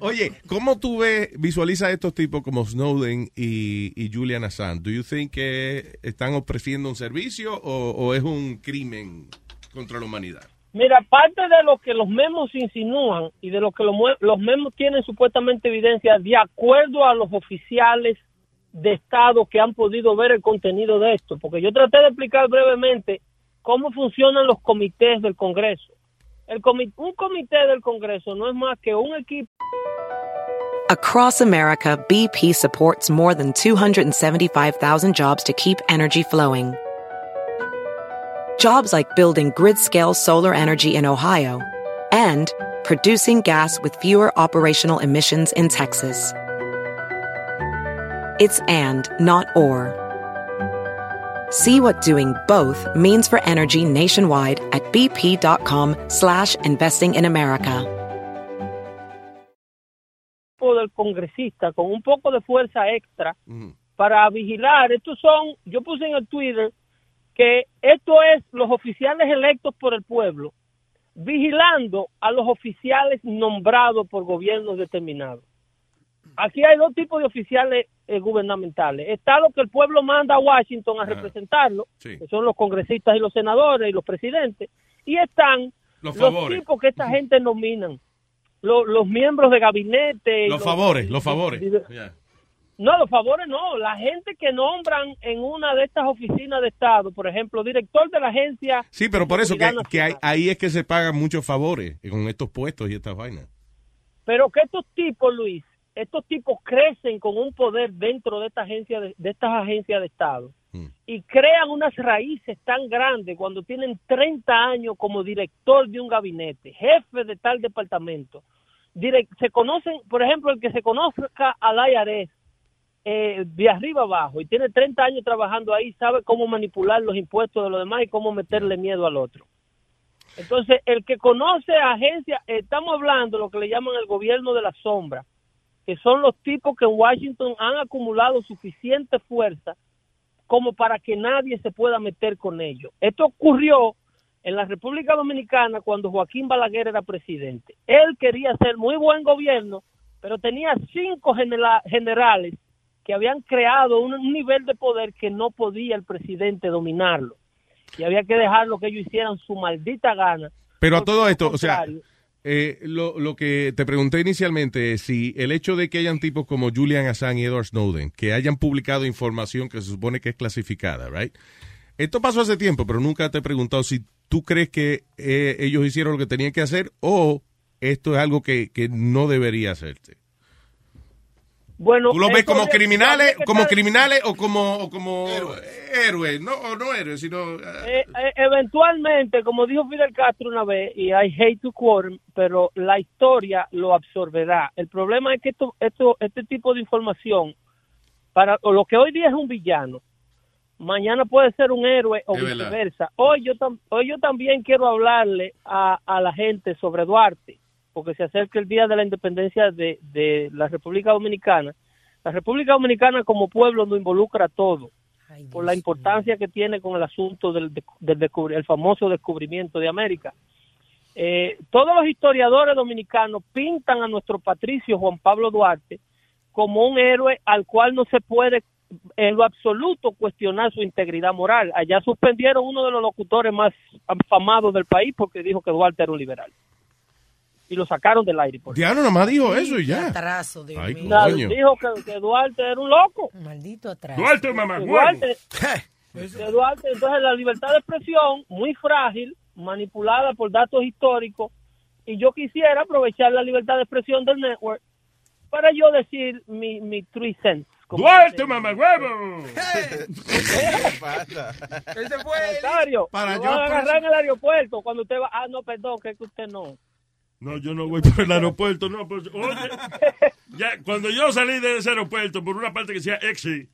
Speaker 2: Oye, ¿cómo tú ves, visualiza a estos tipos como Snowden y, y Julian Assange? ¿Do you think que están ofreciendo un servicio o, o es un crimen contra la humanidad?
Speaker 22: Mira, aparte de lo que los memos insinúan y de lo que los, mue- los memos tienen supuestamente evidencia, de acuerdo a los oficiales de Estado que han podido ver el contenido de esto, porque yo traté de explicar brevemente cómo funcionan los comités del Congreso. El comi- un comité del Congreso no es más que un equipo
Speaker 14: Across America, BP supports more than 275,000 jobs to keep energy flowing. Jobs like building grid scale solar energy in Ohio and producing gas with fewer operational emissions in Texas. It's and, not or. See what doing both means for energy nationwide at bp.com slash investing in America.
Speaker 22: del congresista con un poco de fuerza extra para vigilar. Estos son, yo puse en el Twitter que esto es los oficiales electos por el pueblo vigilando a los oficiales nombrados por gobiernos determinados. Aquí hay dos tipos de oficiales eh, gubernamentales. Está lo que el pueblo manda a Washington a representarlo,
Speaker 2: sí.
Speaker 22: que son los congresistas y los senadores y los presidentes, y están
Speaker 2: Los
Speaker 22: los,
Speaker 2: favores.
Speaker 22: tipos que esta gente nominan, lo- los miembros de gabinete. y
Speaker 2: Los favores, los favores. Yeah.
Speaker 22: no, los favores no. La gente que nombran en una de estas oficinas de Estado, por ejemplo, director de la agencia.
Speaker 2: Sí, pero por eso que,
Speaker 22: Seguridad
Speaker 2: que hay- ahí es que se pagan muchos favores eh, con estos puestos y estas vainas.
Speaker 22: Pero que estos tipos, Luis, estos tipos crecen con un poder dentro de esta agencia de, de estas agencias de Estado y crean unas raíces tan grandes cuando tienen 30 años como director de un gabinete, jefe de tal departamento. Direc- se conocen, por ejemplo, el que se conozca al IRS eh, de arriba abajo y tiene 30 años trabajando ahí, sabe cómo manipular los impuestos de los demás y cómo meterle miedo al otro. Entonces, el que conoce agencias, estamos hablando de lo que le llaman el gobierno de la sombra, que son los tipos que en Washington han acumulado suficiente fuerza como para que nadie se pueda meter con ellos. Esto ocurrió en la República Dominicana cuando Joaquín Balaguer era presidente. Él quería hacer muy buen gobierno, pero tenía cinco genera- generales que habían creado un- un nivel de poder que no podía el presidente dominarlo. Y había que dejarlo que ellos hicieran su maldita gana.
Speaker 2: Pero a todo esto, o sea, eh, lo, lo que te pregunté inicialmente es si el hecho de que hayan tipos como Julian Assange y Edward Snowden, que hayan publicado información que se supone que es clasificada, ¿right? Esto pasó hace tiempo, pero nunca te he preguntado si tú crees que eh, ellos hicieron lo que tenían que hacer o esto es algo que, que no debería hacerse.
Speaker 22: Bueno,
Speaker 2: ¿Tú los ves como criminales, como criminales o como, o como
Speaker 26: héroes? No, o no héroes, sino... eh,
Speaker 22: Eh, eh, eventualmente, como dijo Fidel Castro una vez, y I hate to quote him, pero la historia lo absorberá. El problema es que esto, esto, este tipo de información, para o lo que hoy día es un villano, mañana puede ser un héroe o
Speaker 7: Es verdad.
Speaker 22: viceversa. Hoy yo, tam- hoy yo también quiero hablarle a, a la gente sobre Duarte, porque se acerca el Día de la Independencia de, de la República Dominicana. La República Dominicana como pueblo nos involucra a todo por la importancia que tiene con el asunto del, de- del descubri- el famoso descubrimiento de América. Eh, todos los historiadores dominicanos pintan a nuestro patricio Juan Pablo Duarte como un héroe al cual no se puede en lo absoluto cuestionar su integridad moral. Allá suspendieron uno de los locutores más afamados del país porque dijo que Duarte era un liberal. Y lo sacaron del aire. Por
Speaker 2: Diablo, nomás dijo eso y ya.
Speaker 5: Atraso, Dios
Speaker 2: Ay,
Speaker 5: mío.
Speaker 2: Claro, coño.
Speaker 22: Dijo que, que Duarte era un loco.
Speaker 5: Maldito atraso.
Speaker 22: Duarte, Duarte, que Duarte, entonces la libertad de expresión, muy frágil, manipulada por datos históricos, y yo quisiera aprovechar la libertad de expresión del network para yo decir mi, mi three cents.
Speaker 8: ¡Duarte, mamagüevo!
Speaker 22: Ese fue para yo pues agarrar en el aeropuerto cuando usted va. Ah, no, perdón, que es que usted no.
Speaker 8: No, yo no voy por el aeropuerto, no. Pues, oye, ya, cuando yo salí de ese aeropuerto por una parte que decía exit,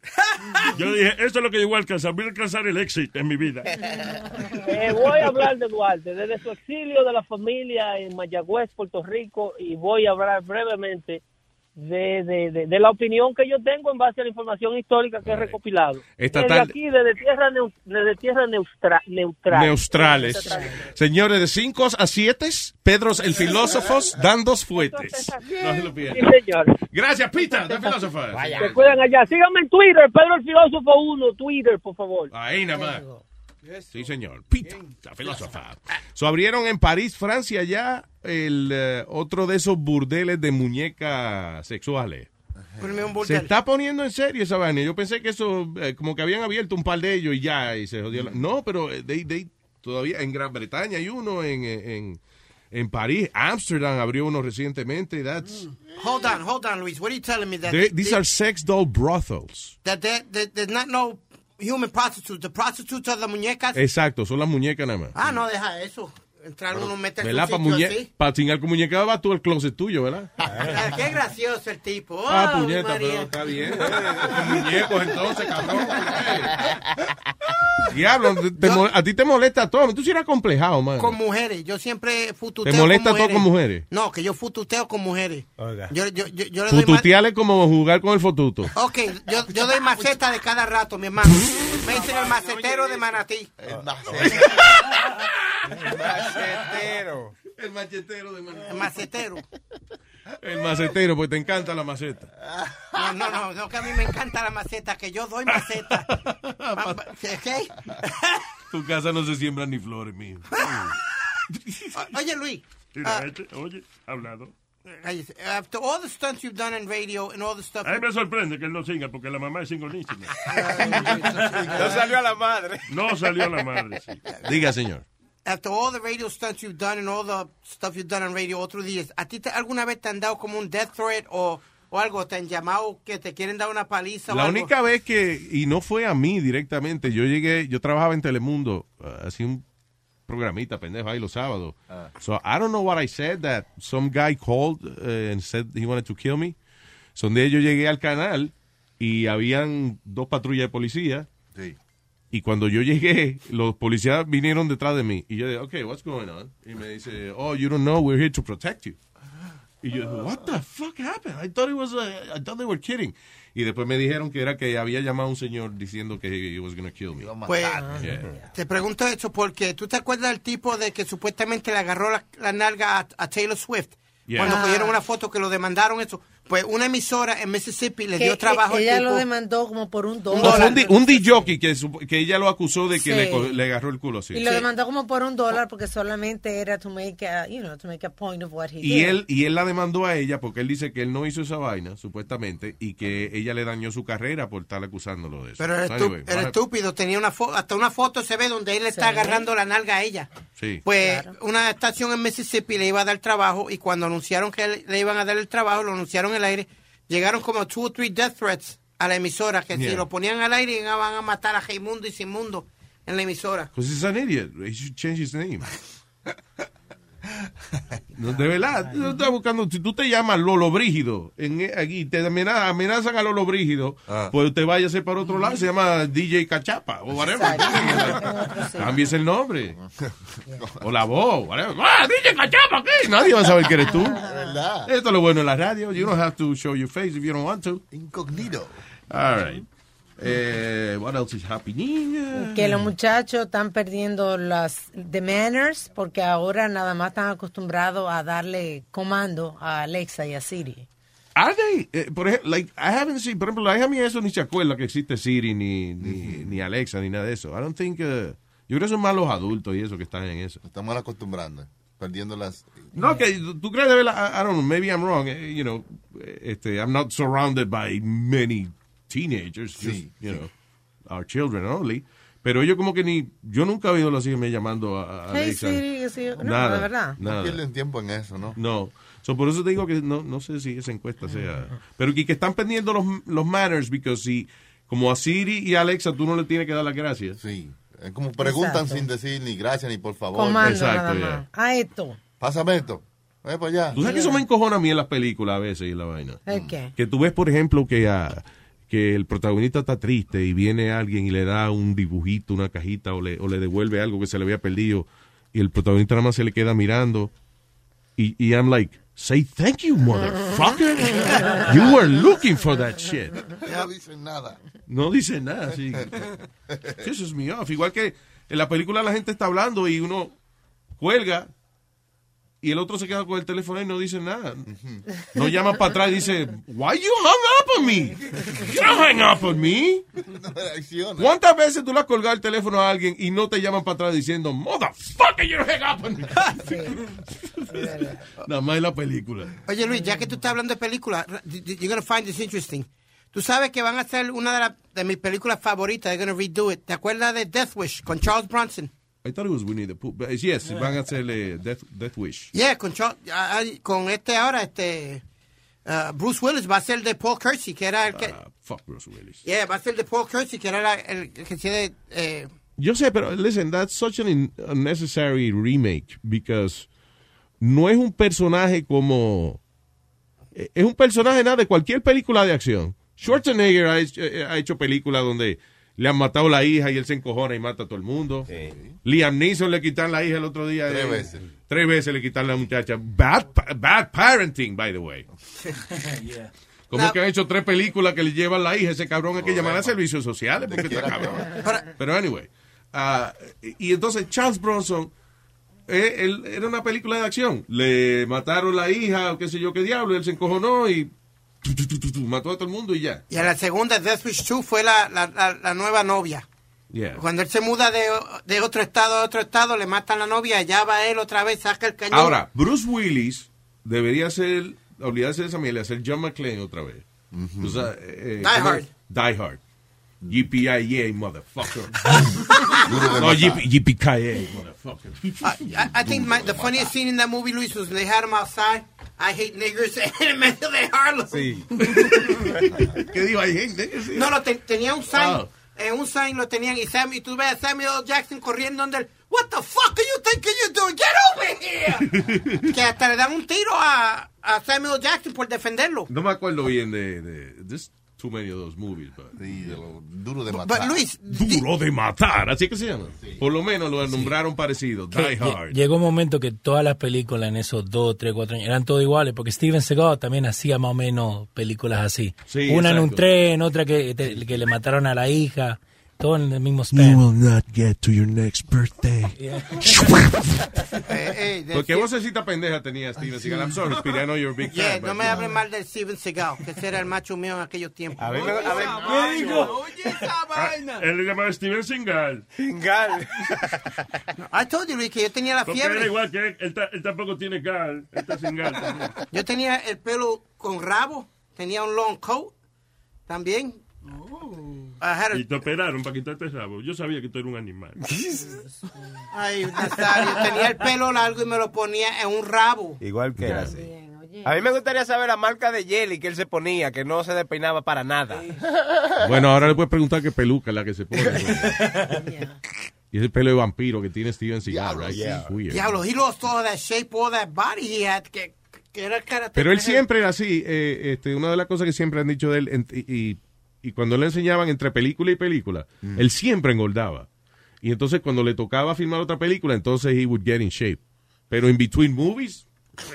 Speaker 8: yo dije, esto es lo que yo voy a alcanzar, voy a alcanzar el exit en mi vida.
Speaker 22: Eh, voy a hablar de Duarte, desde su exilio de la familia en Mayagüez, Puerto Rico, y voy a hablar brevemente de, de- de- de la opinión que yo tengo en base a la información histórica que he recopilado.
Speaker 2: Esta
Speaker 22: desde
Speaker 2: tarde-
Speaker 22: aquí, desde tierra, neu- desde tierra neustra- neutral.
Speaker 2: Neustrales. Señores, de 5 a 7, Pedro el filósofo dan dos fuetes. No se lo pierdan.
Speaker 22: Sí, señor.
Speaker 2: Gracias, Pita, de filósofo.
Speaker 22: Se cuidan allá. Síganme en Twitter, Pedro el Filósofo 1, Twitter, por favor.
Speaker 2: Ahí nada más. Sí, señor. Pita, la filósofa. So, abrieron en París, Francia, ya el eh, otro de esos burdeles de muñecas sexuales.
Speaker 6: Ponme un
Speaker 2: Se
Speaker 6: burdel.
Speaker 2: está poniendo en serio esa vaina. Yo pensé que eso, eh, como que habían abierto un par de ellos y ya, y se jodió. la- No, pero eh, they- they- todavía en Gran Bretaña hay uno, en, en, en París, Amsterdam abrió uno recientemente. That's,
Speaker 6: Mm. Hold on, hold on, Luis. What are you telling me that
Speaker 2: they- these are sex doll brothels.
Speaker 6: that, there- that there's not no human prostitutes? The prostitutes are the muñecas.
Speaker 2: Exacto, son las muñecas nada más.
Speaker 6: Ah, no, deja eso. Entrar uno, meter
Speaker 2: ¿Verdad? Para pa chingar con muñeca va tú el closet tuyo, ¿verdad?
Speaker 6: Qué gracioso el tipo. Oh,
Speaker 2: Ah, puñeta, pero está bien. eh. muñecos entonces, cabrón.
Speaker 6: Ah.
Speaker 2: Diablo, te mo- a ti te molesta todo. Tú sí eras complejado, man.
Speaker 6: Con mujeres. Yo siempre fututeo
Speaker 2: eh. ¿Te molesta
Speaker 6: con mujeres.
Speaker 2: todo con mujeres?
Speaker 6: No, que yo fututeo con mujeres. Yo, yo, yo, yo le doy más-
Speaker 2: Fututear es como jugar con el fotuto.
Speaker 6: Ok, yo, yo doy maceta de cada rato, mi hermano. Me dicen el macetero de Manatí. El macetero.
Speaker 2: macetero.
Speaker 6: Ah, El machetero de Manatí. El macetero.
Speaker 2: El macetero, porque te encanta la
Speaker 6: Ah.
Speaker 2: maceta.
Speaker 6: No, no, no, no, que a mí me encanta la maceta, que yo doy maceta. Ma- ma- ¿Qué?
Speaker 2: Tu casa no se siembran ni flores, mijo.
Speaker 6: O- Oye, Luis.
Speaker 8: Mira,
Speaker 6: ah,
Speaker 8: este, oye, hablado.
Speaker 6: cállese. after uh, all the stunts you've done in radio and all the stuff.
Speaker 8: A mí me sorprende que él no singa porque la mamá es singonísima.
Speaker 6: No salió a la madre.
Speaker 8: No salió a la madre, sí.
Speaker 2: Diga, señor.
Speaker 6: After all the radio stunts you've done and all the stuff you've done on radio otros días, ¿a ti te- alguna vez te han dado como un death threat o, o algo? ¿Te han llamado que te quieren dar una paliza o
Speaker 2: La
Speaker 6: algo?
Speaker 2: única vez que, y no fue a mí directamente, yo llegué, yo trabajaba en Telemundo, uh, hacía un programita pendejo ahí los sábados. So I don't know what I said that some guy called uh, and said he wanted to kill me. So un día yo llegué al canal y habían dos patrullas de policía.
Speaker 4: Sí.
Speaker 2: Y cuando yo llegué, los policías vinieron detrás de mí. Y yo dije, ok, what's going on? Y me dice, oh, you don't know, we're here to protect you. Y yo, what the fuck happened? I thought it was, uh, I thought they were kidding. Y después me dijeron que era que había llamado a un señor diciendo que he was gonna kill me.
Speaker 6: Pues,
Speaker 5: ah,
Speaker 2: Yeah.
Speaker 6: Te pregunto esto porque tú te acuerdas del tipo de que supuestamente le agarró la, la nalga a, a Taylor Swift.
Speaker 2: Yeah.
Speaker 6: Cuando
Speaker 2: Ah.
Speaker 6: cogieron una foto que lo demandaron eso. Pues una emisora en Mississippi le
Speaker 5: Que e-
Speaker 6: dio trabajo al
Speaker 5: ella
Speaker 6: tipo.
Speaker 5: lo demandó como por un dólar.
Speaker 2: No, fue un, di- un disc jockey que, supo- que ella lo acusó de que
Speaker 5: Sí.
Speaker 2: le, co- le agarró el culo así.
Speaker 5: Y lo demandó como por un dólar porque solamente era to make a, you know, to make a point of what he
Speaker 2: Y
Speaker 5: did.
Speaker 2: él, y él la demandó a ella porque él dice que él no hizo esa vaina, supuestamente, y que ella le dañó su carrera por estar acusándolo de eso.
Speaker 6: Pero el,
Speaker 2: So,
Speaker 6: estu-
Speaker 2: anyway,
Speaker 6: el
Speaker 2: what-
Speaker 6: estúpido tenía una foto, hasta una foto se ve donde él le está agarrando la nalga a ella.
Speaker 2: Sí.
Speaker 6: Pues una estación en Mississippi le iba a dar trabajo y cuando anunciaron que le- le iban a dar el trabajo, lo anunciaron en el aire, llegaron como two o three death threats a la emisora, que
Speaker 2: Yeah.
Speaker 6: si lo ponían al aire iban a matar a Raimundo y Simundo en la emisora.
Speaker 2: Because he's an idiot. He should change his name. No, de verdad, tú estás buscando, si tú te llamas Lolo Brígido, en, e, aquí te amena- amenazan a Lolo Brígido, pues te vayas para otro lado, se llama DJ Cachapa o whatever. Cambies el nombre. O la voz, whatever. ¡Ah, DJ Cachapa aquí! Nadie va a saber que eres tú. Esto es lo bueno de la radio. You don't have to show your face if you don't want to. Incognito. All right. Eh, what else is happening?
Speaker 5: Que los muchachos están perdiendo las the manners porque ahora nada más están acostumbrados a darle comando a Alexa y a Siri.
Speaker 2: Are they? Eh, por ejemplo, like, I haven't seen, por ejemplo, la hija mía eso ni se acuerda que existe Siri ni, ni, ni Alexa ni nada de eso. I don't think, uh, yo creo que son más los adultos y eso que están en eso.
Speaker 4: Estamos acostumbrando, perdiendo las...
Speaker 2: No, que tú crees de verdad, I, I don't know, maybe I'm wrong, eh, you know, eh, este, I'm not surrounded by many teenagers, just, you know, our children only. Pero ellos como que ni, yo nunca he oído a los hijos me llamando a, a
Speaker 5: Hey
Speaker 2: Alexa.
Speaker 5: Siri, sí, no,
Speaker 2: Nada,
Speaker 5: de verdad.
Speaker 2: nada.
Speaker 4: Pierden tiempo en eso, ¿no?
Speaker 2: No. So, por eso te digo que no, no sé si esa encuesta sea. Pero que, que están perdiendo los, los manners, porque si, como a Siri y Alexa, tú no le tienes que dar las gracias.
Speaker 4: Sí. Es como Preguntan sin decir ni gracias ni por favor.
Speaker 5: Comando nada
Speaker 2: Oh, Exacto, ya.
Speaker 5: más. A esto.
Speaker 4: Pásame esto. Ve para allá.
Speaker 2: Tú sabes que eso me encojona a mí en las películas a veces y la vaina.
Speaker 5: ¿El qué?
Speaker 2: Que tú ves, por ejemplo, que, ah, que el protagonista está triste y viene alguien y le da un dibujito, una cajita o le, o le devuelve algo que se le había perdido y el protagonista nada más se le queda mirando y, y I'm like, say thank you, motherfucker. You were looking for that shit.
Speaker 4: No dicen nada.
Speaker 2: No dice nada, sí. Eso es mío. Igual que en la película la gente está hablando y uno cuelga y el otro se queda con el teléfono y no dice nada. No llama para atrás y dice, Why you hung up on me? You don't hang up on me. ¿Cuántas veces tú le has colgado el teléfono a alguien y no te llaman para atrás diciendo, Motherfucker, you don't hang up on me? Nada más en la película.
Speaker 6: Oye Luis, ya que tú estás hablando de películas, ra- you're gonna find this interesting. Tú sabes que van a hacer una de, la- de mis películas favoritas, they're gonna redo it. ¿Te acuerdas de Death Wish con Charles Bronson?
Speaker 2: I thought it was Winnie the Pooh. But yes, van a hacerle Death, Death Wish.
Speaker 6: Yeah, con, Char- ah, ah, con este ahora, este ah, Bruce Willis va a ser de Paul
Speaker 2: Ah.
Speaker 6: Kersey, que era el que...
Speaker 2: Fuck Bruce Willis.
Speaker 6: Yeah, va a ser de Paul Kersey, que era la- el que tiene eh,
Speaker 2: Yo sé, pero listen, that's such an in- unnecessary remake because no es un personaje como e- es un personaje nada de cualquier película de acción. Schwarzenegger ha hecho, eh, ha hecho películas donde le han matado la hija y él se encojona y mata a todo el mundo. Liam Neeson le quitan la hija el otro día.
Speaker 1: Tres
Speaker 2: eh,
Speaker 1: veces.
Speaker 2: Tres veces le quitan la muchacha. Bad, pa- bad parenting, by the way. Como
Speaker 6: Now-
Speaker 2: que han hecho tres películas que le llevan la hija. Ese cabrón hay que llamar a servicios sociales porque está cabrón. Pero anyway. ah, y entonces Charles Bronson eh, él- era una película de acción. Le mataron la hija o qué sé yo qué diablo. Él se encojonó y tu, tu, tu, tu, tu, mató a todo el mundo y ya.
Speaker 6: Y a la segunda, Death Wish 2, fue la, la, la, la nueva novia.
Speaker 2: Yeah.
Speaker 6: Cuando él se muda de, de otro estado a otro estado, le matan la novia, allá va él otra vez, saca el cañón.
Speaker 2: Ahora, Bruce Willis debería ser, olvidarse de esa mierda, ser John McClane otra vez. O sea, eh, eh,
Speaker 6: Die
Speaker 2: ¿cómo
Speaker 6: Hard.
Speaker 2: es? Die Hard. GPIA, motherfucker. no,
Speaker 1: de matar.
Speaker 2: GPIA, motherfucker.
Speaker 6: Ah, I, I think my, the funniest scene in that movie, Luis, was when they had him outside. I hate niggers en el medio de Harlem.
Speaker 2: Sí. ¿Qué digo? I hate niggers.
Speaker 6: No, no, te- tenía un sign.
Speaker 27: Oh.
Speaker 2: Ah.
Speaker 6: eh, un sign lo tenían y, Sam, y tú ves a Samuel Jackson corriendo donde él, What the fuck are you thinking you're doing? Get over here! que hasta le dan un tiro a, a Samuel Jackson por defenderlo.
Speaker 2: No me acuerdo bien de, de there's too many of those movies, but
Speaker 1: duro de
Speaker 6: matar. Luis,
Speaker 2: duro de matar, así que se llama. Por lo menos lo nombraron parecido, Die
Speaker 7: Que lle-
Speaker 2: Hard.
Speaker 7: Llegó un momento que todas las películas en esos dos, tres, cuatro años eran todas iguales, porque Steven Seagal también hacía más o menos películas así.
Speaker 2: Sí,
Speaker 7: Una en
Speaker 2: exacto.
Speaker 7: un tren, otra que, te- que le mataron a la hija, todo en el mismo
Speaker 8: You
Speaker 7: span.
Speaker 8: will not get to your next birthday.
Speaker 6: Eh,
Speaker 2: Porque vocecita pendeja tenía Steven Seagal. I'm sorry, Speedy, I know you're a big
Speaker 6: Yeah,
Speaker 27: pues,
Speaker 2: fan.
Speaker 6: no
Speaker 2: but-
Speaker 6: me hablen mal de Steven Seagal, que ese era el macho mío en aquellos tiempos.
Speaker 2: A ver, a ver,
Speaker 27: ¿qué dijo?
Speaker 6: esa
Speaker 27: Ah, Él le llamaba Steven Singal.
Speaker 6: Singal. I told you, Luis, que yo tenía la
Speaker 27: Porque era
Speaker 6: fiebre.
Speaker 27: igual que él, él, ta- él tampoco tiene gal, él está sin gal. también.
Speaker 6: Yo tenía el pelo con rabo, tenía un long coat también.
Speaker 27: Y te operaron para quitarte el rabo. Yo sabía que tú eras un animal.
Speaker 6: Ay, Nazario, tenía el pelo largo y me lo ponía en un rabo.
Speaker 3: Igual que era así. A mí me gustaría saber la marca de jelly que él se ponía, que no se despeinaba para nada.
Speaker 2: Bueno, ahora le puedes preguntar qué peluca es la que se pone. güey. Y ese pelo de vampiro que tiene Steven Seagal, right? eh.
Speaker 6: yeah.
Speaker 2: It's weird.
Speaker 6: Diablo, he lost all that shape, all that body he had, que, que era cara.
Speaker 2: Pero él siempre era así. eh, este, una de las cosas que siempre han dicho de él, en- y, y- y cuando le enseñaban entre película y película, él siempre engordaba. Y entonces cuando le tocaba filmar otra película, entonces he would get in shape. Pero in between movies,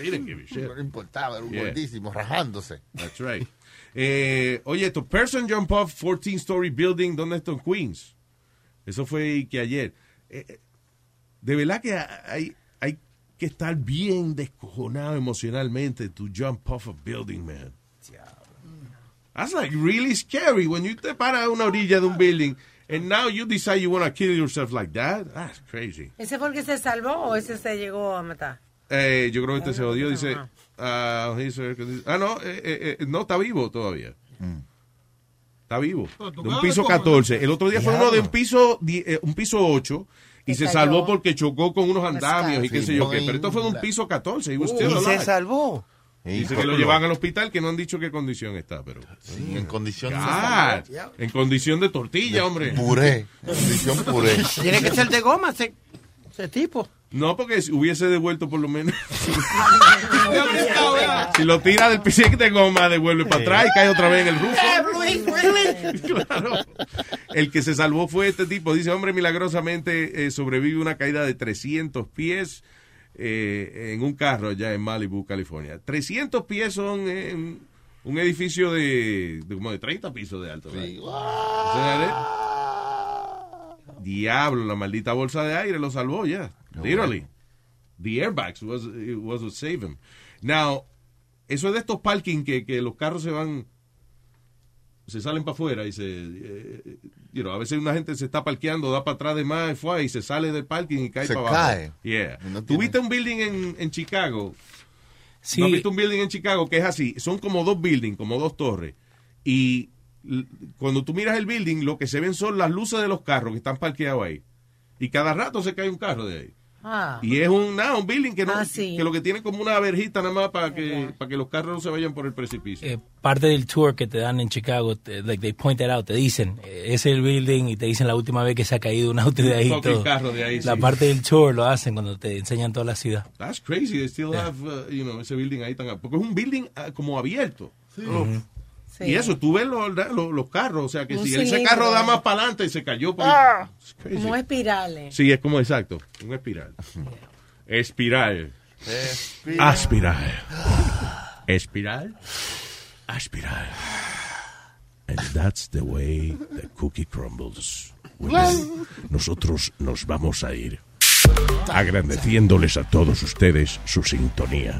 Speaker 2: he didn't give a shit.
Speaker 1: No le importaba, era un
Speaker 2: Yeah.
Speaker 1: gordísimo, rajándose.
Speaker 2: That's right. Eh, oye, esto, Person Jump Off 14 Story Building, ¿dónde está en Queens? Eso fue que ayer. Eh, eh, de verdad que hay, hay que estar bien descojonado emocionalmente to jump off a building, man. That's like really scary when you te paras a una orilla de un building and now you decide you want to kill yourself like that. That's crazy.
Speaker 5: ¿Ese fue el que se salvó o ese se llegó a matar?
Speaker 2: Eh, yo creo que este se odió, dice. ah, he said- ah, no, eh, eh, eh, no, está vivo todavía. Está vivo. De un piso 14. El otro día fue uno de un piso, di- eh, un piso 8 y se
Speaker 3: cayó.
Speaker 2: salvó porque chocó con unos andamios y qué
Speaker 3: Sí,
Speaker 2: sé yo
Speaker 3: boing.
Speaker 2: qué. Pero esto fue de un piso 14 y
Speaker 3: Uh,
Speaker 2: usted
Speaker 3: y se salvó.
Speaker 2: Dice que lo llevan al hospital que no han dicho qué condición está, pero. en condición
Speaker 1: de-
Speaker 2: En condición de tortilla, hombre.
Speaker 1: Puré, condición puré.
Speaker 6: Tiene que ser de goma ese, ese tipo.
Speaker 2: No, porque si hubiese devuelto por lo menos. si lo tira del piso de goma, devuelve para atrás y cae otra vez en el rufo.
Speaker 6: Eh, Luis, really?
Speaker 2: El que se salvó fue este tipo. Dice, hombre, milagrosamente eh, sobrevive una caída de 300 pies eh, en un carro allá en Malibu, California. 300 pies son eh, un- un edificio de, de como de 30 pisos de alto. ¿verdad? O sea, de- Diablo, la maldita bolsa de aire lo salvó ya. Literally. The airbags was, it was what saved him. Now, eso es de estos parking que, que los carros se van se salen para afuera y se. eh, you know, a veces una gente se está parqueando, da para atrás de más y, fue, y se sale del parking y cae
Speaker 1: Se
Speaker 2: para
Speaker 1: cae.
Speaker 2: abajo. Yeah. ¿Tuviste un building en, en Chicago?
Speaker 7: Sí.
Speaker 2: ¿No has visto un building en Chicago que es así? Son como dos buildings, como dos torres. Y l- cuando tú miras el building, lo que se ven son las luces de los carros que están parqueados ahí. Y cada rato se cae un carro de ahí.
Speaker 5: Ah.
Speaker 2: Y es un, nada, un building que, no, que lo que tiene como una verjita nada más para que, para que los carros no se vayan por el precipicio.
Speaker 7: eh, parte del tour que te dan en Chicago, te- like they point that out, te dicen, eh, es el building y te dicen la última vez que se ha caído un auto de ahí. y
Speaker 2: Fucking
Speaker 7: todo.
Speaker 2: carro de ahí,
Speaker 7: la
Speaker 2: sí.
Speaker 7: parte del tour lo hacen cuando te enseñan toda la ciudad.
Speaker 2: That's crazy. They still have, uh, you know, ese building ahí tan... Porque es un building ah, como abierto.
Speaker 7: Ujú.
Speaker 2: Y eso, tú ves los, los- los carros. O sea, que
Speaker 5: Un
Speaker 2: si ese
Speaker 5: cilindro.
Speaker 2: carro da más para adelante, se cayó. por-
Speaker 5: Ah.
Speaker 2: It's crazy.
Speaker 5: Como espirales.
Speaker 2: Sí, es como exacto. Un espiral. Espiral.
Speaker 5: Espiral.
Speaker 2: Aspiral.
Speaker 5: Ah.
Speaker 2: Espiral. Aspiral.
Speaker 1: And that's the way the cookie crumbles. Bueno, Nosotros nos vamos a ir agradeciéndoles a todos ustedes su sintonía,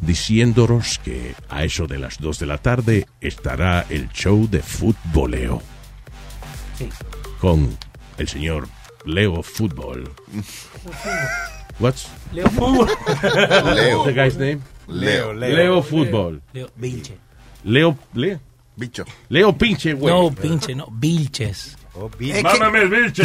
Speaker 1: diciéndonos que a eso de las 2 de la tarde estará el show de futboleo con el señor Leo Fútbol. What's
Speaker 2: Leo Fútbol. Leo.
Speaker 1: What's the guy's name?
Speaker 2: Leo, Leo.
Speaker 1: Leo Fútbol.
Speaker 7: Leo, Vilche.
Speaker 1: Leo, Leo.
Speaker 28: Bicho.
Speaker 1: Leo Pinche, güey.
Speaker 7: No, pinche, no, Vilches.
Speaker 8: Vilches. Mámame el Vilche.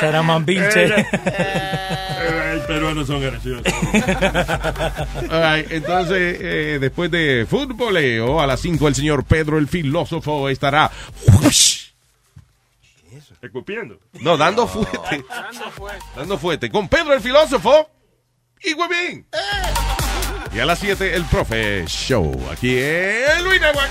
Speaker 7: Será más Vilche.
Speaker 8: Ella- Eh, El peruano son graciosos.
Speaker 2: All right, entonces, eh, después de futboleo, a las 5 el señor Pedro el filósofo estará
Speaker 8: Escupiendo.
Speaker 2: No, dando fuerte. Dando fuerte. Con Pedro el filósofo y Webin. Y a las 7 el profe show. Aquí en Eh, Luis Network.